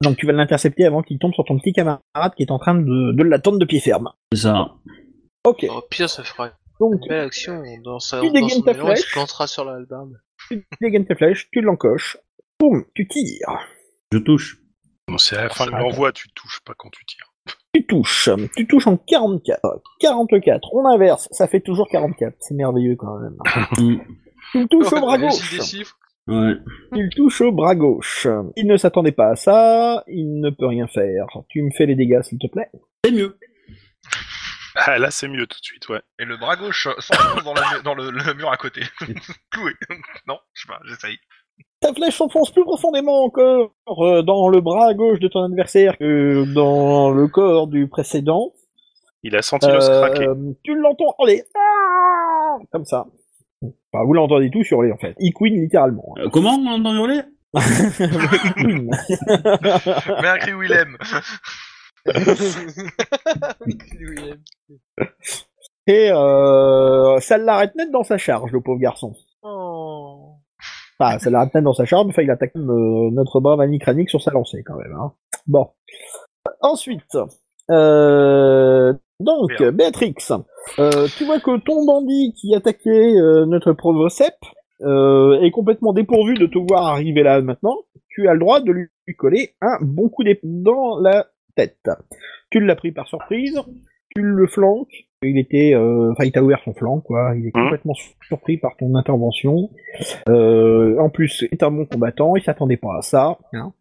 Donc tu vas l'intercepter avant qu'il tombe sur ton petit camarade qui est en train de, de l'attendre de pied ferme.
C'est ça.
Ok,
Au pire, ça fera
donc
une belle action. Dans, sa,
Tu
dans
dégaines
son
ta
élan, il se
flèche.
plantera sur la hallebarde.
tu dégaines ta flèche, tu l'encoches, boum, tu tires,
Je touche.
Bon, c'est à la fin de
Ah,
l'envoi, tu touches pas quand tu tires.
tu touches, tu touches en 44, 44, on inverse, ça fait toujours 44, c'est merveilleux quand même.
Mm.
Tu touches
Ouais,
au bras
mais j'ai des
gauche,
chiffres.
Ouais.
il touche au bras gauche. Il ne s'attendait pas à ça, il ne peut rien faire. Tu me fais les dégâts s'il te plaît.
C'est mieux.
Ah, là, c'est mieux tout de suite, ouais.
Et le bras gauche s'enfonce dans, la mu- dans le, le mur à côté. Cloué. non, je sais pas, j'essaye.
Ta flèche s'enfonce plus profondément encore euh, dans le bras gauche de ton adversaire que dans le corps du précédent.
Il a senti l'os
Euh,
craquer.
tu l'entends hurler. Ah Comme ça. Enfin, vous l'entendez tous hurler en fait. Il couine littéralement.
Euh, comment on entend hurler
Mais un cri où il aime.
Et euh, ça l'arrête net dans sa charge, le pauvre garçon.
Oh.
Enfin, ça l'arrête net dans sa charge, mais enfin, il attaque euh, notre brave Annie Kranich sur sa lancée quand même. hein. Bon. Ensuite, euh, donc,
Merde.
Béatrix, euh, tu vois que ton bandit qui attaquait euh, notre provocep euh, est complètement dépourvu de te voir arriver là maintenant. Tu as le droit de lui coller un bon coup d'épée dans la tête. Tu l'as pris par surprise, tu le flanques, il était, euh, enfin il t'a ouvert son flanc quoi, il est
Mhm.
complètement sur- surpris par ton intervention. Euh, en plus, est un bon combattant, il s'attendait pas à ça. hein.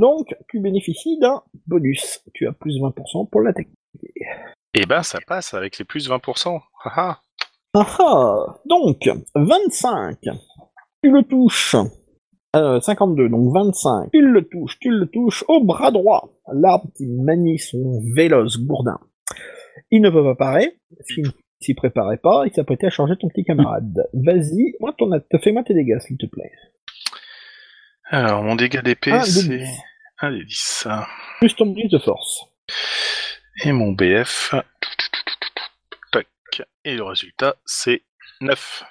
Donc, tu bénéficies d'un bonus. Tu as plus 20% pour l'attaque.
Eh ben, ça passe avec les plus 20%. Ah, ah.
Ah ah Donc, 25. Tu le touches. Euh, 52, donc 25. Tu le touches, tu le touches au bras droit. L'arbre qui manie son véloce gourdin. Il ne peut pas parer, parce qu'il ne s'y préparait pas, il s'apprêtait à charger ton petit camarade. Vas-y, moi, ton a- fais-moi tes dégâts, s'il te plaît.
Alors, mon dégât d'épée,
Un des
c'est
Ah, dix.
1 des 10.
Plus ton bonus de force.
Et mon BF. Tac. Et le résultat, c'est 9.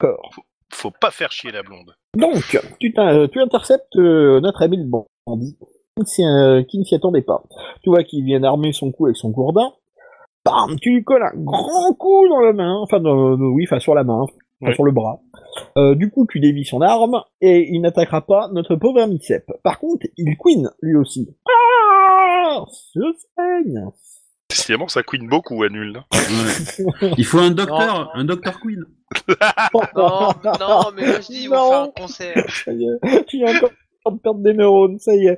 D'accord.
Faut pas faire chier la blonde.
Donc, tu, t'in- tu interceptes euh, notre ami le bandit, qui ne s'y- euh, qui ne s'y attendait pas. Tu vois qu'il vient d'armer son cou avec son gourdin. Bam Tu lui colles un grand coup dans la main, enfin, dans- dans- oui, enfin, sur la main, enfin,
Oui.
sur le bras. Euh, du coup, tu dévis son arme, et il n'attaquera pas notre pauvre amicep. Par contre, il queen, lui aussi. Ah Je saigne
Décidément, ça queen beaucoup, annule. là.
Ouais. Il faut un docteur, un docteur Queen.
Non, non, mais moi je dis, ils vont
Non.
faire un concert.
Ça y est, j'ai encore en train de perdre des neurones, ça y est.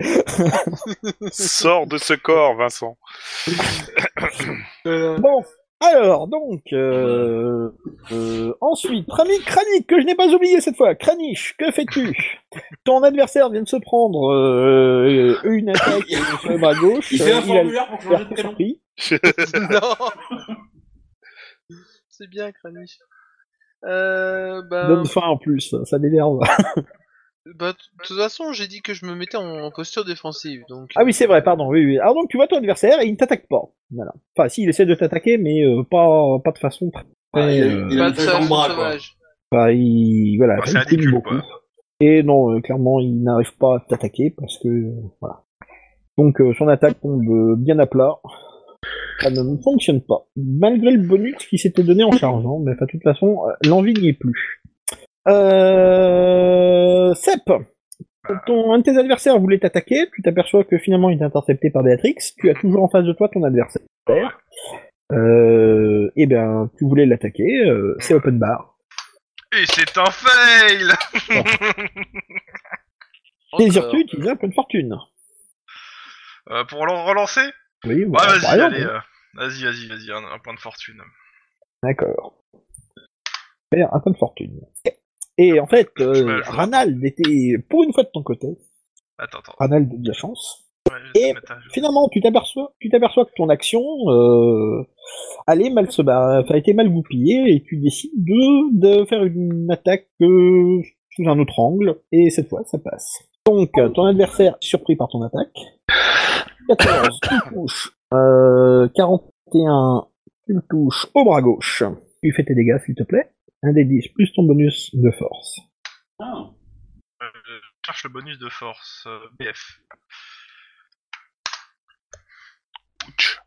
Sors de ce corps, Vincent.
Bon, alors, donc, euh, euh, ensuite, Rami Kranich, que je n'ai pas oublié cette fois. Kranich, que fais-tu Ton adversaire vient de se prendre euh, une attaque sur le bras gauche. Euh, il a le
pour
père surpris.
non. C'est bien, Kranich. Euh, ben,
Donne fin en plus, ça m'énerve.
bah, de toute façon, j'ai dit que je me mettais en, en posture défensive, donc.
Ah oui, c'est vrai, pardon. Oui, oui. Alors donc, tu vois ton adversaire et il ne t'attaque pas. Voilà. Enfin, si, il essaie de t'attaquer, mais euh, pas, pas de façon très...
Ouais,
euh,
euh,
Pas
il
de
a fait
sage,
son bras,
de
quoi.
sauvage.
Bah, il... Voilà,
Ouais,
il
c'est
coûte
ridicule,
beaucoup.
quoi.
Et non, euh, clairement, il n'arrive pas à t'attaquer parce que... euh, voilà. Donc euh, son attaque tombe euh, bien à plat. Ça ne fonctionne pas. Malgré le bonus qui s'était donné en chargeant, mais enfin, de toute façon, euh, l'envie n'y est plus. Euh... Sep ton, un de tes adversaires voulait t'attaquer, tu t'aperçois que finalement il est intercepté par Béatrix, tu as toujours en face de toi ton adversaire. Euh, et ben, tu voulais l'attaquer, euh, c'est open bar.
Et c'est un fail
Encore.
Désires-tu utiliser un peu de fortune
Euh, Pour le relancer
Oui,
Ouais,
voilà, par
vas-y,
exemple.
allez. euh, Vas-y, vas-y, vas-y, un, un point de fortune.
D'accord. Faire un peu de fortune. Et en fait,
Je
euh,
me- je me-
Ranald était pour une fois de ton côté.
Attends, attends.
Ranald a de la chance.
Ouais, je vais
Ah, Et-
mettre à jour.
Finalement, tu t'aperçois, tu t'aperçois que ton action, euh, allait mal se, bah, a été mal goupillée et tu décides de, de faire une attaque euh, sous un autre angle et cette fois, ça passe. Donc, euh, ton adversaire est surpris par ton attaque. 14, tu touches. Euh, 41, tu le touches au bras gauche. Tu fais tes dégâts, s'il te plaît. Un des 10, plus ton bonus de force.
Ah.
Euh, je cherche le bonus de force euh, BF.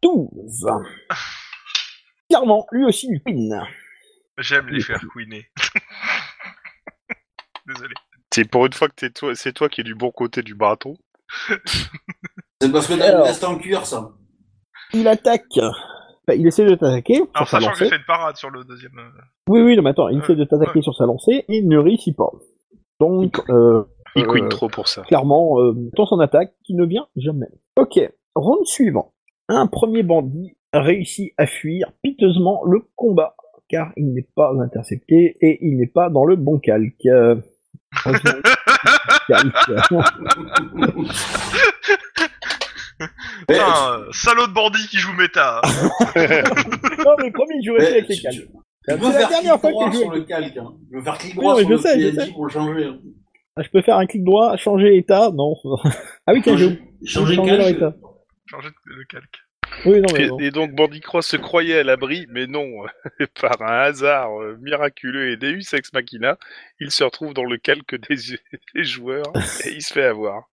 12. Clairement, lui aussi, il pine.
J'aime les faire couiner. Désolé.
C'est pour une fois que t'es toi, c'est toi qui es du bon côté du bâton.
C'est parce que t'as
Alors.
une veste en cuir, ça.
Il attaque. Enfin, il essaie de t'attaquer. sur
Alors,
sa
sachant que j'ai
lancée.
fait une parade sur le deuxième. euh,
Oui, oui, non, mais attends, il
Ouais,
essaie de t'attaquer sur sa lancée, il ne réussit pas. Donc, euh,
Il
euh,
couine trop pour ça.
clairement, euh, tant son attaque qui ne vient jamais. Ok, round suivant. Un premier bandit réussit à fuir piteusement le combat, car il n'est pas intercepté et il n'est pas dans le bon calque. Euh, heureusement, il y a le calque. Eh,
Mais,
Putain, euh, salaud de bandit qui joue méta.
non, le premier
tu-
juré
mais,
avec
tu-
les
tu-
calques.
tu
C'est
peux
la
faire
dernière
clic
fois que
droit
je joue.
sur le calque. hein. Je veux faire clic
Oui,
droit
mais
sur
je
le
sais, je sais.
PNJ pour le changer. hein.
Ah, Je peux faire un clic droit, changer état, non. ah oui, tiens, j'ai
Changer, changer euh.
changer leur
calque.
état.
Changer de- le calque.
Oui, non, mais
Et,
bon.
et donc Bandicross se croyait à l'abri, mais non, par un hasard euh, miraculeux et Deus ex machina, il se retrouve dans le calque des, des joueurs et il se fait avoir.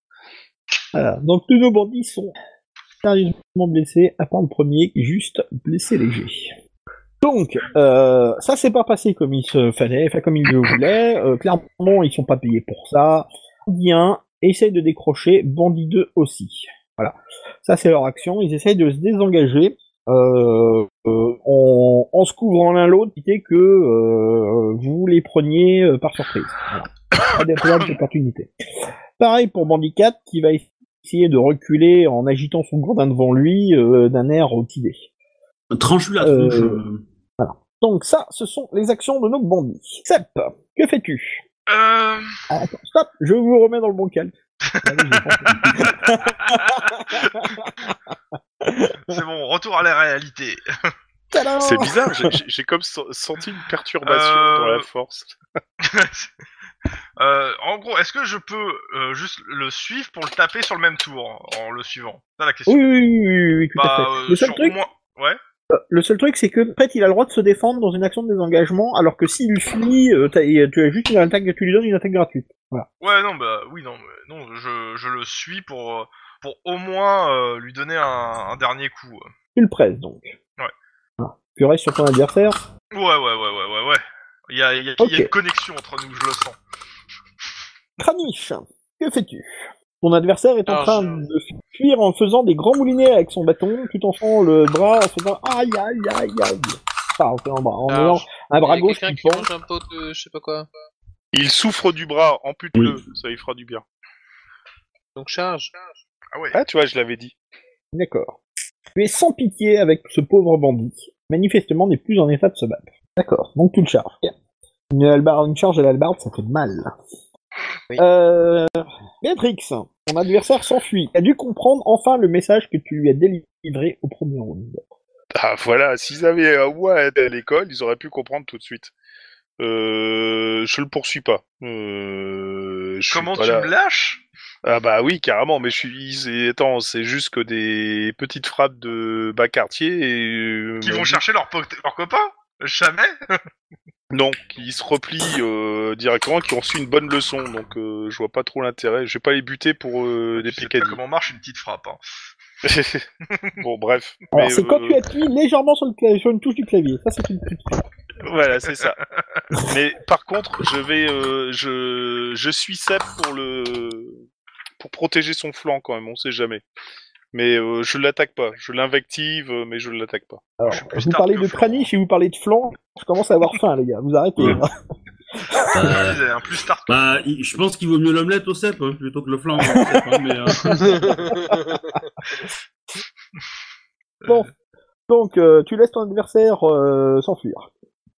Voilà. Donc tous nos bandits sont sérieusement blessés, à part le premier, juste blessé léger. Donc, euh, ça s'est pas passé comme il se fallait, enfin comme il le voulait. Euh, clairement, ils sont pas payés pour ça. Bandit 1 essaye de décrocher, Bandit 2 aussi. Voilà. Ça, c'est leur action. Ils essayent de se désengager euh, euh, en, en se couvrant l'un l'autre, l'idée que euh, vous les preniez euh, par surprise. Voilà. Pas des regards d'opportunité. Pareil pour Bandit 4 qui va essayer de reculer en agitant son gourdin devant lui euh, d'un air obstiné.
Tranche-lui la
Euh,
tronche. euh.
Donc ça, ce sont les actions de nos bandits. Sep, que fais-tu
Euh...
Ah, Attends, stop, je vous remets dans le bon calme.
C'est bon, retour à la réalité.
Tadam
C'est bizarre, j'ai- j'ai- j'ai comme sen- senti une perturbation
Euh,
dans la force.
Euh, en gros, est-ce que je peux euh, juste le suivre pour le taper sur le même tour hein, en le suivant C'est ça la question.
Oui, oui, oui, oui, oui, tout à
Bah,
fait.
euh,
le, seul
sur
truc, euh,
au moins- Ouais.
le seul truc, c'est que en fait, il a le droit de se défendre dans une action de désengagement, alors que s'il fuit, euh, t'as- et, euh, tu as juste une attaque, tu lui donnes une attaque gratuite. Voilà.
Ouais, non, bah oui, non, mais non, je, je le suis pour euh, pour au moins euh, lui donner un, un dernier coup. euh.
Tu le presses donc.
Ouais.
Voilà. Tu restes sur ton adversaire.
Ouais, ouais, ouais, ouais, ouais, ouais. Il y a, il y a- il y a une
Ok.
connexion entre nous, je le sens.
Kranich, que fais-tu Ton adversaire est en
Alors,
train
je-
de fuir en faisant des grands moulinets avec son bâton, tout en faisant le bras, en faisant aïe aïe aïe aïe. Enfin, en faisant un bras, en
Alors,
ayant un bras
Il y a
gauche
quelqu'un
qui
qui
penche.
mange un pot de je sais pas quoi.
Il souffre du bras, ampute-le, ça lui fera du bien.
Donc charge.
Ah, tu vois, je l'avais dit.
D'accord. Tu es sans pitié avec ce pauvre bandit. Manifestement, n'est plus en état de se battre. D'accord. Donc tu le charges. Une, hallebarde- une charge à l'albarde, ça fait mal.
Oui.
Euh, Béatrix, ton adversaire s'enfuit. a dû comprendre enfin le message que tu lui as délivré au premier round.
Ah voilà, s'ils avaient un moi à l'école, ils auraient pu comprendre tout de suite. Euh, je le poursuis pas. Euh, je suis
Comment
pas
tu
là.
me lâches
Ah bah oui, carrément, mais je suis... c'est- Attends, c'est juste que des petites frappes de bas quartier et... euh,
Qui
mon
vont
but-
chercher leur, pote- leur copain Jamais
Non, qui se replient euh, directement, qui ont reçu une bonne leçon, donc euh, je vois pas trop l'intérêt. Je vais pas les buter pour euh, des
Je sais pas
picadilles.
comment marche une petite frappe. hein.
bon, bref.
Alors,
Mais,
c'est quand
euh,
tu appuies légèrement sur, le clavier, sur une touche du clavier. Ça, c'est une petite
Voilà, c'est ça. mais par contre, je vais... euh, je... je suis Seb pour le... Pour protéger son flanc quand même, on sait jamais. Mais euh, je l'attaque pas. Je l'invective, euh, mais je l'attaque pas.
Alors,
Je suis plus
vous
tard
parlez
que
de
Florent.
craniche et vous parlez de flanc. Je commence à avoir faim, les gars. Vous arrêtez.
Ouais.
hein.
Euh,
Ils avaient un plus tard.
Bah, il- je pense qu'il vaut mieux l'omelette au cèpe hein, plutôt que le flan. au cèpe, hein, mais, euh,
Bon. Donc, euh, tu laisses ton adversaire euh, s'enfuir.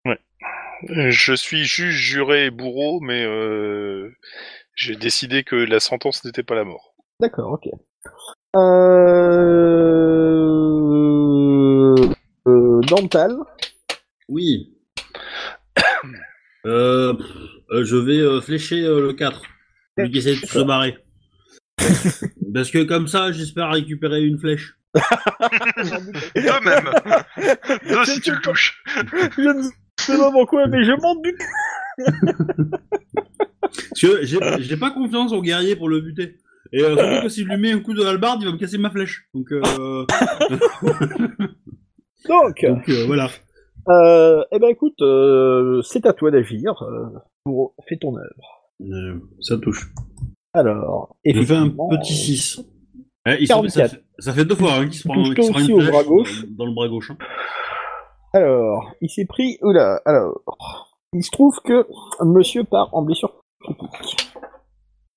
Euh, Je suis juge, juré et bourreau, mais euh, j'ai décidé que la sentence n'était pas la mort.
D'accord, ok. Euh... Euh, Dental.
oui. Euh, pff, euh, je vais euh, flécher euh, le 4. Lui qui essaie de se barrer. Parce que comme ça, j'espère récupérer une flèche.
Deux même Deux si tu le touches
Je ne sais pas pourquoi, mais je m'en bute.
Parce que j'ai j'ai pas confiance au guerrier pour le buter. Et euh, surtout que si je lui mets un coup de halbarde, il va me casser ma flèche. Donc, euh,
Donc,
donc, euh, voilà.
euh, eh ben écoute, euh, c'est à toi d'agir. euh, pour... Fais ton œuvre.
Euh, ça touche.
Alors,
J'ai fait un
effectivement,
petit 6. Eh, il se- ça,
44.
fait, ça fait deux fois hein, qu'il se prend,
Touche-toi
qu'il se prend
aussi
une
au
flèche
bras gauche.
dans- dans le bras gauche. hein.
Alors, il s'est pris. Oula, alors. Il se trouve que monsieur part en blessure critique.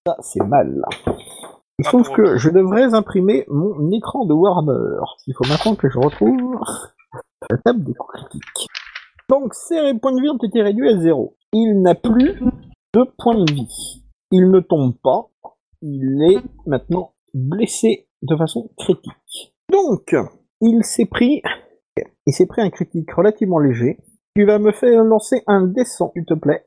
Ça, c'est mal. Il
Ah,
se trouve
pour
que je devrais imprimer mon écran de Warhammer. Il faut maintenant que je retrouve la table des coups critiques. Donc, ses points de vie ont été réduits à zéro. Il n'a plus de points de vie. Il ne tombe pas. Il est maintenant blessé de façon critique. Donc, il s'est pris il s'est pris un critique relativement léger. Tu vas me faire lancer un descend, s'il te plaît.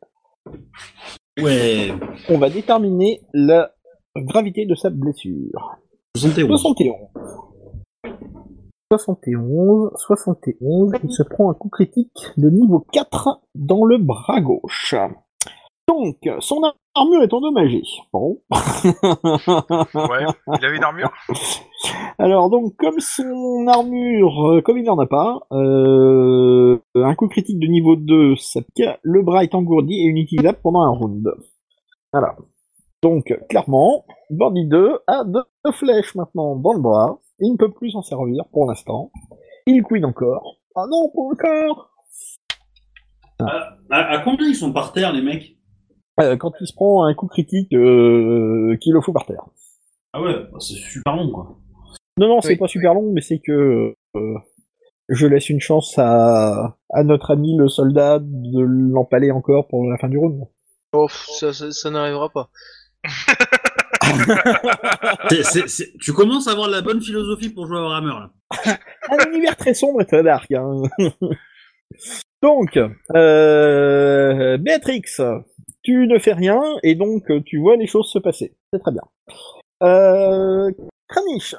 Ouais,
On va déterminer la gravité de sa blessure.
71.
71. 71, 71, il se prend un coup critique de niveau 4 dans le bras gauche. Donc, son armure est endommagée. Bon.
Ouais, il avait une armure.
Alors donc comme son armure, euh, comme il n'en a pas, euh, un coup critique de niveau 2, ça pique, le bras est engourdi et inutilisable pendant un round. Voilà. Donc clairement, Bandit 2 a deux flèches maintenant dans le bras, il ne peut plus s'en servir pour l'instant. Il couine encore. Ah non, pas encore
À, à combien ils sont par terre, les mecs
Euh, Quand il se prend un coup critique, euh, qu'il le fout par terre.
Ah ouais, bah, c'est super long, quoi.
Non, non, c'est
Oui,
pas super long, mais c'est que euh, je laisse une chance à, à notre ami le soldat de l'empaler encore pour la fin du round.
Oh, pff, ça, ça, ça n'arrivera pas.
C'est- c'est- c'est- Tu commences à avoir la bonne philosophie pour jouer à Warhammer, là.
Un univers très sombre et très dark. hein. donc, euh, Béatrix, tu ne fais rien et donc euh, tu vois les choses se passer. C'est très bien. Euh, Kranich,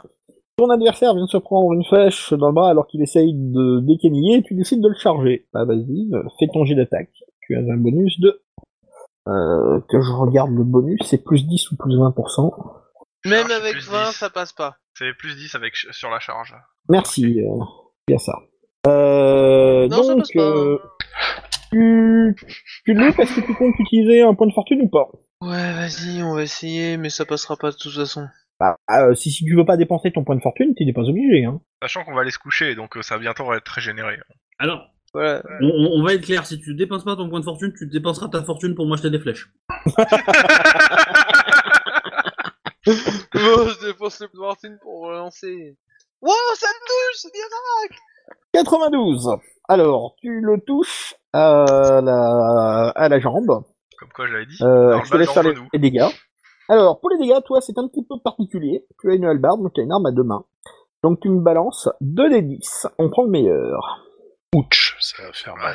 ton adversaire vient de se prendre une flèche dans le bras alors qu'il essaye de décaniller et tu décides de le charger. Bah vas-y, euh, fais ton jet d'attaque. Tu as un bonus de... Euh, que je regarde le bonus, c'est plus 10 ou plus 20%.
Même
c'est
avec
plus
20,
dix.
ça passe pas.
C'est plus 10 avec, sur la charge.
Merci, euh, bien ça. Euh,
Non, ça
donc,
passe pas.
euh, tu, tu le loupes, est-ce que tu comptes utiliser un point de fortune ou pas
Ouais, vas-y, on va essayer, mais ça passera pas de toute façon.
bah, euh, si, si tu veux pas dépenser ton point de fortune, tu n'es pas obligé. Hein.
Sachant qu'on va aller se coucher, donc euh, ça va bientôt être régénéré.
Alors,
Voilà.
on, on- on va être clair, si tu dépenses pas ton point de fortune, tu dépenseras ta fortune pour m'acheter des flèches.
Oh, je dépense le Martin pour relancer. Wow, ça me touche, c'est bien hein. ça
92 Alors, tu le touches à la, à la jambe.
Comme quoi, je l'avais dit.
Euh,
Alors,
je te laisse
balle
faire
dans
les,
le genou.
les dégâts. Alors, pour les dégâts, toi, c'est un petit peu particulier. Tu as une hallebarde, donc tu as une arme à deux mains. Donc, tu me balances 2 des 10. On prend le meilleur.
Ouch, ça va faire mal.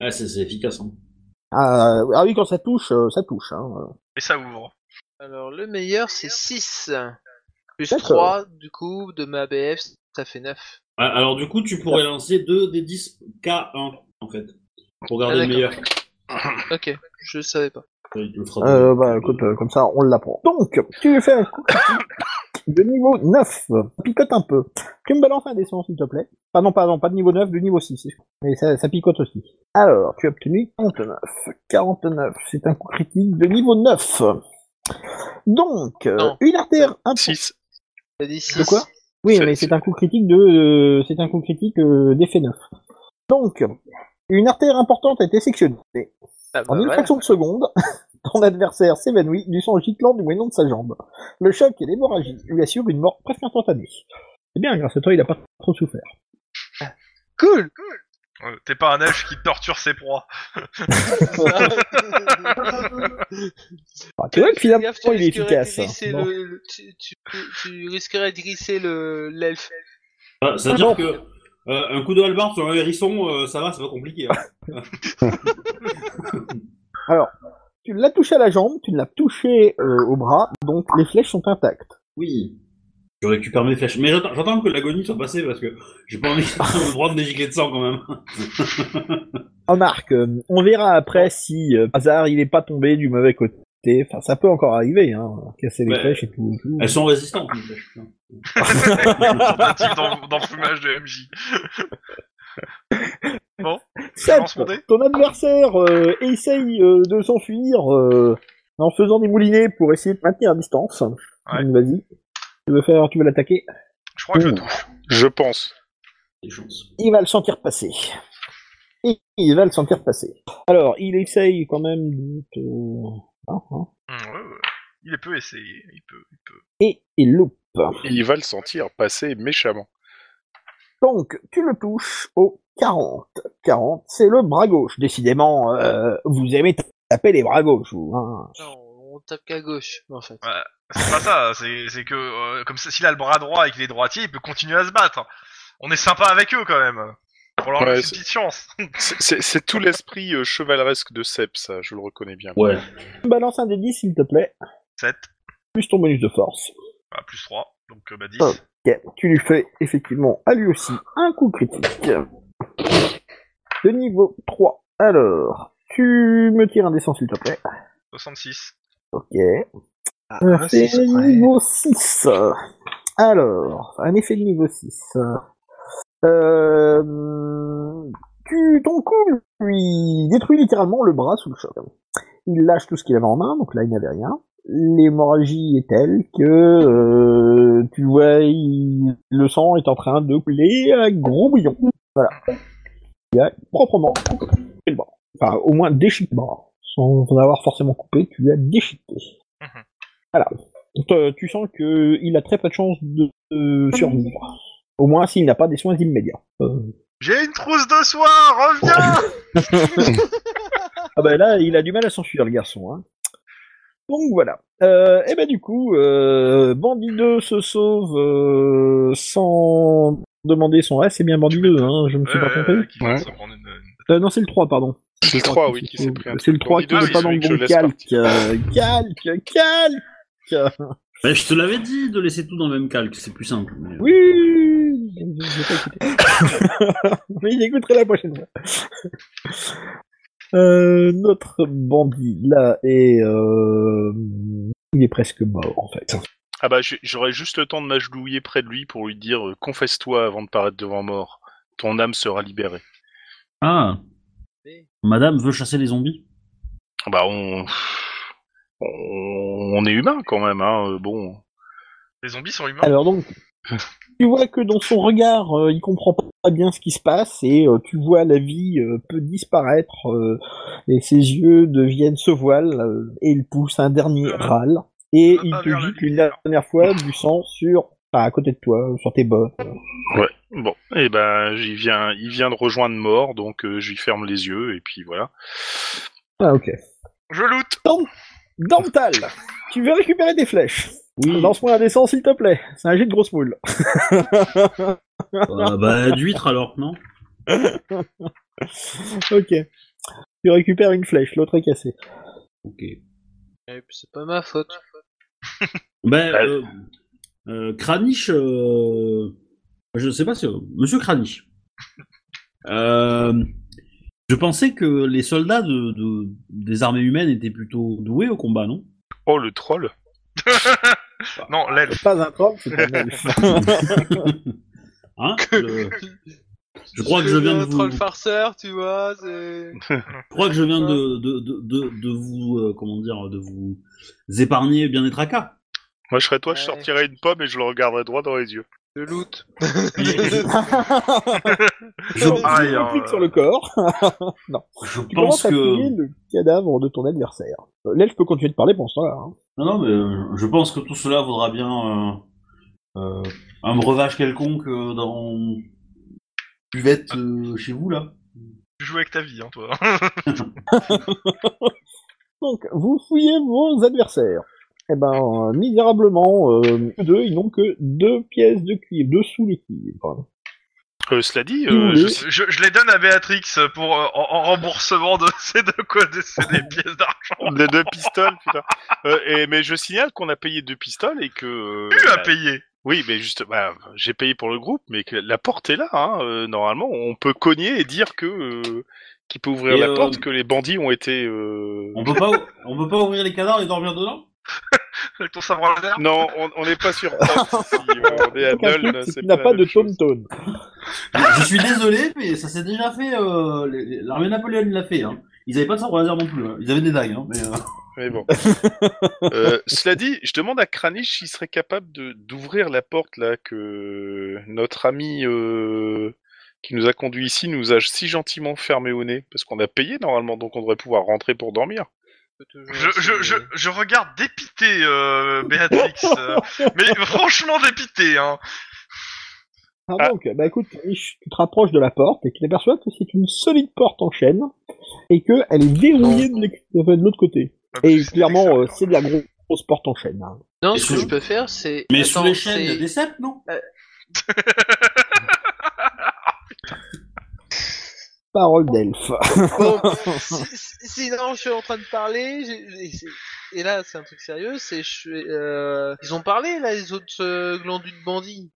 Ah, c'est c'est efficace, hein.
Ah, ah oui, quand ça touche, euh, ça touche. Hein.
Et ça ouvre.
Alors, le meilleur, c'est 6. Plus
D'accord.
3, du coup, de ma BF, ça fait 9.
Ah, Alors, du coup, tu pourrais lancer 2 des 10 K1, en fait. Pour garder
Ah,
le meilleur.
Ok, je savais pas.
Il le fera
Euh,
deux.
bah écoute, euh, comme ça on l'apprend. Donc, tu lui fais un coup de niveau 9. Picote un peu. Tu me balances un dessin s'il te plaît. Ah non, pardon, pas de niveau 9, de niveau 6. Et ça, ça picote aussi. Alors, tu as obtenu 49. 49, c'est un coup critique de niveau 9. Donc, euh,
Non.
une artère un
6.
T'as dit 6.
De quoi Oui,
C'est-
mais
c'est-
c'est un coup critique de, euh, c'est un coup critique euh, d'effet 9. Donc, une artère importante a été sectionnée.
Ah,
En
bah,
une
voilà.
fraction de seconde, ton adversaire s'évanouit du sang giclant du moyen de sa jambe. Le choc et l'hémorragie lui assurent une mort presque instantanée. C'est bien, grâce à toi, il a pas trop souffert.
Cool
Euh, T'es pas un elfe qui torture ses proies.
Ah
Enfin, Bah, tu vois que finalement,
Fais gaffe,
il
tu
est
risquerais de
efficace. hein.
glisser
Bon.
le- le- tu, tu- tu risquerais de glisser le- l'elfe.
Ah, C'est-à-dire que euh, un coup de halbarde sur un hérisson, euh, ça va, c'est pas compliqué. hein.
Tu l'as touché à la jambe, tu l'as touché euh, au bras, donc les flèches sont intactes.
Oui. Je récupère mes flèches. Mais j'attends- j'attends que l'agonie soit passée parce que j'ai pas envie de prendre des giclées de sang quand même.
Ah, Remarque, euh, on verra après si euh, par hasard il n'est pas tombé du mauvais côté résister. Enfin, ça peut encore arriver, hein. Casser les
Ouais.
flèches et tout. tout.
Elles sont résistantes. les flèches, hein.
Tentative d'en- d'enfumage de MJ. bon,
Sept,
lance mon dé.
ton adversaire euh, essaye euh, de s'enfuir euh, en faisant des moulinets pour essayer de maintenir à distance. Donc, Vas-y. Tu veux faire, tu veux l'attaquer.
je crois que je
Ouh.
touche.
Je pense.
Des chances.
Il va le sentir passer. Il- Il va le sentir passer. Alors, il essaye quand même de te- Ah, hein.
Hum, ouais, ouais. Il est peu essayé, il peut, il peut.
Et il loupe.
Il va le sentir passer méchamment.
Donc, tu le touches au 40. 40, c'est le bras gauche. Décidément, euh, vous aimez taper les bras gauches, vous. hein.
Non, on tape qu'à gauche, en fait.
C'est pas ça, hein. c'est c'est que euh, comme ça, s'il a le bras droit et qu'il est droitier, il peut continuer à se battre. On est sympa avec eux quand même. Pour leur
Ouais,
laisser une
c'est-
petite chance.
C'est- C'est c'est tout l'esprit euh, chevaleresque de Sep, ça, je le reconnais bien.
Ouais.
Balance un des 10, s'il te plaît.
7,
Plus ton bonus de force.
Ah, plus 3, donc euh, bah 10.
Oh. Ok, Tu lui fais effectivement à lui aussi un coup critique. De niveau 3. Alors, tu me tires un dessin s'il te plaît.
66.
Ok.
Ah,
Un fait
c'est vrai.
niveau 6. Alors, un effet de niveau 6. Euh, tu, ton coup lui détruit littéralement le bras sous le choc. Il lâche tout ce qu'il avait en main, donc là il n'avait rien. L'hémorragie est telle que euh, tu vois il- le sang est en train de couler à gros bouillon. Voilà. Il a proprement coupé le bras. Enfin, au moins déchiqueté le bras. Sans en avoir forcément coupé, tu l'as déchiqueté.
Mhm.
Voilà. Donc, euh, tu sens que il a très peu de chances de, de survivre. Au moins s'il n'a pas des soins immédiats. Euh,
J'ai une trousse de soie, reviens
Ah bah là, il a du mal à s'enfuir, le garçon. Hein. Donc voilà. Euh, et ben du coup, euh, Bandit 2 se sauve euh, sans demander son... Ah, c'est bien Bandit 2, hein, je me suis pas trompé.
Euh, qui vient de
Ouais.
se prendre une- une-
Euh, non, c'est le 3, pardon.
C'est le 3, oui, qui s'est pris un
C'est le 3 qui
Ah
n'est
oui,
pas dans le
celui que je
bon
laisse
calque.
partir.
euh, calque, calque
Ouais, je te l'avais dit de laisser tout dans le même calque, c'est plus simple. mais- euh.
Oui je- je vais pas écouter. Mais il écouterait la prochaine fois. Euh, notre bandit, là, est... euh, Il est presque mort, en fait.
Ah bah j'ai- j'aurais juste le temps de m'agenouiller près de lui pour lui dire euh, confesse-toi avant de paraître devant mort. Ton âme sera libérée.
Ah, madame veut chasser les zombies
Ah Bah on on, on est humain quand même hein. euh, Bon,
Les zombies sont humains.
Alors donc, tu vois que dans son regard, euh, il comprend pas bien ce qui se passe et euh, tu vois la vie euh, peut disparaître euh, et ses yeux deviennent ce voile euh, et il pousse un dernier râle et
va
il
pas
te
vers la
jette une
lumière.
dernière fois du sang sur enfin, à côté de toi, euh, sur tes bottes.
ouais. Bon, et ben j'y viens, il vient de rejoindre mort, donc euh, je lui ferme les yeux et puis voilà.
Ah ok.
Je loot
Dental, tu veux récupérer des flèches
Oui.
Lance-moi un dessin s'il te plaît. C'est un jet de grosse moule.
Euh, Bah, d'huîtres alors, non
ok. Tu récupères une flèche, l'autre est cassée.
Ok.
Et puis, C'est pas ma faute.
Ben,
Ouais.
euh, euh, Kranich, euh, je sais pas si. euh, Monsieur Kranich. Euh, je pensais que les soldats de, de- des armées humaines étaient plutôt doués au combat, non
Oh le troll Ah.
Non, l'aile.
Pas un troll, c'est un elfe.
Hein je, je crois que je viens de vous-
troll farceur, tu vois, c'est...
je crois que je viens de, de, de, de- de vous. euh, comment dire De vous épargner bien des tracas.
Moi je serais toi, je
Ouais.
sortirais une pomme et je le regarderais droit dans les yeux.
Le loot.
Je,
Aïe,
Je
hein,
clique
euh.
sur le corps.
je
Tu
pense
commences à fouiller
que.
le cadavre de ton adversaire. Euh, L'elfe peut continuer de parler pour ça. Hein.
Non, non, mais euh, je pense que tout cela vaudra bien euh, euh, un breuvage quelconque euh, dans buvette euh, chez vous là.
Tu joues avec ta vie, hein, toi.
Donc, vous fouillez vos adversaires. Eh ben, euh, misérablement, euh, eux deux, ils n'ont que deux pièces de cuivre, deux sous le cuivre.
Euh, cela dit,
Mmh,
euh,
oui.
je sais-
je, je- je les donne à Béatrix pour, euh, en, en remboursement de ces deux, quoi, de ces des pièces d'argent.
les deux pistoles, putain. Euh, et, mais je signale qu'on a payé deux pistoles et que. euh,
Tu as
bah,
payé
Oui, mais juste, bah, j'ai payé pour le groupe, mais que la porte est là. hein, euh, normalement, on peut cogner et dire que euh, qui peut ouvrir
Et,
la
euh,
porte, que les bandits ont été. euh,
On peut pas, ou- on peut pas ouvrir les cadavres et dormir dedans
Avec ton sabre laser
Non, on on n'est pas sur place. si, euh, on est à
Donc, un truc,
Nuln,
c'est
c'est
qu'il n'a
la
pas de
même chose.
tom-tom.
Je suis désolé, mais ça s'est déjà fait. euh, les- les- L'armée napoléonienne l'a fait. Hein. Ils avaient pas de sabre laser non plus. hein. Ils avaient des dagues. Hein, mais, euh,
Mais bon. Euh, cela dit, je demande à Kranich s'il serait capable de d'ouvrir la porte là que notre ami euh, qui nous a conduit ici nous a si gentiment fermé au nez, parce qu'on a payé normalement, donc on devrait pouvoir rentrer pour dormir.
je, je, je, je regarde dépité euh, Béatrix. euh, mais franchement dépité, hein.
Ah,
Ah.
donc, bah écoute, Mich, tu te rapproches de la porte et tu t'aperçois que c'est une solide porte en chaîne et qu'elle est verrouillée de l'ex- enfin, de l'autre côté. Et clairement, euh, c'est de la gro- grosse porte en chaîne. hein.
Non,
Et
ce
sous-
que je peux faire, c'est.
mais
Attends,
sous les chaînes, il y a
c'est-
des ceps, non
Parole d'elfe.
Bon, Oh, si- si- sinon, je suis en train de parler. j'ai- j'ai- c'est- Et là, c'est un truc sérieux. C'est je suis, euh, ils ont parlé là les autres euh, glandus de bandits.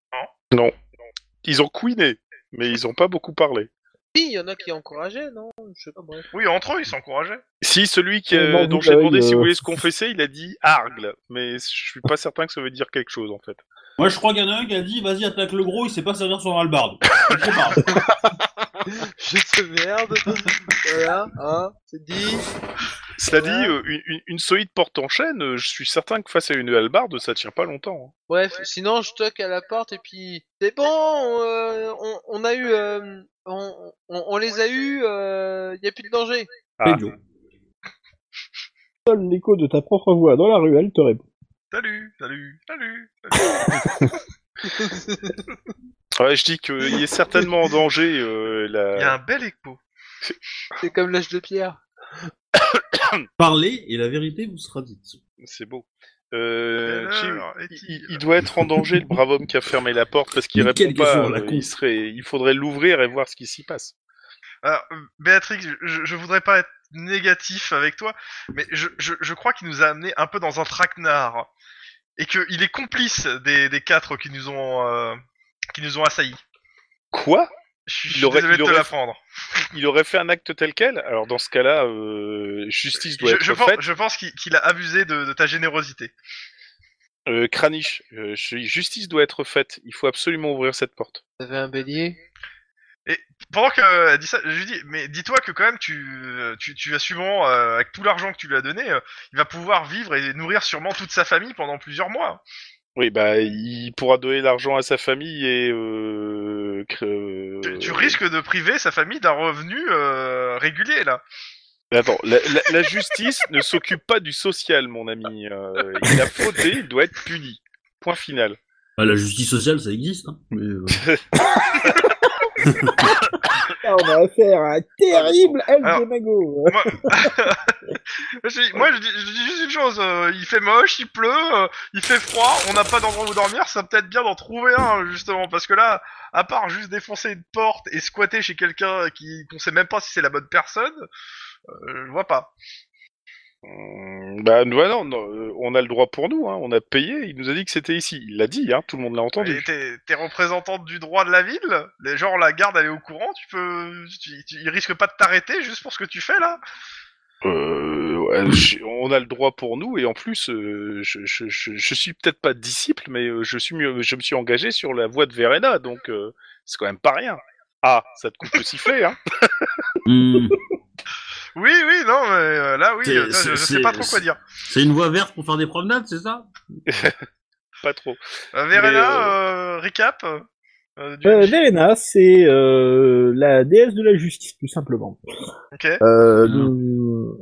Ils ont couiné, mais ils ont pas beaucoup parlé.
Oui, il y en a qui encourageaient, non Je sais pas. Bref.
Oui, entre eux, ils s'encourageaient.
Si celui qui, euh,
Bon,
dont
vous,
j'ai
euh,
demandé
il,
s'il
euh,
voulait se confesser, il a dit argle, mais je suis pas certain que ça veut dire quelque chose en fait.
Moi, je crois qu'il y en a un qui a dit vas-y, attaque le gros, il sait pas servir son halbarde. Je sais pas.
Je te merde. voilà, hein, c'est dit.
Cela
Voilà.
dit, euh, une, une- une solide porte en chaîne, euh, je suis certain que face à une hallebarde, ça tient pas longtemps. hein.
Bref, sinon je toque à la porte et puis c'est bon, euh, on, on a eu, euh, on, on, on les a eu, il y a plus de danger.
Ah.
Idiot.
Seul l'écho de ta propre voix dans la ruelle te répond.
Salut, salut, salut.
Ouais, je dis qu'il est certainement en danger. euh, la-
Il y a un bel écho.
C'est comme l'âge de pierre.
Parlez et la vérité vous sera dite.
C'est beau. Euh,
Alors,
Chim,
est-il-
il, il doit être en danger, le brave homme qui a fermé la porte, parce qu'il
Mais
répond
quel
pas.
gaffeur, la
euh,
con.
il, serait, il faudrait l'ouvrir et voir ce qui s'y passe.
Alors, euh, Béatrix, je, je voudrais pas être négatif avec toi, mais je, je, je crois qu'il nous a amené un peu dans un traquenard. Et qu'il est complice des, des quatre qui nous ont, euh, qui nous ont assaillis.
Quoi
Je suis je
Il
suis
aurait-
désolé
il
de te
aurait-
l'apprendre.
Il aurait fait un acte tel quel Alors dans ce cas-là, euh, justice doit
Je,
être
je pense,
faite.
je pense qu'il qu'il a abusé de, de ta générosité.
Euh, Kranich, euh, je suis- justice doit être faite. Il faut absolument ouvrir cette porte.
Vous avez un bélier
Pendant qu'elle dit ça, je lui dis, mais dis-toi que quand même, tu, euh, tu, tu as sûrement, euh, avec tout l'argent que tu lui as donné, euh, il va pouvoir vivre et nourrir sûrement toute sa famille pendant plusieurs mois.
Oui, bah, il pourra donner l'argent à sa famille et. Euh, cr- euh,
Tu, tu risques de priver sa famille d'un revenu euh, régulier, là.
Mais Attends, la, la- la justice ne s'occupe pas du social, mon ami. Euh, il a fauté, il doit être puni. Point final.
Bah, la justice sociale, ça existe. Hein. Mais, euh,
Là, Ah, on a affaire à un terrible elfe
Alors-
de mago.
moi, je, dis- moi, je dis, je dis juste une chose, euh, il fait moche, il pleut, euh, il fait froid, on n'a pas d'endroit où dormir, ça peut-être bien d'en trouver un justement, parce que là, à part juste défoncer une porte et squatter chez quelqu'un qui qu'on sait même pas si c'est la bonne personne, euh, je vois pas.
Hum, Bah, nous, ah non, non, euh, on a le droit pour nous. Hein, on a payé. Il nous a dit que c'était ici. Il l'a dit. Hein, tout le monde l'a
Et
entendu.
T'es t'es représentante du droit de la ville, les gens la garde elle est au courant, tu peux, tu- tu- ils risquent pas de t'arrêter juste pour ce que tu fais là.
Euh, ouais, je- on a le droit pour nous. Et en plus, euh, je, je, je, je suis peut-être pas disciple, mais euh, je suis mieux, je me suis engagé sur la voie de Verena. Donc, euh, c'est quand même pas rien. Ah, ça te coupe le sifflet, hein
hmm,
Oui, oui, non, mais euh, là, oui,
C'est-
euh, je, je
c'est-
sais pas trop
c'est-
quoi dire.
c'est une voie verte pour faire des promenades, c'est ça
Pas trop.
Euh, Verena,
Mais,
euh, recap. euh, du-
Euh, Verena, c'est euh, la déesse de la justice, tout simplement.
Ok.
Euh,
Hmm.
nous-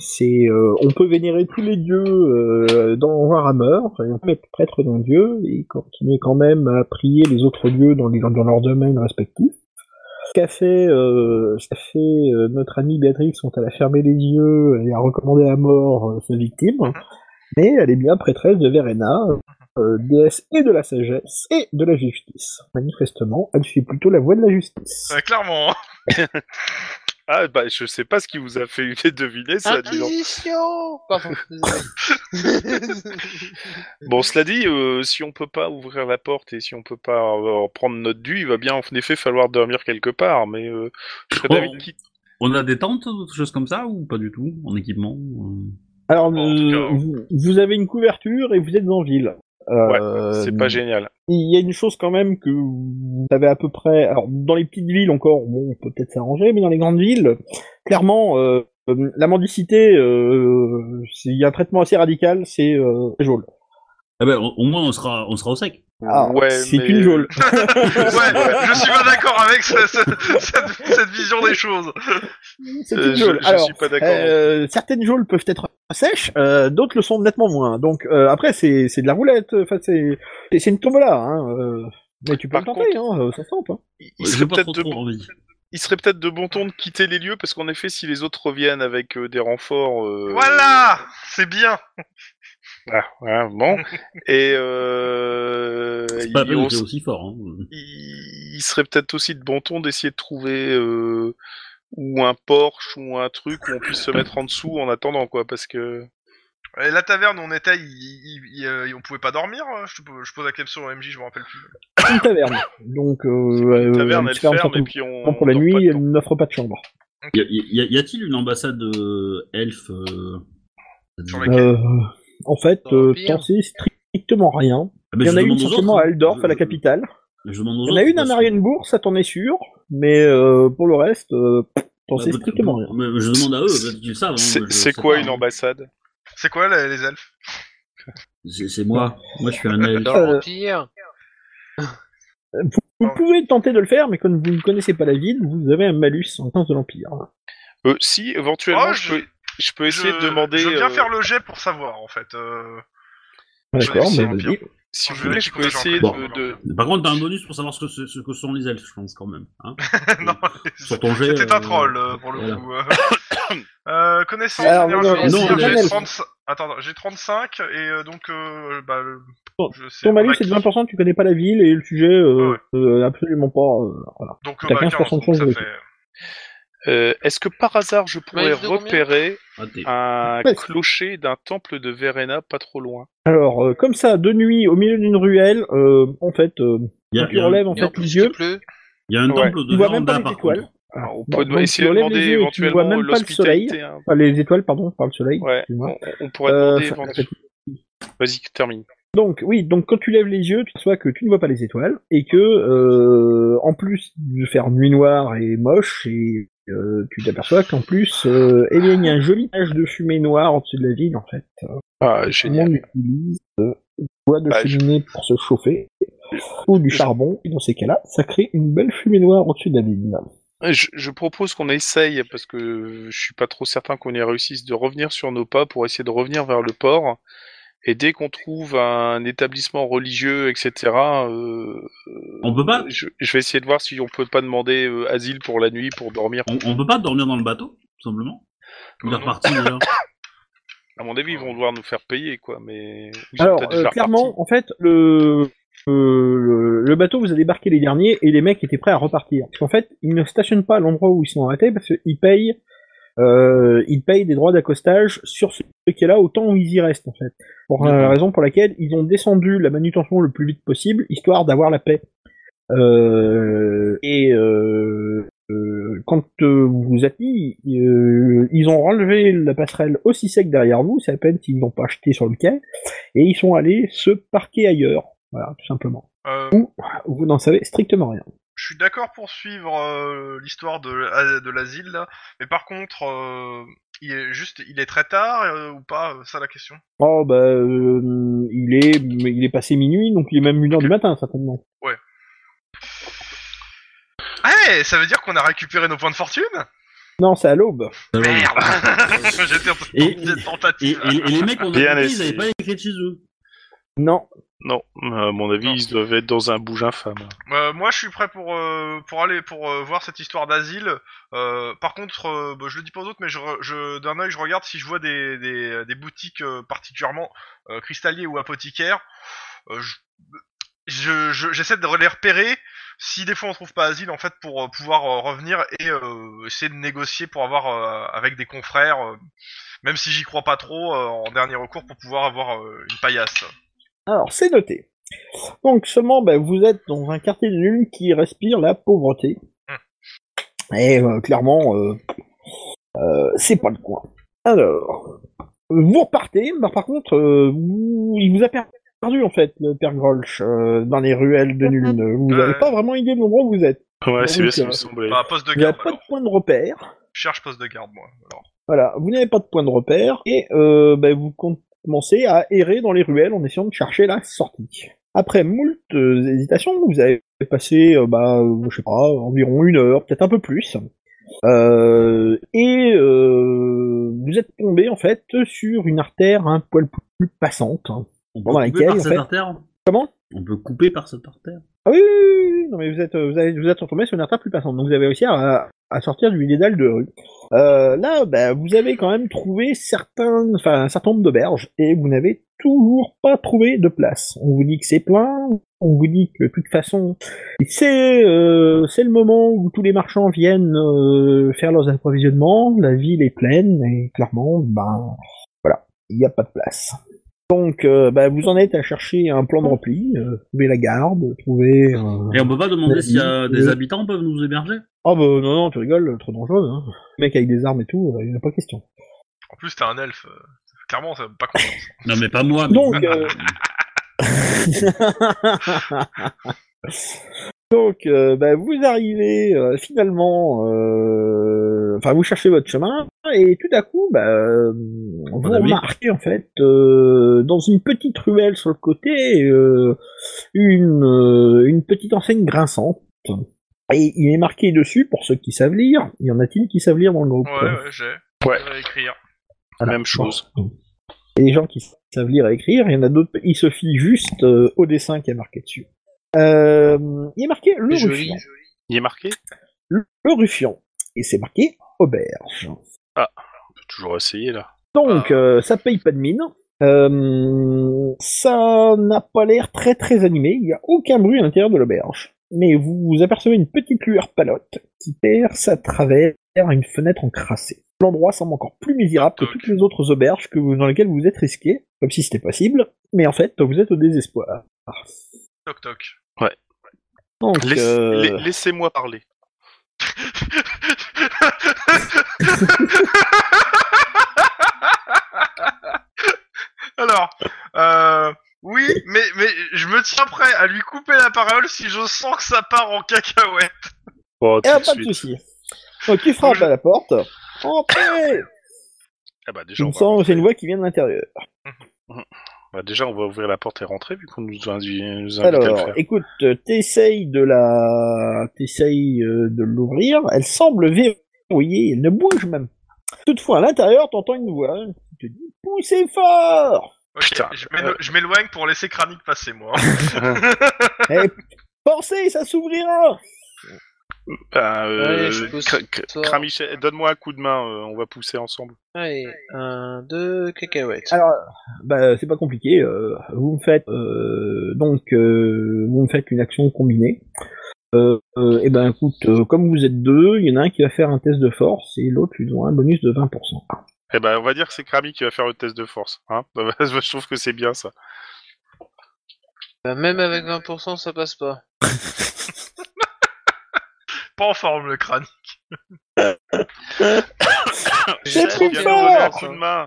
c'est, euh, on peut vénérer tous les dieux euh, dans Warhammer, et on peut être prêtre d'un dieu et continuer quand même à prier les autres dieux dans, les, dans leur domaine respectif. Ce qu'a fait, euh, ce qu'a fait euh, notre amie Béatrix quand elle a fermé les yeux et a recommandé à mort euh, sa victime, mais elle est bien prêtresse de Verena, euh, déesse et de la sagesse et de la justice. Manifestement, elle suit plutôt la voie de la justice.
Ouais, clairement. hein.
Ah, bah, je sais pas ce qui vous a fait deviner ça, dis donc.
Inquisition Pardon, désolé.
Bon, cela dit, euh, si on peut pas ouvrir la porte et si on peut pas euh, prendre notre dû, il va bien en effet falloir dormir quelque part. Mais euh, je serais
Bon.
d'avis de quitter.
On a des tentes, des choses comme ça, ou pas du tout, en équipement ou- euh
Alors,
En tout
euh,
cas,
vous, vous avez une couverture et vous êtes en ville. Euh,
C'est pas génial.
Il y a une chose quand même que vous savez à peu près. Alors, dans les petites villes encore, bon, on peut peut-être s'arranger, mais dans les grandes villes, clairement, euh, euh, la mendicité, euh, c'est- il y a un traitement assez radical, c'est euh, la geôle.
Eh ben, au au moins, on sera, on sera au sec.
Ah,
Ouais,
c'est
mais-
une geôle.
Ouais, je suis pas d'accord avec ce- ce- cette, cette vision des choses.
C'est
Euh,
une
je,
geôle.
je
Alors,
suis pas d'accord. hein.
euh, certaines geôles peuvent être sèches, euh, d'autres le sont nettement moins. Donc euh, après, c'est c'est de la roulette. Enfin, c'est c'est- c'est une tombola. Hein, euh, mais tu peux
Par
le tenter, hein, euh, ça se tente. Hein.
Il-
Je
il serait
J'ai pas
peut-être
trop,
de,
trop envie.
il serait peut-être de bon ton de quitter les lieux parce qu'en effet, si les autres reviennent avec euh, des renforts. euh,
Voilà, c'est bien.
Ah, ah, bon. et euh,
C'est pas
il- on-
vrai, c'est aussi fort. hein.
il il serait peut-être aussi de bon ton d'essayer de trouver euh, ou un Porsche ou un truc où on puisse se mettre en dessous en attendant quoi parce que
Et la taverne où on était, il, il- il- euh, on pouvait pas dormir. euh, Je, te- je pose la question au MJ, je me rappelle plus.
C'est une taverne. Donc euh,
la
euh,
taverne
une taverne
elle ferme
surtout
et puis on
pour la
dort
nuit,
pas
elle
dedans.
n'offre pas de chambre.
Y, a- y a- y a-t-il une ambassade euh, elfe euh,
Sur
Ah
Ok.
Euh, en fait,
Dans
euh,
l'Empire.
t'en sais strictement rien.
ben,
Il y
je
en a
demande
une
aux
certainement
autres,
à
hein.
Eldorf, à la
Je-
capitale.
Je demande aux
Il y en
autres,
a une à
parce que-
Marienbourg, ça t'en est sûr. Mais euh, pour le reste, euh, t'en
Bah,
sais
peut-
strictement rien.
mais Je demande à eux, peut-être qu'ils le savent. hein,
C'est-
mais je sais
c'est quoi
pas,
une
hein.
ambassade
C'est quoi les, les elfes
C'est c'est moi. Moi, je suis un elfe.
Dans
Euh,
l'Empire
Vous pouvez tenter de le faire, mais comme vous ne connaissez pas la ville, vous avez un malus en sens de l'Empire.
Euh, si éventuellement
Oh,
je,
je-
peux, je peux essayer
je,
de demander
Je veux bien
euh,
faire le jet pour savoir en fait. euh,
D'accord,
c'est
mais
l'Empire.
vas-y.
si vous
Je vais
voulez
les
je peux
écouter,
essayer
j'en
de,
fais.
de-
Par contre, t'as un bonus pour savoir ce que, ce, ce que sont les elfes, je pense, quand même. hein.
non,
Sur ton jet.
c'était
euh,
un troll euh, pour le
voilà.
coup. euh. Euh, connaissance,
Alors,
manière
non,
générale,
non, non,
j'ai
non, non.
35 Attends, j'ai 35 et euh, donc euh, bah, le-
Bon,
je sais.
Ton malus
on a
c'est de
qui-
20%, tu connais pas la ville et le sujet, euh, euh, absolument pas. euh, voilà.
Donc
T'as
bah,
15% de
40,
chance
ça
de-
fait-
Euh, est-ce que par hasard je
Bah,
pourrais
Maïs de combien
repérer
Ah, t'es-
un
Ouais.
clocher d'un temple de Verena pas trop loin
Alors, euh, comme ça, de nuit, au milieu d'une ruelle, euh, en fait, euh,
y a-
tu
y a un-
relèves en
Et en
fait
plus,
les
il
yeux,
pleut.
Il y a un
Ouais.
temple
Tu
de
vois même pas
Véranda,
les
par
étoiles.
contre.
Alors, on
Bon,
peut
donc, tu
essayer de
relèves les
demander
yeux et tu vois
éventuellement
même pas le
l'hospitalité hein.
Enfin, les étoiles, pardon, par le soleil.
Ouais,
excuse-moi.
on, on pourrait
Euh,
demander
ça-
éventuellement- Vas-y, termine.
Donc oui, donc quand tu lèves les yeux, tu perçois que tu ne vois pas les étoiles et que euh, en plus de faire nuit noire et moche, et euh, tu t'aperçois qu'en plus euh, eh bien, il y a un joli tache de fumée noire au-dessus de la ville en fait.
Ah,
On utilise euh, du bois de
Bah, je-
cheminée pour se chauffer ou du
Je-
charbon. Et dans ces cas-là, ça crée une belle fumée noire au-dessus de la ville.
Je, je propose qu'on essaye, parce que je suis pas trop certain qu'on y réussisse, de revenir sur nos pas pour essayer de revenir vers le port. Et dès qu'on trouve un établissement religieux, etc., euh,
On peut pas,
je, je vais essayer de voir si on peut pas demander euh, asile pour la nuit, pour dormir.
on, on peut pas dormir dans le bateau, tout simplement. Il est
Non.
reparti déjà.
À mon avis, ils vont devoir nous faire payer, quoi. Mais ou ils ont
Alors
peut-être dû
euh,
faire
clairement,
partie.
en fait, le, euh, le le bateau vous a débarqué les derniers et les mecs étaient prêts à repartir. Parce qu'en fait, ils ne stationnent pas à l'endroit où ils sont arrêtés parce qu'ils payent, euh, ils payent des droits d'accostage sur ce qui est là autant où ils y restent en fait. Pour euh, la raison pour laquelle ils ont descendu la manutention le plus vite possible, histoire d'avoir la paix. Euh, et euh, euh, quand euh, vous vous êtes mis, euh, ils ont relevé la passerelle aussi sec derrière nous, c'est à peine s'ils n'ont pas jeté sur le quai, et ils sont allés se parquer ailleurs. Voilà, tout simplement. Ah,
Euh,
Vous n'en savez strictement rien.
je suis d'accord pour suivre euh, l'histoire de, de l'asile, là. mais par contre, euh, il est juste, il est très tard euh, ou pas, euh, ça la question.
Oh bah, euh, il est, il est passé minuit, donc il est même une heure du matin certainement.
Eh, ça veut dire qu'on a récupéré nos points de fortune
Non, c'est à l'aube.
Ça va, Ah oui.
Merde J'étais en train
Et-
de
Et, et-
tentative.
et les mecs, on a compris,
Bien
ils
essayé.
n'avaient pas les clés de chez eux.
Non.
Non, à mon avis,
Non.
ils doivent être dans un bouge infâme.
Euh, moi, je suis prêt pour euh, pour aller pour euh, voir cette histoire d'asile. Euh, par contre, euh, bah, je le dis pas aux autres, mais je, re- je d'un œil, je regarde si je vois des des, des boutiques euh, particulièrement euh, cristalliers ou apothicaires. Euh, je- je, je- j'essaie de les repérer. Si des fois on trouve pas asile, en fait, pour euh, pouvoir euh, revenir et euh, essayer de négocier pour avoir euh, avec des confrères, euh, même si j'y crois pas trop, euh, en dernier recours pour pouvoir avoir euh, une paillasse.
Alors, c'est noté. Donc, seulement, ben, vous êtes dans un quartier de lune qui respire la pauvreté. Et euh, clairement, euh, euh, c'est pas le coin. Alors, vous repartez, bah, par contre, euh, vous- il vous a per- perdu en fait, le père Grolsch, euh, dans les ruelles de lune. Vous
Ouais.
n'avez pas vraiment idée de l'endroit où vous êtes.
Ouais, c'est bien
Donc,
ce qui
euh,
me semblait.
Bah, poste de
Vous n'avez
garde,
pas de
alors.
point de repère.
Je cherche poste de garde, moi. Alors.
Voilà, vous n'avez pas de point de repère et euh, ben, vous commencez à errer dans les ruelles en essayant de chercher la sortie. Après moult euh, hésitations, vous avez passé, euh, bah, euh, je sais pas, environ une heure, peut-être un peu plus. Euh, et euh, vous êtes tombé en fait sur une artère un poil plus passante.
On
Bon, bah,
couper
laquelle,
par
en
cette
fait
artère
Comment
On peut couper par cette artère.
Ah oui, oui, oui, oui, non mais vous êtes, euh, vous avez, vous êtes retombé sur une artère plus passante, donc vous avez réussi à, à sortir du dédale de rue. Euh, là, bah, vous avez quand même trouvé certains, enfin, un certain nombre d'auberges, et vous n'avez toujours pas trouvé de place. On vous dit que c'est plein, on vous dit que de toute façon, c'est euh, c'est le moment où tous les marchands viennent euh, faire leurs approvisionnements, la ville est pleine, et clairement, ben, voilà, il n'y a pas de place. Donc, euh, bah, vous en êtes à chercher un plan de repli, euh, trouver la garde, trouver... euh,
Et on peut pas demander
Mais-
s'il y a des
euh,
habitants peuvent nous héberger
Oh bah non, non, tu rigoles, trop dangereux. Hein. Le Mec avec des armes et tout, euh, il n'y en a pas question.
En plus, t'es un elfe. euh, Clairement, ça me pas confiance.
Non, mais pas moi. Ah, mais-
Donc, euh, euh, Donc, euh, bah, vous arrivez euh, finalement, euh, enfin vous cherchez votre chemin et tout à coup, bah, euh, vous
a vu.
remarquez en fait euh, dans une petite ruelle sur le côté euh, une euh, une petite enseigne grinçante et il est marqué dessus pour ceux qui savent lire. Il y en a-t-il qui savent lire dans le groupe
Ouais, ouais, j'ai.
Ouais.
Je vais écrire.
Voilà.
Même chose.
Et les gens qui savent lire et écrire, il y en a d'autres, ils se fient juste euh, au dessin qui est marqué dessus. Euh, il est marqué le
Joli,
ruffian.
joli.
Il est marqué
Le, le ruffian. Et c'est marqué auberge.
On peut toujours essayer là.
Donc, euh, ça paye pas de mine. Euh, ça n'a pas l'air très très animé. Il n'y a aucun bruit à l'intérieur de l'auberge. Mais vous apercevez une petite lueur palote qui perce à travers une fenêtre encrassée. L'endroit semble encore plus misérable que
Ok.
toutes les autres auberges que vous- dans lesquelles vous vous êtes risqué, comme si c'était possible. Mais en fait, vous êtes au désespoir.
Toc toc.
Donc,
Laisse-
euh,
la- Laissez-moi parler.
Alors, euh, oui, mais, mais je me tiens prêt à lui couper la parole si je sens que ça part en cacahuète.
Oh,
eh,
tout de
pas de
suite.
souci. Donc, tu frappes
Je-
à la porte. Entrez
Ah bah déjà,
Tu
on
me
va
sens,
rentrer.
c'est une voix qui vient de l'intérieur.
Bah, déjà, on va ouvrir la porte et rentrer vu qu'on nous, invi- nous invite à le
Alors,
faire.
écoute, euh, t'essayes de la, t'essayes euh, de l'ouvrir. Elle semble verrouillée, elle ne bouge même. Toutefois, à l'intérieur, t'entends une voix qui te dit poussez fort.
Ok,
Putain,
je m'élo- je m'éloigne pour laisser Kranik passer, moi. hein.
Et Eh, pensez, ça s'ouvrira.
Bah, euh,
Ouais, je pousse.
cra- cra-
Toi.
Cramichel, donne-moi un coup de main, euh, on va pousser ensemble.
Allez, un, deux, cacahuètes.
Alors, bah, c'est pas compliqué. euh, vous me faites euh, donc, euh, vous me faites une action combinée. et ben, écoute, euh, comme vous êtes deux, il y en a un qui va faire un test de force et l'autre lui doit un bonus de 20%.
Eh ben, on va dire que c'est Krami qui va faire le test de force. Hein je trouve que c'est bien ça.
Bah, même avec 20%, ça passe pas.
pas en forme, le crâne.
J'ai
trop
Bien
bien
donné
ouvert,
un
ça.
coup de main.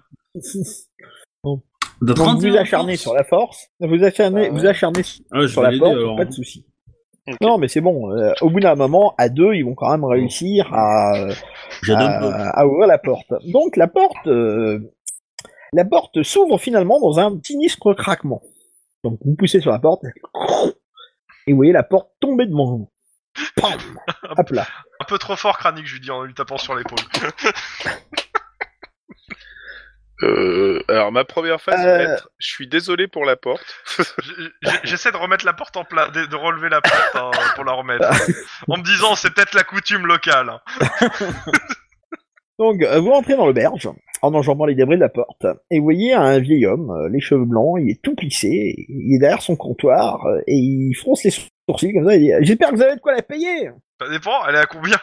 De
Donc
31
vous acharnez sur la force, vous acharnez,
Bah ouais.
vous acharnez sur
Ah, je vais
la
l'aider,
force,
alors.
pas de souci.
Ok.
Non mais c'est bon, euh, au bout d'un moment, à deux, ils vont quand même réussir à, euh,
Je donne pas.
à, à ouvrir la porte. Donc la porte, euh, la porte s'ouvre finalement dans un sinistre craquement. Donc vous poussez sur la porte et vous voyez la porte tomber devant vous. Pam Hop là.
Un peu trop fort, Kranik, je lui dis en lui tapant sur l'épaule.
Euh, alors, ma première phase va
Euh.
être je suis désolé pour la porte.
J- j- J'essaie de remettre la porte en plat, de, de relever la porte hein, pour la remettre. En me hein. disant, c'est peut-être la coutume locale.
Donc, euh, vous rentrez dans l'auberge. en enjambant les débris de la porte. Et vous voyez un vieil homme, euh, les cheveux blancs, il est tout plissé, il est derrière son comptoir, euh, et il fronce les sourcils comme ça, il dit « J'espère que vous avez de quoi la payer
Ça dépend, elle est à combien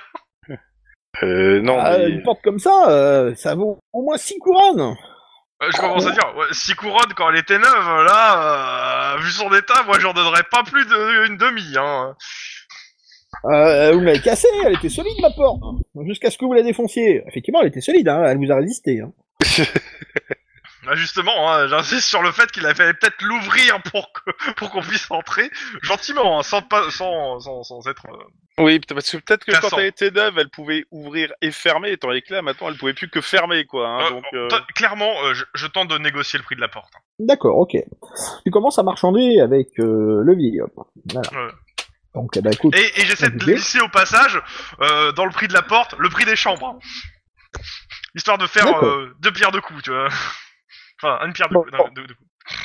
Euh, non,
Ah,
mais-
Une porte comme ça, euh, ça vaut au moins six couronnes
Euh, Je commence à dire, ouais, six couronnes quand elle était neuve, là, euh, vu son état, moi j'en donnerais pas plus d'une demi. Hein.
Euh, Vous me l'avez cassée, elle était solide la porte Jusqu'à ce que vous la défonciez Effectivement, elle était solide, hein, elle vous a résisté. hein.
Bah, justement, hein, j'insiste sur le fait qu'il fallait peut-être l'ouvrir pour que, pour qu'on puisse entrer gentiment, hein, sans, pas, sans, sans, sans être. euh,
Oui, peut- parce que peut-être que
Cassant.
quand elle était neuve, elle pouvait ouvrir et fermer, étant donné que là, maintenant, elle pouvait plus que fermer, quoi. hein,
euh,
donc, euh,
t- Clairement, euh, je, je tente de négocier le prix de la porte. hein.
D'accord, ok. Tu commences à marchander avec euh, le vieil homme. Voilà.
Ouais.
Donc, eh ben, écoute,
Et, et j'essaie de
Compliqué.
glisser au passage, euh, dans le prix de la porte, le prix des chambres. hein. Histoire de faire
D'accord.
euh, deux pierres de coups, tu vois. Enfin, une pierre de
Bon,
coups.
bon.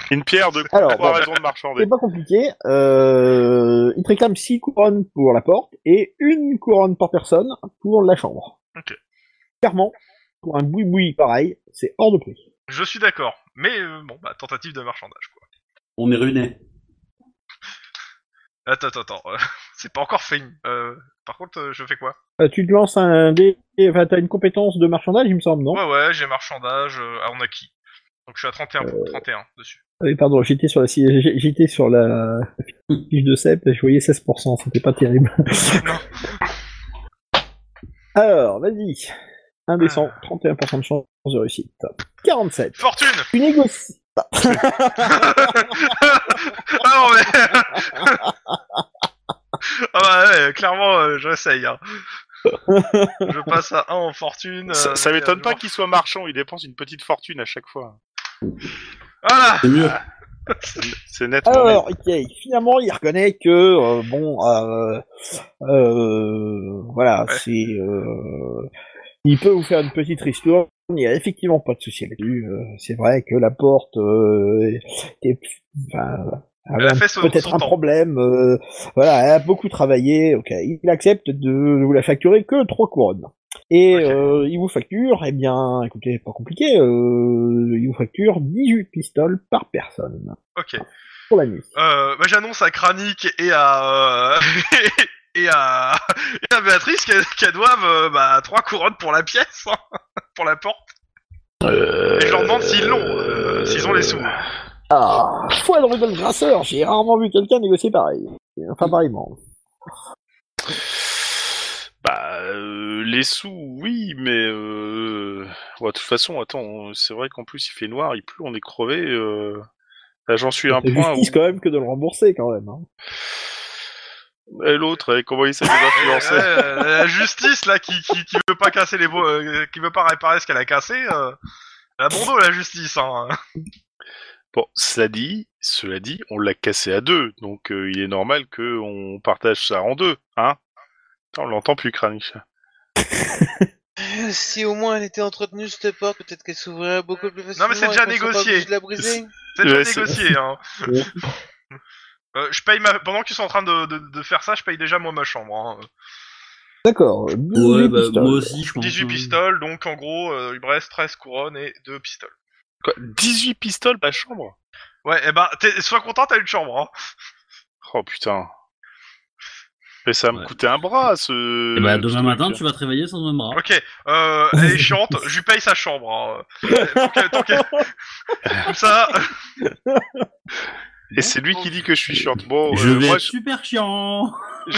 une pierre de
Alors,
trois
bon.
raisons de marchander.
C'est pas compliqué. Euh, il te réclame 6 couronnes pour la porte et une couronne par personne pour la chambre.
Ok.
Clairement, pour un boui-boui pareil, c'est hors de prix.
Je suis d'accord, mais euh, bon, bah, tentative de marchandage, quoi.
On est ruiné.
Attends, attends, attends, euh, c'est pas encore fini. Euh, par contre, euh, je fais quoi
Euh, tu te lances un dé, enfin t'as une compétence de marchandage, il me semble, non
Ouais, ouais, j'ai marchandage, euh, ah, on a qui Donc je suis à 31, 31 dessus.
Oui, Euh, pardon, j'étais sur la j'ai- j'étais sur la fiche de CEP et je voyais 16%, c'était pas terrible.
Non.
Alors, vas-y. Indécent, 31% de chance de réussite. 47.
Fortune
Tu négocies.
Ah non, mais... ah bah ouais, clairement, euh, j'essaye. hein. je passe à 1 en fortune.
Ça,
euh,
ça m'étonne
euh,
pas
genre-
qu'il soit marchand, il dépense une petite fortune à chaque fois.
Voilà
Eh
C'est mieux.
C'est nettement.
Alors, ok, finalement, il reconnaît que, euh, bon, euh, euh, voilà,
Ouais.
c'est... euh, il peut vous faire une petite ristourne, il n'y a effectivement pas de souci là-dessus. euh, c'est vrai que la porte euh, était... Enfin,
Elle a
avait
fait son-
ben, peut-être
son
un
temps.
problème. euh, voilà, elle a beaucoup travaillé. Ok, il accepte de vous la facturer que trois couronnes. Et
Ok.
euh, il vous facture, eh bien, écoutez, pas compliqué, euh, il vous facture 18 pistoles par personne
Ok.
pour la nuit.
Euh, bah, J'annonce à Kranik et à... euh, et, à... et à Béatrice qu'elles qu'elles doivent euh, bah, 3 couronnes pour la pièce, hein, pour la porte. Et je leur demande s'ils l'ont, euh, s'ils ont les sous.
Ah, foi de Rudolf Grasseur, j'ai rarement vu quelqu'un négocier pareil. Enfin, pareillement.
Bah, euh, les sous, oui, mais euh... ouais, de toute façon, attends, on- c'est vrai qu'en plus il fait noir, il pleut, on est crevé. euh, Là, j'en suis à un
C'est
point.
justice
où-
quand même que de le rembourser quand même. hein.
Et l'autre, eh, comment il s'est influencé
Euh, la justice là qui, qui, qui veut pas casser les bo- euh, qui veut pas réparer ce qu'elle a cassé, euh, elle a bon dos la justice. Hein.
Bon, cela dit, cela dit, on l'a cassé à deux, donc euh, il est normal que on partage ça en deux, hein Attends, on l'entend plus, Kranich.
Euh, Si au moins elle était entretenue cette porte, peut-être qu'elle s'ouvrirait beaucoup plus facilement.
mais c'est
et
déjà
qu'on serait pas
négocié.
obligé de la briser.
C'est déjà
Ouais, c'est-
négocié. Hein. Euh, je paye ma... pendant qu'ils sont en train de, de, de faire ça, je paye déjà moi ma chambre. Hein.
D'accord. 18
Ouais, bah,
pistoles.
moi aussi, je pense.
18
hein.
pistoles, donc en gros euh, il me reste 13 couronnes et 2 pistoles.
Quoi 18 pistoles par chambre
Ouais, et ben t'es... sois content, t'as une chambre. Hein.
Oh putain. Mais ça va me
Ouais.
coûter un bras, ce.
Eh ben, demain
ce
matin,
truc.
tu vas te réveiller sans un bras.
Ok, euh, elle est chiante, je lui paye sa chambre. Hein. Euh, tant qu'elle- tant qu'elle- Comme ça, euh,
Et c'est lui qui dit que je suis chiante. Bon,
Je
euh,
vais
moi,
être super chiant.
je-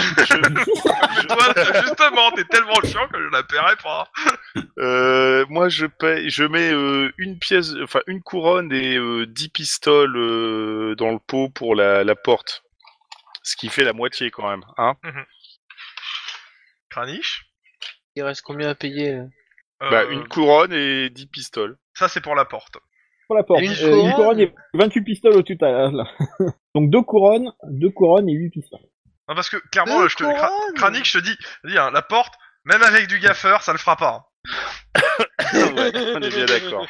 je-
toi, justement, t'es tellement chiant que je la paierai pas.
Euh, moi, je paye, je mets euh, une pièce, enfin une couronne et euh, 10 pistoles euh, dans le pot pour la, la porte. Ce qui fait la moitié quand même, hein.
Craniche
Il reste combien à payer là
Euh,
Bah, une couronne et 10 pistoles.
Ça, c'est pour la porte.
Pour la porte. Euh,
Une
Une
couronne.
couronne et 28 pistoles au total. Donc deux couronnes, deux couronnes et 8 pistoles.
Non, parce que clairement, je te... Kra- Kranik, je te dis, je te dis, hein, la porte, même avec du gaffeur, ça le fera pas. hein.
Ah Ouais, on est bien d'accord.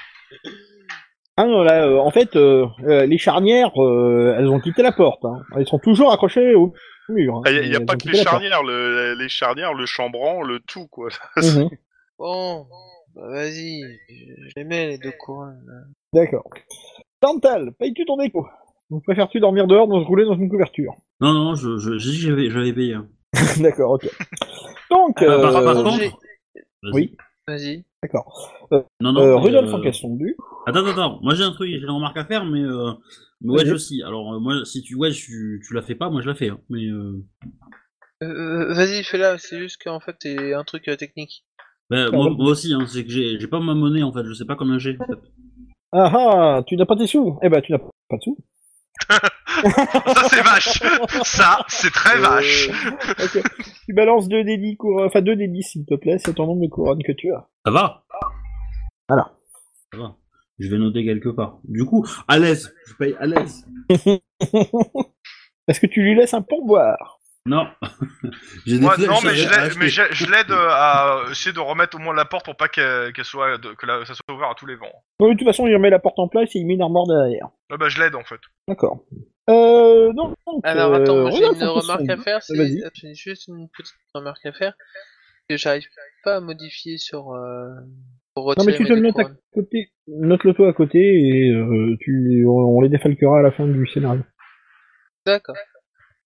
Ah non, là, euh, en fait, euh, euh, les charnières, euh, elles ont quitté la porte. hein. Elles sont toujours accrochées au mur. hein.
Il n'y Ah, a,
Elles
pas
ont
que
quitté
les
la porte.
charnières, le, les charnières, le chambran, le tout quoi.
Mhm.
Bon, Bah vas-y, je les mets les deux couronnes.
D'accord. Tantal, payes-tu ton écho Ou préfères-tu dormir dehors dans se rouler dans une couverture
Non, non, je, je, j'ai dit que j'avais, j'avais payé. hein.
D'accord, ok. Donc,
Ah, par- par
euh,
contre-
bah, J'ai-
Vas-y.
Oui.
Vas-y.
d'accord.
Non, non,
Euh,
mais,
Rudolf
euh,
en Castondu.
Attends, attends, attends. Moi j'ai un truc, j'ai une remarque à faire, mais euh... mais ouais,
Vas-y.
je aussi. Alors euh, moi, si tu ouais, tu, tu la fais pas, moi je la fais. Hein. Mais euh...
Euh, vas-y, fais-la, c'est juste qu'en fait, c'est un truc euh, technique.
bah,
Ah,
moi,
ouais.
moi aussi, hein, c'est que j'ai, j'ai pas ma monnaie en fait. Je sais pas combien j'ai. En fait.
Ah ah, tu n'as pas tes sous Eh ben, tu n'as pas de sous.
Ça, c'est vache. Ça, c'est très vache.
Euh, Ok. tu balances deux des dix couronnes, enfin deux des dix, s'il te plaît, c'est ton nombre de couronnes que tu as.
Ça va.
Voilà.
Ça va. Je vais noter quelque part. Du coup, à l'aise. Je paye à l'aise.
Est-ce que tu lui laisses un pourboire
Non. j'ai
Moi,
flèches
non, mais
à-
je
à
l'aide,
acheter.
mais je, je l'aide euh, à essayer de remettre au moins la porte pour pas qu'elle, qu'elle soit, de- que la- ça soit ouvert à tous les vents.
Bon, De toute façon, il remet la porte en place et il met une armoire derrière.
Ah bah, je l'aide en fait.
D'accord. Euh, donc, donc,
Alors
euh,
attends, moi, j'ai
Rudolf
une
en
remarque à
Castondu.
faire, c'est
Vas-y.
euh, j'ai juste une petite remarque à faire, que j'arrive pas à modifier sur... euh, pour
Non, mais
retirer
tu
mes
te le
deux
notes à
couronnes.
côté. Note-le toi à côté et euh, tu, on, on les défalquera à la fin du scénario.
D'accord.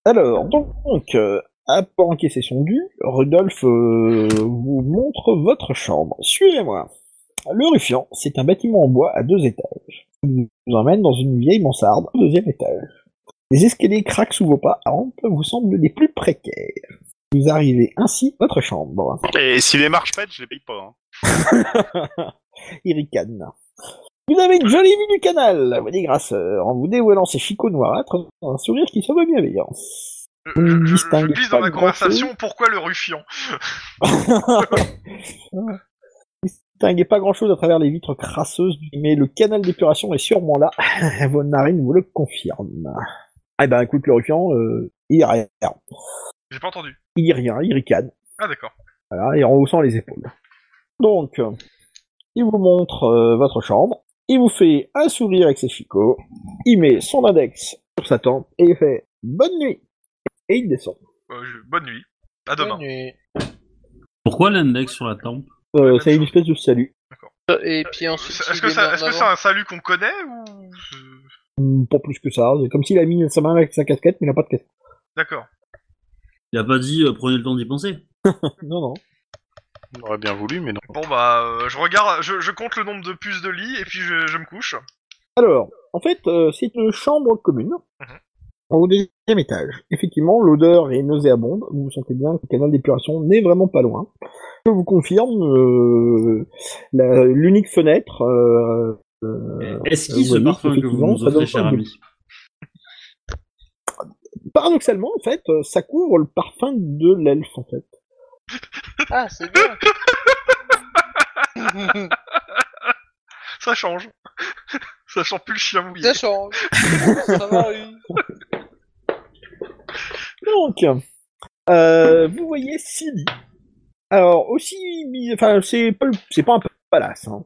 Alors, donc, euh, à pas encaisser son dû, Rudolf euh, vous montre votre chambre. Suivez-moi. Le Ruffian, c'est un bâtiment en bois à deux étages. Il vous emmène dans une vieille mansarde au deuxième étage. Les escaliers craquent sous vos pas, à rampe vous semblent les plus précaires. Vous arrivez ainsi à votre chambre.
Et si les marches pètent, je les paye pas. hein.
Il ricane. Vous avez une jolie vue du canal, vous dégrasseur, en vous dévoilant ses chicots noirâtres, un sourire qui semble bienveillant.
Euh, Je,
On
je, je, je
distingue
glisse dans
pas
la
grand-chose.
conversation pourquoi le ruffian
distinguez pas grand chose à travers les vitres crasseuses, mais le canal d'épuration est sûrement là. Vos narines vous le confirment. Eh ben, écoute, le ruffian, euh, il dit rien.
J'ai pas entendu.
Il dit rien, il ricane.
Ah d'accord.
Voilà, et en haussant les épaules. Donc, euh, il vous montre euh, votre chambre, il vous fait un sourire avec ses chicots, il met son index sur sa tempe et il fait bonne nuit. Et il descend.
Euh, je- bonne nuit. À demain.
Bonne nuit.
Pourquoi l'index sur la tempe
Euh,
même
c'est une
chose.
espèce de salut.
Et puis ensuite,
Euh, Est-ce
il
que,
les met
ça,
en
est-ce que
avant.
c'est un salut qu'on connaît ou
Hum, Pas plus que ça. C'est comme s'il a mis sa main avec sa casquette, mais il n'a pas de casquette.
D'accord.
Il a pas dit euh, prenez le temps d'y penser.
Non, non.
On aurait bien voulu, mais non.
Bon bah, euh, je regarde, je, je compte le nombre de puces de lit et puis je, je me couche.
Alors, en fait, euh, c'est une chambre commune,
Mhm.
au deuxième étage. Effectivement, l'odeur est nauséabonde, vous sentez bien que le canal d'épuration n'est vraiment pas loin. Je vous confirme, euh, la- l'unique fenêtre... euh, euh,
Est-ce qu'il
euh,
ce
oui,
parfum que vous
effectivement,
nous
ça donne
offrez, cher
pas le
ami
paradoxalement, en fait, euh, ça couvre le parfum de l'elfe, en fait.
Ah, c'est bien
Ça change. ça change plus le chien mouillé.
Ça change Ça va, oui
Donc, euh, vous voyez Silly. Alors, aussi... bi- Enfin, c'est pas, le- c'est pas un palace. hein.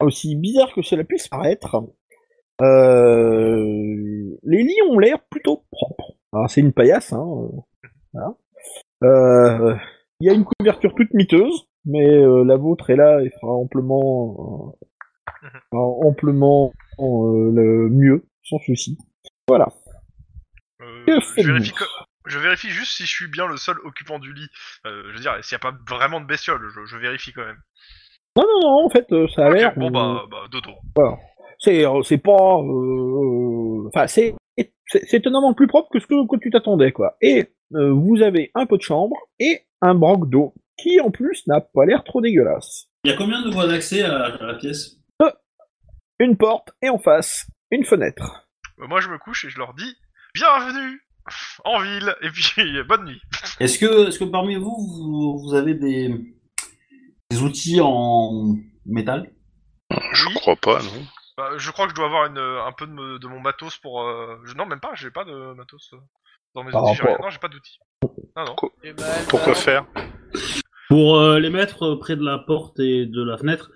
Aussi bizarre que cela puisse paraître, euh, les lits ont l'air plutôt propres. Alors, c'est une paillasse. hein, euh, voilà. Euh, Il y a une couverture toute miteuse, mais euh, la vôtre est là et fera amplement, euh,
Mhm.
fera amplement euh, le mieux, sans souci. Voilà.
Euh,
Que
je,
faites-vous
vérifie co- je vérifie juste si je suis bien le seul occupant du lit. Euh, je veux dire, s'il n'y a pas vraiment de bestiole, je, je vérifie quand même.
Non, non, non, en fait, euh, ça a
Ok,
l'air.
bon
euh,
bah, bah, dodo.
c'est euh, c'est pas euh, enfin c'est c'est c'est étonnamment plus propre que ce que, que tu t'attendais quoi et euh, vous avez un pot de chambre et un broc d'eau qui en plus n'a pas l'air trop dégueulasse
Il y a combien de voies d'accès à, à la pièce
une porte et en face une fenêtre
Euh, Moi je me couche et je leur dis bienvenue en ville et puis bonne nuit.
Est-ce que, est-ce que parmi vous, vous, vous avez des, des outils en métal
Je
Oui.
crois pas, non.
Bah, je crois que je dois avoir une, euh, un peu de, me- de mon matos pour. euh, je- non même pas, j'ai pas de matos euh, dans mes
Par
outils. j'ai rien.
rapport-
Non j'ai pas d'outils. Non non.
J'ai mal,
Pourquoi
ça va.
faire
Pour euh, les mettre euh, près de la porte et de la fenêtre,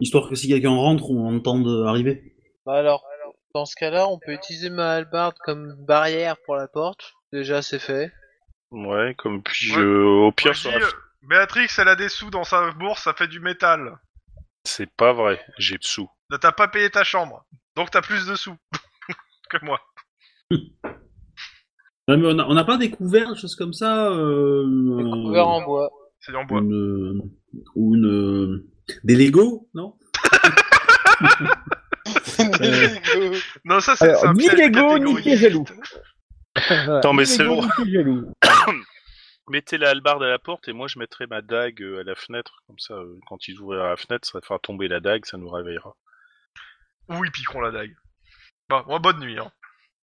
histoire que si quelqu'un rentre, on entende arriver.
Bah alors, dans ce cas-là, on peut utiliser ma hallebarde comme barrière pour la porte. Déjà, c'est fait.
Ouais, comme puis
Ouais.
euh, au pire
Je
sur
dis,
la
euh, Béatrix elle a des sous dans sa bourse, ça fait du métal.
C'est pas vrai, j'ai de sous.
Là, T'as pas payé ta chambre, donc t'as plus de sous que moi.
Non, mais on n'a on n'a pas découvert des choses comme ça. euh,
Découvert
euh,
en bois.
C'est en bois.
une, euh, ou une euh, des Lego, non
Non, ça c'est c'est
Alors,
un
ni
piège de
Lego, ni
catégorie.
pied jaloux. Voilà,
Non, mais
ni
c'est
Lego,
bon.
ni pied jaloux.
Mettez la hallebarde à la porte et moi je mettrai ma dague euh, à la fenêtre, comme ça euh, quand ils ouvriront la fenêtre, ça fera tomber la dague, ça nous réveillera.
Ou ils piqueront la dague. Bon, moi, bonne nuit. Hein.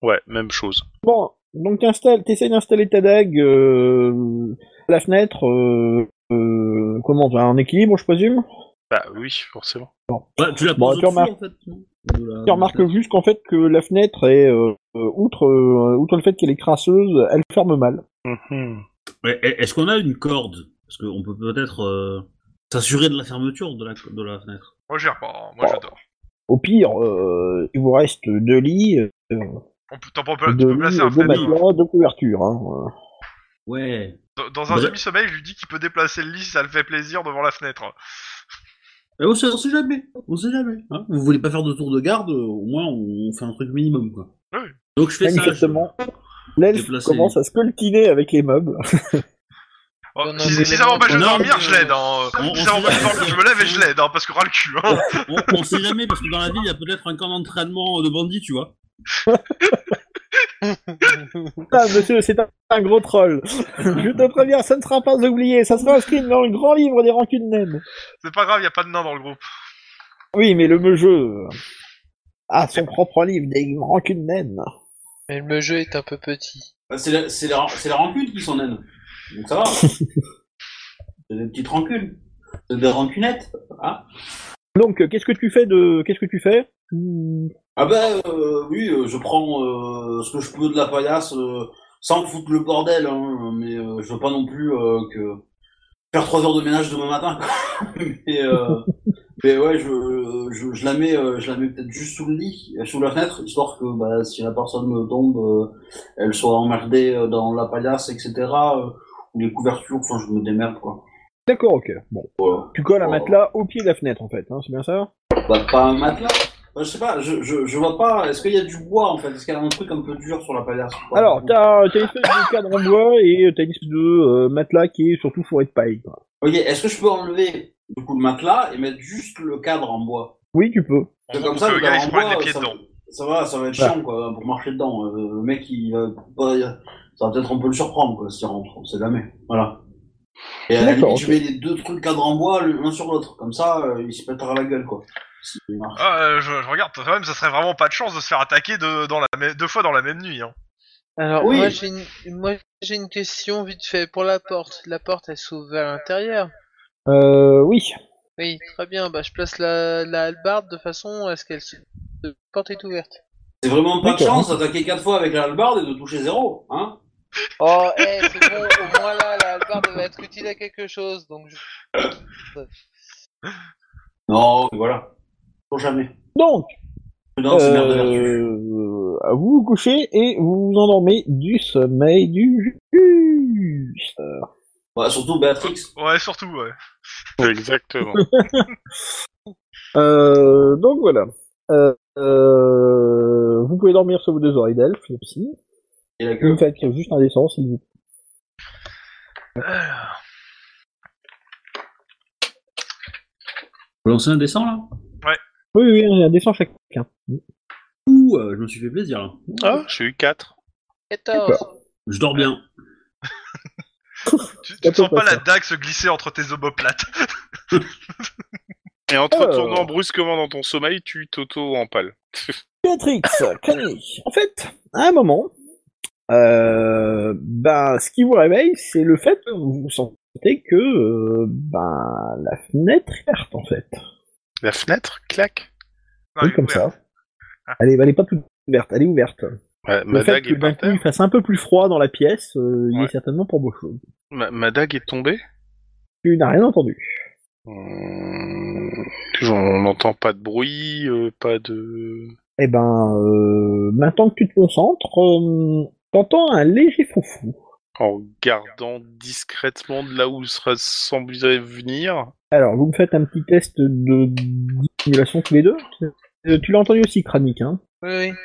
Ouais, même chose.
Bon, donc t'installes, t'essayes d'installer ta dague euh, à la fenêtre, euh, euh, comment, enfin, en équilibre, je présume.
Bah oui, forcément.
Ouais, tu l'as
Bon,
posé
tu
au-dessus,
remarques-
en fait. non De la-
Tu remarques juste qu'en fait que la fenêtre est, euh, euh, outre, euh, outre le fait qu'elle est crasseuse, elle ferme mal.
Mhm.
Ouais, e- Est-ce qu'on a une corde Parce qu'on peut peut-être euh, s'assurer de la fermeture de la, de la fenêtre.
Moi, gère pas. hein. Moi,
Oh.
j'adore.
Au pire, euh, il vous reste deux lits, euh,
On peut, t'en peux- tu
deux,
peux
lits
placer
deux
un faible.
matelas, deux couvertures. Hein.
Ouais.
Dans- Dans un
Bref.
demi-sommeil, je lui dis qu'il peut déplacer le lit si ça le fait plaisir devant la fenêtre.
Mais on sait, on sait jamais. On sait jamais. hein. Vous voulez pas faire de tour de garde euh, Au moins, on, on fait un truc minimum, quoi.
Ouais.
Donc je fais ça.
Manifestement,
je-
L'elfe
Déplacer.
commence à scoltiner avec les meubles.
Oh,
On a
si
des
si ça m'empêche de
éléments
dormir,
qu'on a-
je l'aide. Hein.
On- on
Si ça
sait
m'empêche de
jamais.
dormir, je me lève et je l'aide, hein, parce que ras le cul. Hein.
on, on sait jamais parce que dans la ville, il y a peut-être un camp d'entraînement de bandits, tu vois.
Ah, monsieur, c'est un, un gros troll. Je te préviens, ça ne sera pas oublié. Ça sera inscrit dans le grand livre des rancunes naines.
C'est pas grave, y a pas de nain dans le groupe.
Oui, mais le me jeu a son propre livre des rancunes naines.
Mais le jeu est un peu petit.
Bah, C'est la, c'est la, c'est la rancune qui s'en aide. Donc ça va. c'est des petites rancunes. C'est des rancunettes. Hein
Donc, euh, qu'est-ce que tu fais de, qu'est-ce que tu fais Hmm,
Ah ben euh, oui, euh, je prends euh, ce que je peux de la paillasse euh, sans foutre le bordel, hein, mais euh, je veux pas non plus euh, que faire trois heures de ménage demain matin. quoi. mais, euh, mais ouais, je, je, je la mets, euh, je la mets peut-être juste sous le lit, euh, sous la fenêtre, histoire que bah, si la personne euh, tombe, euh, elle soit emmerdée euh, dans la paillasse, etc. euh, ou les couvertures, enfin je me démerde quoi.
D'accord, ok. Bon,
Voilà.
tu colles un
Oh.
matelas au pied de la fenêtre, en fait. Hein, c'est bien ça
Bah, pas un matelas. Bah, je sais pas, je, je, je vois pas. Est-ce qu'il y a du bois en fait Est-ce qu'il y a un truc un peu dur sur la paillasse ou pas
Alors, t'as, t'as une espèce de cadre en bois et t'as une espèce de euh, matelas qui est surtout fourré de paille. quoi.
Ok, est-ce que je peux enlever du coup le matelas et mettre juste le cadre en bois
Oui, tu peux.
Parce que
On- le
le
gars, il
cadre
se
en
prend les
bois,
pieds
ça,
dedans.
ça va, ça va être
Ouais.
chiant quoi, pour marcher dedans. Euh, le mec, il va pas, ça va peut-être un peu le surprendre quoi, s'il rentre, on sait jamais. Voilà. Et à la
D'accord,
limite, je mets les deux trucs cadres en bois le- l'un sur l'autre, comme ça, euh, il se pètera la gueule quoi. Si il marche.
Ah, euh, je, je regarde, quand même, ça serait vraiment pas de chance de se faire attaquer deux, dans la, mê- deux fois dans la même nuit. Hein.
Alors
Oui.
moi j'ai une... moi j'ai une question vite fait pour la porte. La porte elle s'ouvre vers l'intérieur.
Euh, oui.
Oui, très bien. Bah je place la, la hallebarde de façon à ce qu'elle se... La porte est ouverte.
C'est vraiment pas de
D'accord.
chance d'attaquer quatre fois avec la hallebarde et de toucher zéro, hein
Oh, eh, c'est bon, au moins là, la hallebarde va être utile à quelque chose, donc je...
Non, voilà. Pour jamais.
Donc,
Non, c'est merde de vertu.
Euh, vous vous couchez et vous vous endormez du sommeil du juste.
Bah, surtout Béatrix.
Ouais, surtout, ouais.
Exactement.
Euh, donc voilà. Euh, euh, vous pouvez dormir sur vos deux oreilles d'elfe, c'est possible.
Et la
Vous
queue.
me faites juste un dessin, s'il vous plaît.
Vous lancez un dessin là
Oui, oui, oui, un dessin chacun.
Ouh, euh, je me suis fait plaisir là.
ah, j'ai eu 4.
14
Je dors bien.
Tu, tu
peut
sens pas
pas
la
faire.
dague se glisser entre tes omoplates.
Et en te
Alors.
retournant brusquement dans ton sommeil, tu Toto en pâle.
Béatrix, Connie. En fait, à un moment, euh, ben, ce qui vous réveille, c'est le fait que vous sentez que euh, ben, la fenêtre est ouverte, en fait.
La fenêtre claque.
Non,
Oui,
il est
comme
ouvert.
ça. Elle est, elle est pas toute ouverte, elle est ouverte.
Ouais,
Le
ma,
fait
dague
que
est
d'un
par
coup il
terre.
fasse un peu plus froid dans la pièce, euh, il
Ouais.
est certainement pour beau chose.
Ma, ma dague est tombée.
Tu n'as rien entendu.
Hmm,
Hum, On n'entend pas de bruit, euh, pas de.
Eh ben, euh, maintenant que tu te concentres, euh, t'entends un léger foufou.
En regardant discrètement de là où ça semblait venir.
Alors, vous me faites un petit test de simulation tous les deux Euh, Tu l'as entendu aussi, Kranik, hein
Oui, oui.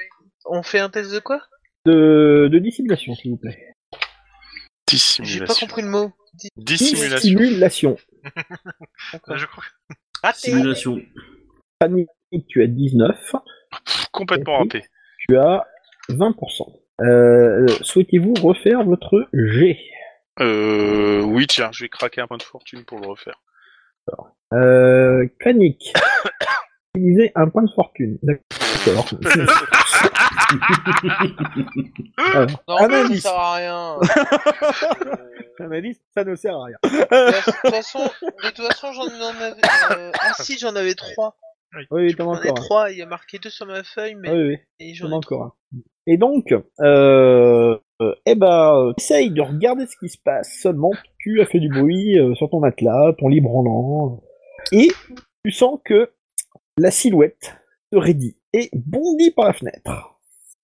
On fait un test de quoi
de, de dissimulation, s'il vous plaît.
J'ai pas
Dissimulation.
compris le mot.
Dissimulation.
Dissimulation.
Euh, Je crois.
Raté
Simulation.
Kranik, tu as 19,
Complètement raté.
tu as 20%. Euh, Souhaitez-vous refaire votre G
Euh, oui, tiens, je vais craquer un point de fortune pour le refaire.
euh, Kranik, utilisez un point de fortune. D'accord.
Non,
Ah, mais
ça
oui.
sert à rien.
Analyse, ça ne sert à rien.
Euh, de toute façon, de toute façon, j'en en avais. euh, Ah si, j'en avais trois.
Oui, t'en as
J'en ai
encore un.
trois. Il y a marqué deux sur ma feuille, mais
Oui, oui.
et
J'en
j'en
ai
ai
encore un. Et donc, euh, euh, eh ben, euh, essaye de regarder ce qui se passe. Seulement, tu as fait du bruit euh, sur ton matelas, ton lit branlant, et tu sens que la silhouette se raidit et bondit par la fenêtre.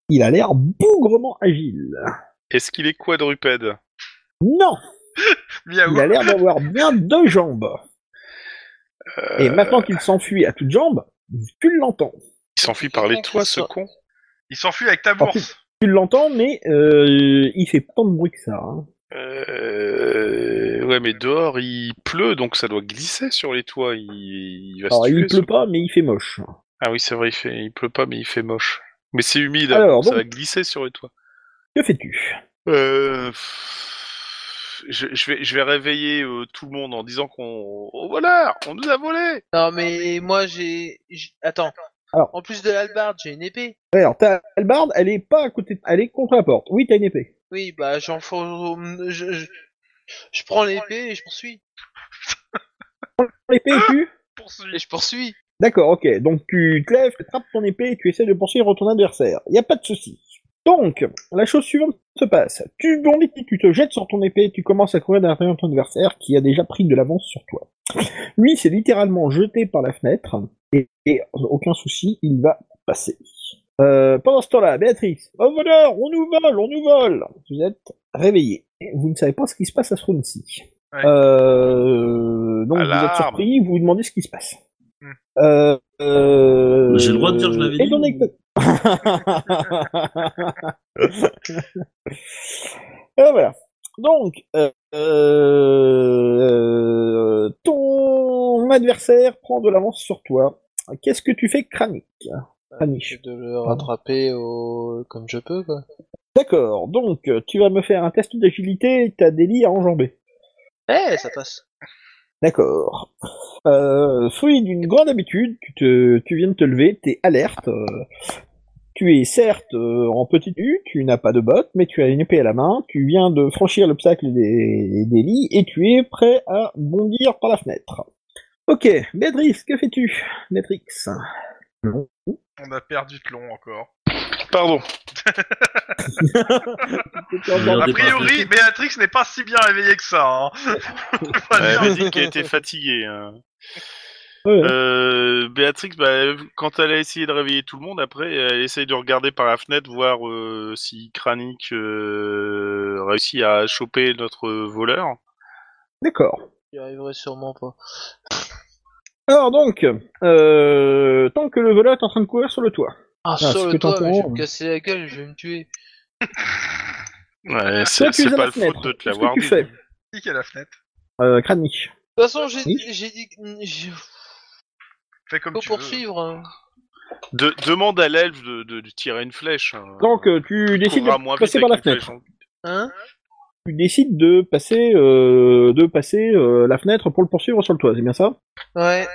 Il a l'air bougrement agile.
Est-ce qu'il est quadrupède
Non,
Miaou.
il a l'air d'avoir bien deux jambes.
Euh,
Et maintenant qu'il s'enfuit à toutes jambes, tu l'entends.
Il s'enfuit par les toits, ce con
Il s'enfuit avec ta
Alors,
bourse.
Tu l'entends, mais euh, il fait pas tant de bruit que ça. hein.
Euh, Ouais, mais dehors, il pleut, donc ça doit glisser sur les toits. Il, il va
Alors,
se tuer,
il
ce
pleut pas, mais il fait moche.
Ah oui, c'est vrai, il, fait... il pleut pas, mais il fait moche. Mais c'est humide,
Alors,
donc ça
donc-
va glisser sur les toits.
Que fais-tu
Euh... pff, Je, je vais, je vais réveiller euh, tout le monde en disant qu'on... Oh voilà, on nous a volé
Non mais moi j'ai j'- attends.
Alors.
En plus de l'albarde, j'ai une épée.
Ouais, Alors, ta hallebarde, elle est pas à côté, de- elle est contre la porte. Oui, t'as une épée.
Oui, bah j'en fous- je, je... je prends l'épée et je poursuis.
L'épée, tu
Et
Poursuit.
je poursuis.
D'accord, ok. Donc, tu te lèves, tu attrapes ton épée et tu essaies de poursuivre ton adversaire. Y a pas de souci. Donc, la chose suivante se passe. Tu bondis, tu te jettes sur ton épée, et tu commences à courir derrière ton adversaire qui a déjà pris de l'avance sur toi. Lui, c'est littéralement jeté par la fenêtre et, et aucun souci, il va passer. Euh, pendant ce temps-là, Béatrice, au voleur, on nous vole, on nous vole. Vous êtes réveillé. Vous ne savez pas ce qui se passe à ce round-ci.
Ouais.
Euh, donc vous
Alarme.
êtes surpris, vous vous demandez ce qui se passe.
Hmm.
Euh, euh,
J'ai le droit de dire que je l'avais
étant
dit.
donné que- Euh, voilà. Donc, euh, euh, ton adversaire prend de l'avance sur toi. Qu'est-ce que tu fais, Kranik Kraniche.
de le rattraper au... comme je peux quoi.
D'accord, donc euh, tu vas me faire un test d'agilité et t'as des lits à enjamber.
Eh, ça passe.
D'accord. Euh, fruit d'une grande habitude, tu, te, tu viens de te lever, t'es alerte. euh, tu es certes euh, en petite nu, tu n'as pas de bottes, mais tu as une épée à la main, tu viens de franchir l'obstacle des, des lits et tu es prêt à bondir par la fenêtre. Ok, Béatrice, que fais-tu Béatrix.
On a perdu de long encore.
Pardon.
On
Euh,
A
dépasse
priori,
le
Béatrix n'est pas si bien réveillée que ça. Hein. Faut pas
Elle
dire.
m'a dit qu'elle était fatiguée. hein.
Ouais.
Euh, Béatrix, bah, quand elle a essayé de réveiller tout le monde, après, elle essaye de regarder par la fenêtre, voir euh, si Kranik euh, réussit à choper notre voleur.
D'accord.
J'y arriverai sûrement pas.
Alors donc, euh, tant que le voleur est en train de courir sur le toit.
Ah,
ce
sur
que
le toit, mais je vais
t'entends,
me casser la gueule, je vais me tuer.
Ouais,
Toi,
c'est
Ah, tu es
c'est
à la
pas le
fenêtre.
faute de te
Qu'est-ce que
l'avoir
tu
dit.
fais
Nique à la fenêtre.
Euh, Kranich.
De toute façon, j'ai
Oui.
j'ai dit que j'ai-
Fais comme
faut
tu veux.
poursuivre. hein.
De- demande à l'elfe de, de- de tirer une flèche. hein.
Donc euh, tu décides
courra moins
de passer
vite
par la
avec une
fenêtre.
flèche, hein.
Hein
Tu décides de passer, euh, de passer euh, la fenêtre pour le poursuivre sur le toit, c'est bien ça
Ouais.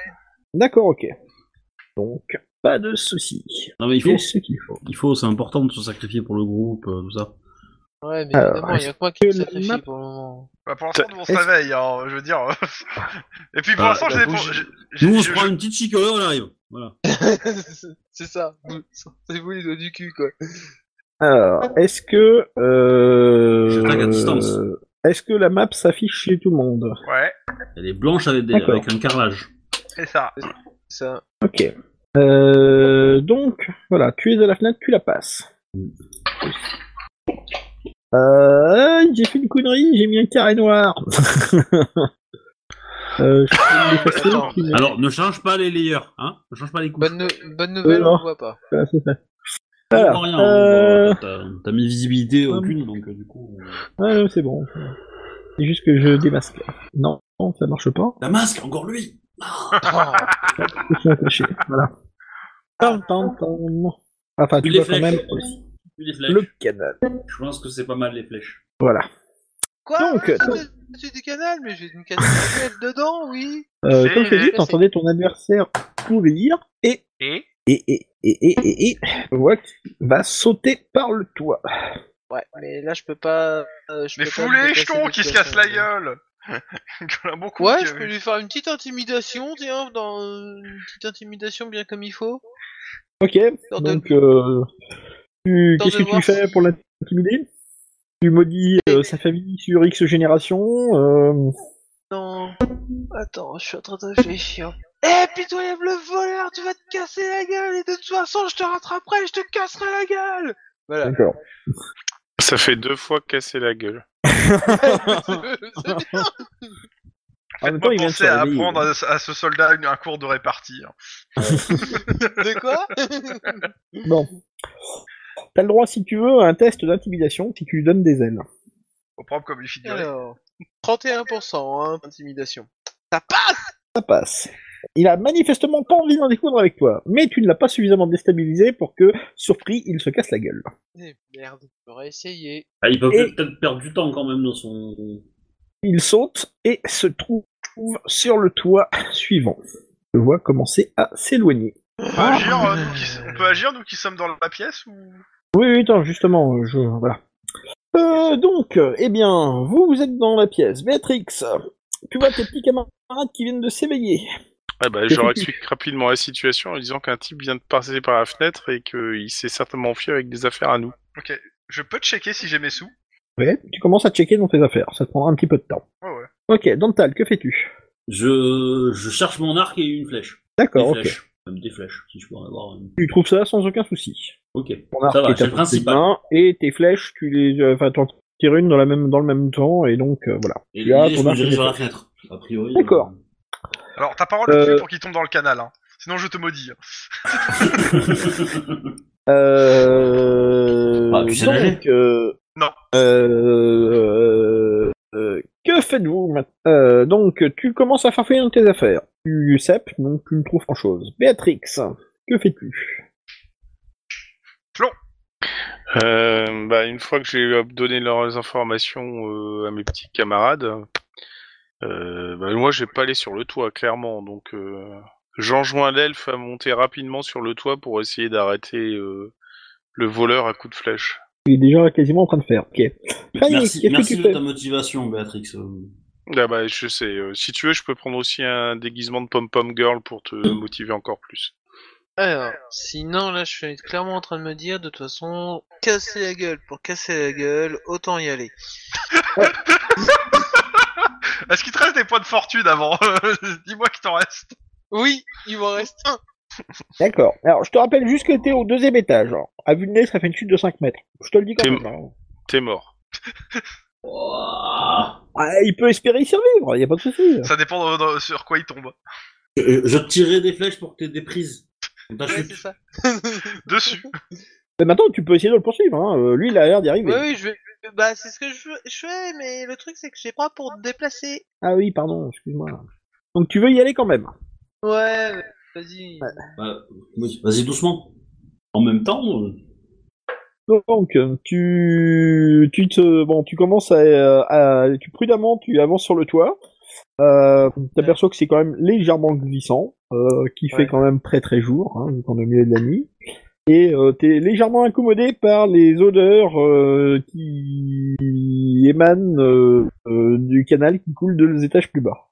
D'accord, ok. Donc pas de souci.
Non mais il faut,
C'est ce qu'il faut.
il faut, c'est important de se sacrifier pour le groupe, euh, tout ça.
Ouais, mais
Alors,
évidemment, il y a que moi qui
que
me
la
sacrifie
map-
pour le moment.
Bah, pour l'instant, nous, on se
Est-ce-
réveille. Hein, je veux dire. Et puis pour
Ah,
l'instant,
bah,
j'ai
bouge.
j'ai- j'ai-
Nous on se
je-
prend une petite chicorée, on arrive. Voilà.
C'est ça. vous- C'est vous les doigts du cul, quoi.
Alors, est-ce que euh,
J'attaque à distance.
est-ce que la map s'affiche chez tout le monde
Ouais,
Elle est blanche avec, des,
D'accord.
avec un carrelage.
c'est ça.
Ça.
Ok. Euh, donc voilà, tu es à la fenêtre, tu la passes. Euh, j'ai fait une connerie, j'ai mis un carré noir. Euh, je peux les passer,
Attends.
puis-
Alors, ne change pas les layers, hein Ne change pas les couches.
Bonne, nou- bonne nouvelle,
Euh, non.
on le voit pas.
Voilà, c'est ça.
T'as
Voilà.
rien,
euh,
euh, t'as- t'as mis visibilité
hum.
aucune, donc euh, du coup... euh,
Ah non, c'est bon. C'est juste que je démasque. Non, non, ça marche pas.
La masque, encore lui
Ah.
Je suis attaché. Voilà. Tam, tam, tam. Enfin,
Tu
tu
les
vois quand
flèches.
même
Tu les flèches.
le canal.
Je pense que c'est pas mal, les flèches.
Voilà.
Quoi
Donc,
Ouais,
attends.
c'est- C'est du canal, mais j'ai une cannelle dedans, oui.
Euh,
C'est-
comme je t'ai dit,
c'est-
t'entendais ton adversaire courir et
Et
et et et et et, et Wack va sauter par le toit.
Ouais, mais là, je peux pas. euh, je
Mais
peux pas
fous
me
les
déplacer hein.
jetons
de
qui se
toute
cassent la
façon.
gueule Comme un bon coup
Ouais,
que-
je peux lui faire une petite intimidation, tiens, dans euh, une petite intimidation bien comme il faut.
Ok.
Histoire de-
Donc, euh, tu-
Attends
qu'est-ce
de
que tu
voir
fais
si-
pour l'intimider Tu maudis euh, sa famille sur X génération. euh,
Non. Attends, je suis en train de réfléchir. Eh, pitoyable voleur, tu vas te casser la gueule et de toute façon, je te rattraperai, je te casserai la gueule. Voilà.
D'accord.
Ça fait deux fois casser la gueule.
En même temps,
Moi,
il vient de se
pensez à
réveiller.
apprendre à, ce- à ce soldat une- un cours de répartie. hein.
De quoi
Bon. T'as le droit, si tu veux, à un test d'intimidation si tu lui donnes des ailes.
Au propre comme une figurée.
Alors, 31%, hein, intimidation. Ça passe
Ça passe. Il a manifestement pas envie d'en découdre avec toi, mais tu ne l'as pas suffisamment déstabilisé pour que, surpris, il se casse la gueule.
Eh, Merde, j'aurais essayé.
Ah, il peut
Et-
peut-être perdre du temps, quand même, dans son...
Il saute et se trouve sur le toit suivant. Je vois commencer à s'éloigner.
On, peut agir, euh, nous qui s- on peut agir, nous qui sommes dans la pièce ou...
Oui, oui, attends, justement, euh, je... Voilà. Euh, donc, euh, eh bien, vous, vous êtes dans la pièce. Béatrix, tu vois tes petits camarades qui viennent de s'éveiller.
Ah bah, je leur explique rapidement la situation en disant qu'un type vient de passer par la fenêtre et qu'il s'est certainement fié avec des affaires à nous.
Ok, je peux checker si j'ai mes sous.
Ouais, tu commences à checker dans tes affaires. Ça te prendra un petit peu de temps.
Ouais, Ah ouais.
Ok, Dantal, que fais-tu
Je... je cherche mon arc et une flèche. Des
D'accord, ok.
flèches. Même des flèches, si je peux en avoir une.
Tu trouves ça sans aucun souci.
Ok.
Ton arc
Ça va,
est à
c'est le
portée
principal.
de main, et tes flèches, tu les, euh, enfin, t'en tires une dans la même, dans le même temps, et donc euh, voilà.
Et
Tu as
l'idée, je
ton
me
arc et
dirige
tes
vers la
flèches.
fenêtre. A priori...
D'accord.
euh,
Alors, ta parole là-dessus
Euh.
pour qu'il tombe dans le canal. Hein. Sinon, je te maudis.
Euh...
Ah, tu sais
donc,
nager
euh,
Non.
euh, euh, que faites-vous maintenant Euh, Donc, tu commences à farfouiller dans tes affaires. Tu cèpes, donc tu ne trouves pas chose. Béatrix, que fais-tu
Euh, bah, une fois que j'ai donné leurs informations euh, à mes petits camarades, euh, bah, moi j'ai pas allé sur le toit clairement, donc euh, j'enjoins l'elfe à monter rapidement sur le toit pour essayer d'arrêter euh, le voleur à coups de flèche.
Tu es déjà quasiment en train de faire. Ok. Fanny,
Merci,
qu'est-ce que
merci
tu
de
fais
ta motivation, Béatrix. euh.
Ah bah je sais, euh, si tu veux je peux prendre aussi un déguisement de pom-pom girl pour te
Mm.
motiver encore plus.
Alors, sinon, là, je suis clairement en train de me dire, de toute façon, casser la gueule pour casser la gueule, autant y aller.
Est-ce qu'il te reste des points de fortune avant Dis-moi qu'il t'en reste.
Oui, il m'en reste un.
D'accord. Alors, je te rappelle juste que t'es au deuxième étage. hein. À vue de nez, ça fait une chute de 5 mètres. Je te le dis quand
T'es-
même. hein.
T'es mort.
Ouah.
Ah, il peut espérer y survivre, il a pas de souci.
Ça dépend de- de- sur quoi il tombe.
Je, je tirerai des flèches pour que t'aies des prises. Dans ta
Ouais,
chute.
c'est ça.
Dessus.
Mais maintenant, tu peux essayer de le poursuivre. Hein. Euh, Lui, il a l'air d'y arriver.
Oui, oui, je vais. Bah, c'est ce que je, je fais, mais le truc, c'est que j'ai pas pour te déplacer.
Ah oui, pardon, excuse-moi. Donc, tu veux y aller quand même.
Ouais, mais vas-y.
Bah, oui, vas-y doucement. En même temps, euh,
Donc, euh, tu, tu te, bon, tu commences à, euh, à- tu prudemment, tu avances sur le toit. Euh, T'aperçois que c'est quand même légèrement glissant, euh, qui fait
Ouais.
quand même très très jour, hein, vu qu'on est au milieu de la nuit. Et euh, t'es légèrement incommodé par les odeurs euh, qui émanent euh, euh, du canal qui coule deux étages plus bas.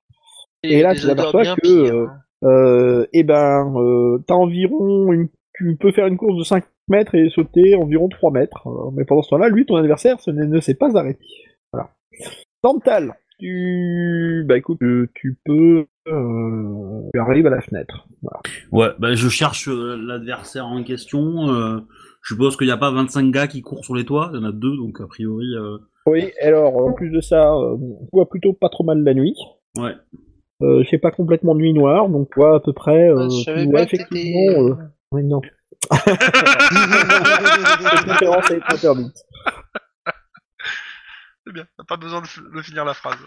Et là,
Des
tu t'aperçois
odeurs bien
que,
pires,
euh,
hein.
Euh, et ben, euh, t'as environ, une, tu peux faire une course de 5 mètres et sauter environ 3 mètres. Euh, mais pendant ce temps-là, lui, ton adversaire, ce n'est- ne s'est pas arrêté. Voilà. Dental, tu, bah écoute, euh, tu peux, euh, tu arrives à la fenêtre. Voilà.
ouais, bah, je cherche euh, l'adversaire en question. euh, je suppose qu'il n'y a pas 25 gars qui courent sur les toits. Il y en a deux, donc a priori. euh,
Oui, alors en plus de ça, euh, on voit plutôt pas trop mal la nuit.
Ouais.
Euh, je sais pas complètement nuit noire, donc toi à peu près. Euh,
Ouais, je savais
tu
pas
vois
que
effectivement.
t'étais-
euh, ouais, non. Cette conférence est interdite.
C'est bien, t'as pas besoin de, f- de finir la phrase.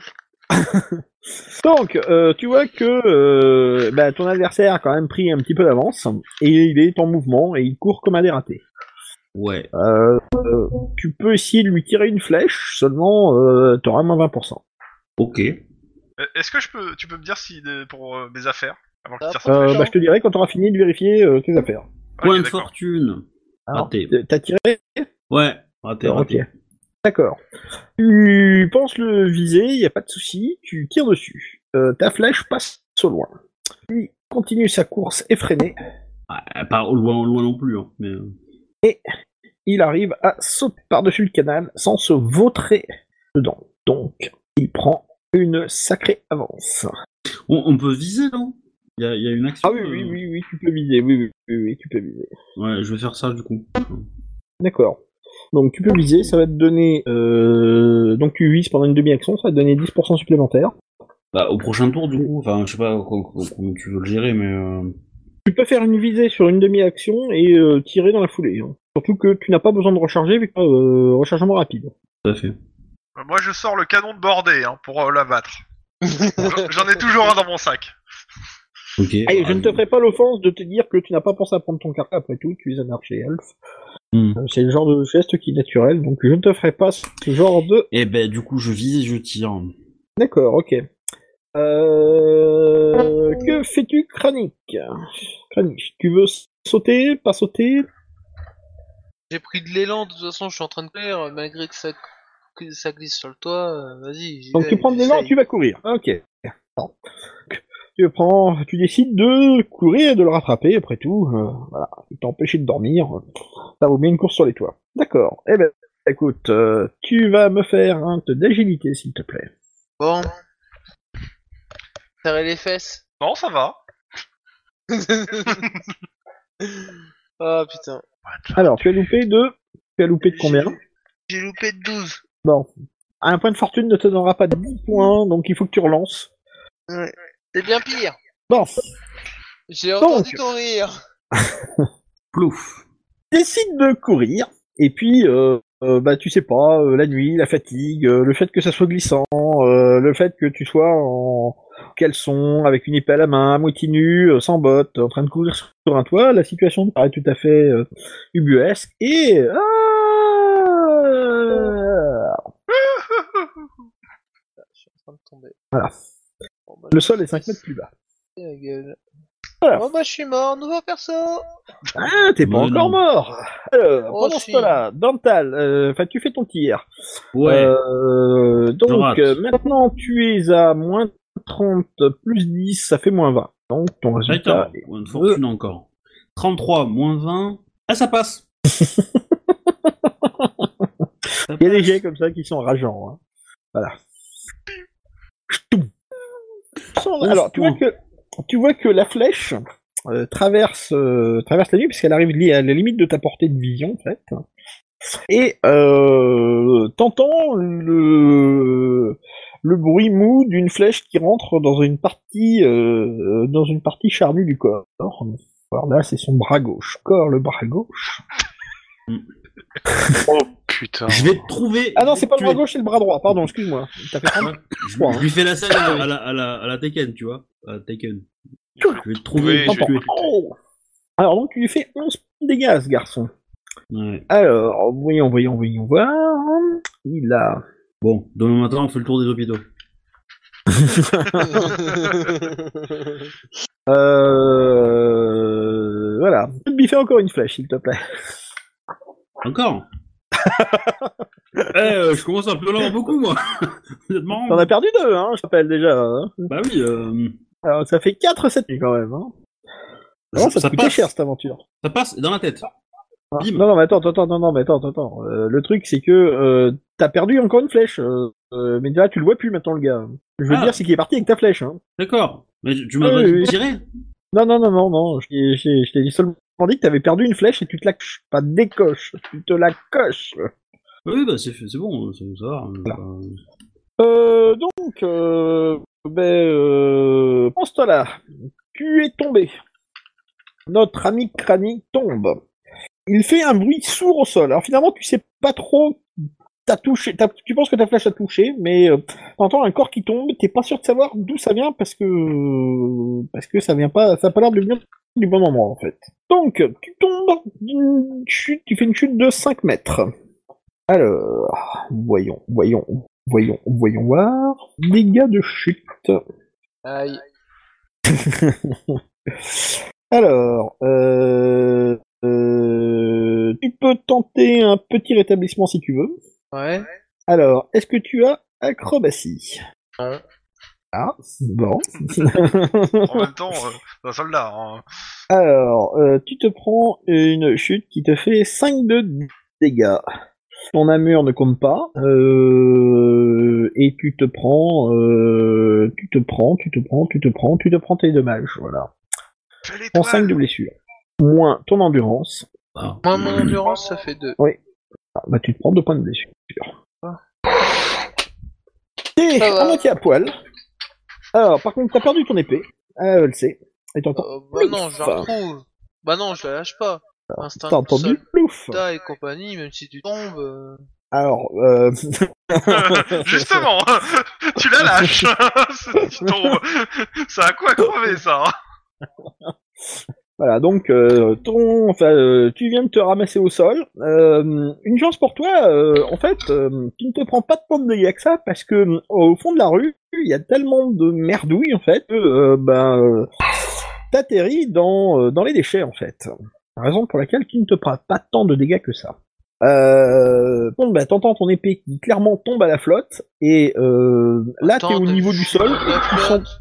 Donc, euh, tu vois que euh, bah, ton adversaire a quand même pris un petit peu d'avance, et il est en mouvement, et il court comme un dératé.
Ouais.
Euh, euh, tu peux essayer de lui tirer une flèche, seulement euh, t'auras moins 20%.
Ok.
Euh, Est-ce que je peux, tu peux me dire si euh, pour euh, mes affaires avant qu'il
Ah,
tire sa
Euh,
flèche
bah, je te dirai quand t'auras fini de vérifier euh, tes affaires.
Ok,
Point de
d'accord.
fortune.
Alors,
Raté.
T'as tiré
Ouais. Raté, raté.
Ok. D'accord. Tu penses le viser, il n'y a pas de souci, tu tires dessus. Euh, ta flèche passe au loin. Lui continue sa course effrénée,
Ah, pas au loin, au loin non plus. hein, Mais... euh,
il arrive à sauter par-dessus le canal sans se vautrer dedans. Donc, il prend une sacrée avance.
On, on peut viser, non Il y, a- il y a une action.
Ah oui, oui,
euh,
oui, oui, tu peux viser, oui, oui, oui, oui, tu peux viser.
Ouais, je vais faire ça du coup.
D'accord. Donc tu peux viser, ça va te donner... euh, Donc tu vises pendant une demi-action, ça va te donner 10% supplémentaire.
Bah, au prochain tour, du coup. Enfin, je sais pas co- co- comment tu veux le gérer, mais. euh,
Tu peux faire une visée sur une demi-action et euh, tirer dans la foulée. hein. Surtout que tu n'as pas besoin de recharger vu que t'as, euh, rechargement rapide.
Tout à fait.
Bah, Moi, je sors le canon de bordée hein, pour euh, l'abattre. Je- J'en ai toujours un dans mon sac.
Ok.
Allez,
Ah,
je ne te ferai pas l'offense de te dire que tu n'as pas pensé à prendre ton carton après tout, tu es un archer elfe.
Hmm.
Euh, C'est le genre de geste qui est naturel, donc je ne te ferai pas ce genre de...
Eh ben, du coup, je vise et je tire.
D'accord, ok. Euh... Que fais-tu, Kranich Kranich, tu veux sauter, pas sauter
J'ai pris de l'élan, de toute façon, je suis en train de courir, malgré que ça, que ça glisse sur le toit, euh, vas-y. j'y
Donc
vais,
tu prends de l'élan et
j'essaye.
tu vas courir. Ok. Non. Tu prends, tu décides de courir et de le rattraper. Après tout, euh, voilà, il t'a empêché de dormir. euh, Ça vaut bien une course sur les toits. D'accord. Eh ben, écoute, euh, tu vas me faire un test d'agilité, s'il te plaît.
Bon. Serrer les fesses.
Non, ça va.
oh putain.
Alors, tu as loupé de, tu as loupé de combien
J'ai- J'ai loupé de 12.
Bon, un point de fortune ne te donnera pas 10 points, donc il faut que tu relances.
C'est bien pire.
Bon,
J'ai
Donc.
entendu ton rire.
Plouf.
décide de courir, et puis, euh, euh, bah, tu sais pas, euh, la nuit, la fatigue, euh, le fait que ça soit glissant, euh, le fait que tu sois en caleçon, avec une épée à la main, à moitié nu, euh, sans bottes, en train de courir sur un toit, la situation te paraît tout à fait euh, ubuesque, et... Ah
Je suis en train de tomber.
Voilà.
Bon, bah,
le sol est 5 mètres plus bas.
je la gueule.
Voilà.
Bon bah je suis mort, nouveau perso.
Ah, t'es pas
Mais non.
encore mort Alors,
Oh,
pendant
si.
ce temps-là, Dental, euh, enfin, tu fais ton tir.
Ouais.
Euh,
Je
donc
rate.
euh, maintenant tu es à moins 30 plus 10, ça fait moins 20. Donc ton résultat
Attends,
est...
point de fortune encore. 33 moins 20. Ah, ça passe. Ça
Il y a des
passe.
jets comme ça qui sont rageants. hein. Voilà. Ch'toum. Sans-
Onze
Alors tu vois,
points.
que, tu vois que la flèche euh, traverse, euh, traverse la nuit puisqu'elle arrive li- à la limite de ta portée de vision en fait. Et euh, t'entends le, le bruit mou d'une flèche qui rentre dans une partie euh, dans une partie charnue du corps. Alors là, c'est son bras gauche. Corps, le bras gauche.
Oh putain.
Je vais te trouver.
Ah non,
je vais
c'est
te
pas le bras
tuer.
gauche, c'est le bras droit. Pardon, excuse-moi. T'as fait prendre.
Je,
crois, hein.
je lui fais la scène à, la, à, la, à, la, à la Tekken, tu vois. À la Tekken. Je vais te
Oui,
trouver. je vais te tuer.
Oh Alors donc, tu lui fais 11 points de dégâts, ce garçon.
Ouais.
Alors, voyons, voyons, voyons voir. Il a...
Bon, demain matin, on fait le tour des hôpitaux.
Euh... Voilà. Tu peux te biffer encore une flèche, s'il te plaît.
Encore Eh, euh, je commence à plus en avoir beaucoup, moi. Vous êtes marrant.
T'en as perdu deux, hein, je t'appelle déjà. hein.
Bah oui, euh,
Alors, ça fait 4 cette nuit, quand même. Hein. Vraiment, ça,
ça
te coûtait
passe.
cher, cette aventure.
Ça passe dans la tête.
Ah,
Bim.
Non, non, mais attends, attends, attends, non, non, mais attends, attends, attends. Euh, le truc, c'est que euh, t'as perdu encore une flèche. euh, euh, mais là, tu le vois plus maintenant, le gars. Je veux
Ah.
dire, c'est qu'il est parti avec ta flèche. Hein.
D'accord. Mais tu tu
Ah
m'as pas
oui,
dit
oui.
de tirer
Non, non, non, non, non. Je t'ai- je t'ai je t'ai seulement dit que t'avais perdu une flèche et tu te la coches. Pas décoches, tu te la coches.
Ah hein. Oui, bah c'est c'est bon, ça, ça va. euh,
Voilà. Euh, donc, euh, Ben, euh, pense-toi là. Tu es tombé. Notre ami Crani tombe. Il fait un bruit sourd au sol. Alors finalement, tu sais pas trop. T'as touché. t'as- tu penses que ta flèche a touché, mais euh, t'entends un corps qui tombe. T'es pas sûr de savoir d'où ça vient parce que euh, parce que ça vient pas. Ça a pas l'air de venir du bon endroit en fait. Donc, tu tombes d'une chute. Tu fais une chute de 5 mètres. Alors, voyons, voyons, voyons, voyons voir. Dégâts de chute.
Aïe.
Alors, euh, euh, tu peux tenter un petit rétablissement si tu veux.
Ouais.
Alors, est-ce que tu as acrobatie
Non.
Ah, bon.
En même temps, euh, c'est un soldat. hein.
Alors, euh, tu te prends une chute qui te fait 5 de dégâts. Ton amur ne compte pas. euh, et tu te prends, euh, tu te prends, tu te prends, tu te prends, tu te prends tes dommages. Voilà.
Fais
Tu prends
l'étoile.
5 de blessure. Moins ton endurance.
Bah,
Moi, mon
euh,
endurance, ça fait 2.
Ah, bah, tu te prends 2 points de blessure.
Ah.
T'es
Ça va.
à moitié à poil. Alors, par contre, t'as perdu ton épée. Ah, elle sait. Et t'entends.
Oh, bah non, je la retrouve. Bah non, je la lâche pas. Instinct
T'as entendu plouf
soldat et compagnie, même si tu tombes. euh,
Alors, euh...
Justement, tu la lâches. tu tombes. Ça a quoi crever ça hein.
Voilà, donc euh, ton, enfin, euh, tu viens de te ramasser au sol. Euh, une chance pour toi, euh, en fait, euh, tu ne te prends pas de tant de dégâts que ça parce que euh, au fond de la rue, il y a tellement de merdouilles en fait que euh, ben, euh, t'atterris dans euh, dans les déchets en fait. La raison pour laquelle tu ne te prends pas tant de dégâts que ça. Euh, bon, bah, t'entends ton épée qui clairement tombe à la flotte et euh, là t'es
tant
au
de-
niveau du sol et tu sens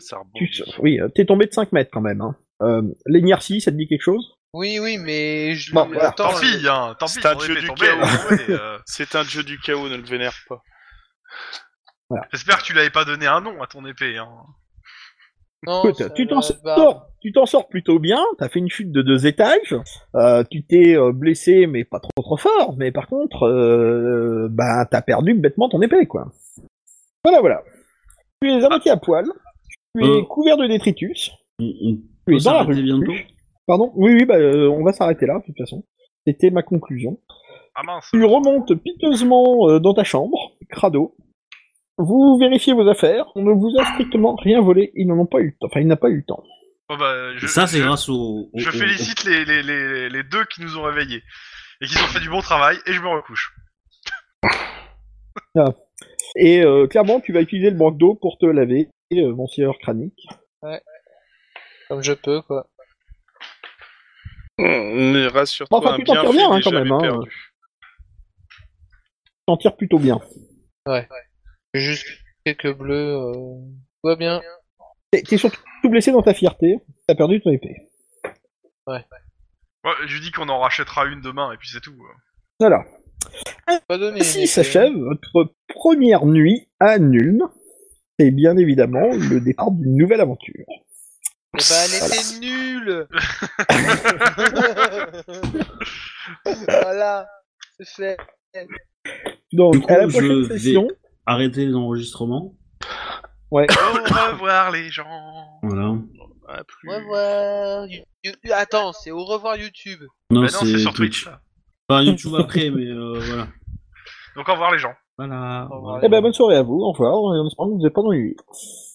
Ça rebondit.
tu s- oui, euh, t'es tombé de 5 mètres quand même. Hein. Euh, L'égnarcie, ça te dit quelque chose
Oui, oui, mais je
Bon, voilà.
Attends,
Tant pis, hein, tant pis.
c'est un
on
dieu
est
du
tombé,
chaos.
on est, euh,
C'est un dieu du chaos, ne le vénère pas.
J'espère que tu l'avais pas donné un nom à ton épée. Hein.
non,
Écoute,
ça
tu t'en
va-
sors, tu t'en sors plutôt bien. T'as fait une chute de deux étages. Euh, tu t'es euh, blessé, mais pas trop trop fort. Mais par contre, euh, bah t'as perdu bêtement ton épée, quoi. Voilà, voilà. Tu es à moitié à poil. Tu es
Euh.
couvert de détritus.
On, on
Tu es
peut
dans la
s'arrêter
rue.
bientôt
Pardon. Oui, oui, bah euh, on va s'arrêter là de toute façon. C'était ma conclusion.
Ah mince.
Tu remontes piteusement euh, dans ta chambre, crado. Vous vérifiez vos affaires. On ne vous a strictement rien volé. Ils n'en ont pas eu le temps. Enfin, il n'a pas eu le temps.
Bon, bah, je,
Ça, c'est
je-
grâce au. au-
Je
au-
félicite les, les, les, les deux qui nous ont réveillés et qui ont fait du bon travail et je me recouche.
Et euh, clairement, tu vas utiliser le manque d'eau pour te laver, euh, mon sieur cranique.
Comme je peux, quoi.
Mais rassure-toi,
Mm. Enfin,
un
tu t'en
bien
tires
fait
bien, hein,
n'est
quand
jamais
même, hein.
perdu.
Tu t'en tires plutôt bien.
J'ai Juste quelques bleus. Euh... Tout va bien.
T'es t'es surtout blessé dans ta fierté. T'as perdu ton épée.
Ouais, je lui dis qu'on en rachètera une demain et puis c'est tout. euh.
Voilà.
Pas donné.
Ainsi s'achève votre première nuit à Nuln. Et bien évidemment, le départ d'une nouvelle aventure.
Eh ben, elle était nulle Voilà, c'est fait.
Donc,
Du coup,
à la
je
prochaine
vais-
session.
Arrêtez les enregistrements.
Au revoir les gens.
Voilà.
Ah, plus.
Au revoir. You- you- Attends, c'est au revoir YouTube.
Bah non, c'est sur Twitch. ça.
Enfin, YouTube après, mais euh, voilà.
Donc au revoir les gens.
Voilà.
Au revoir.
ben, Eh ben, bonne soirée à vous. Au revoir. Et on espère que vous n'êtes pas dans les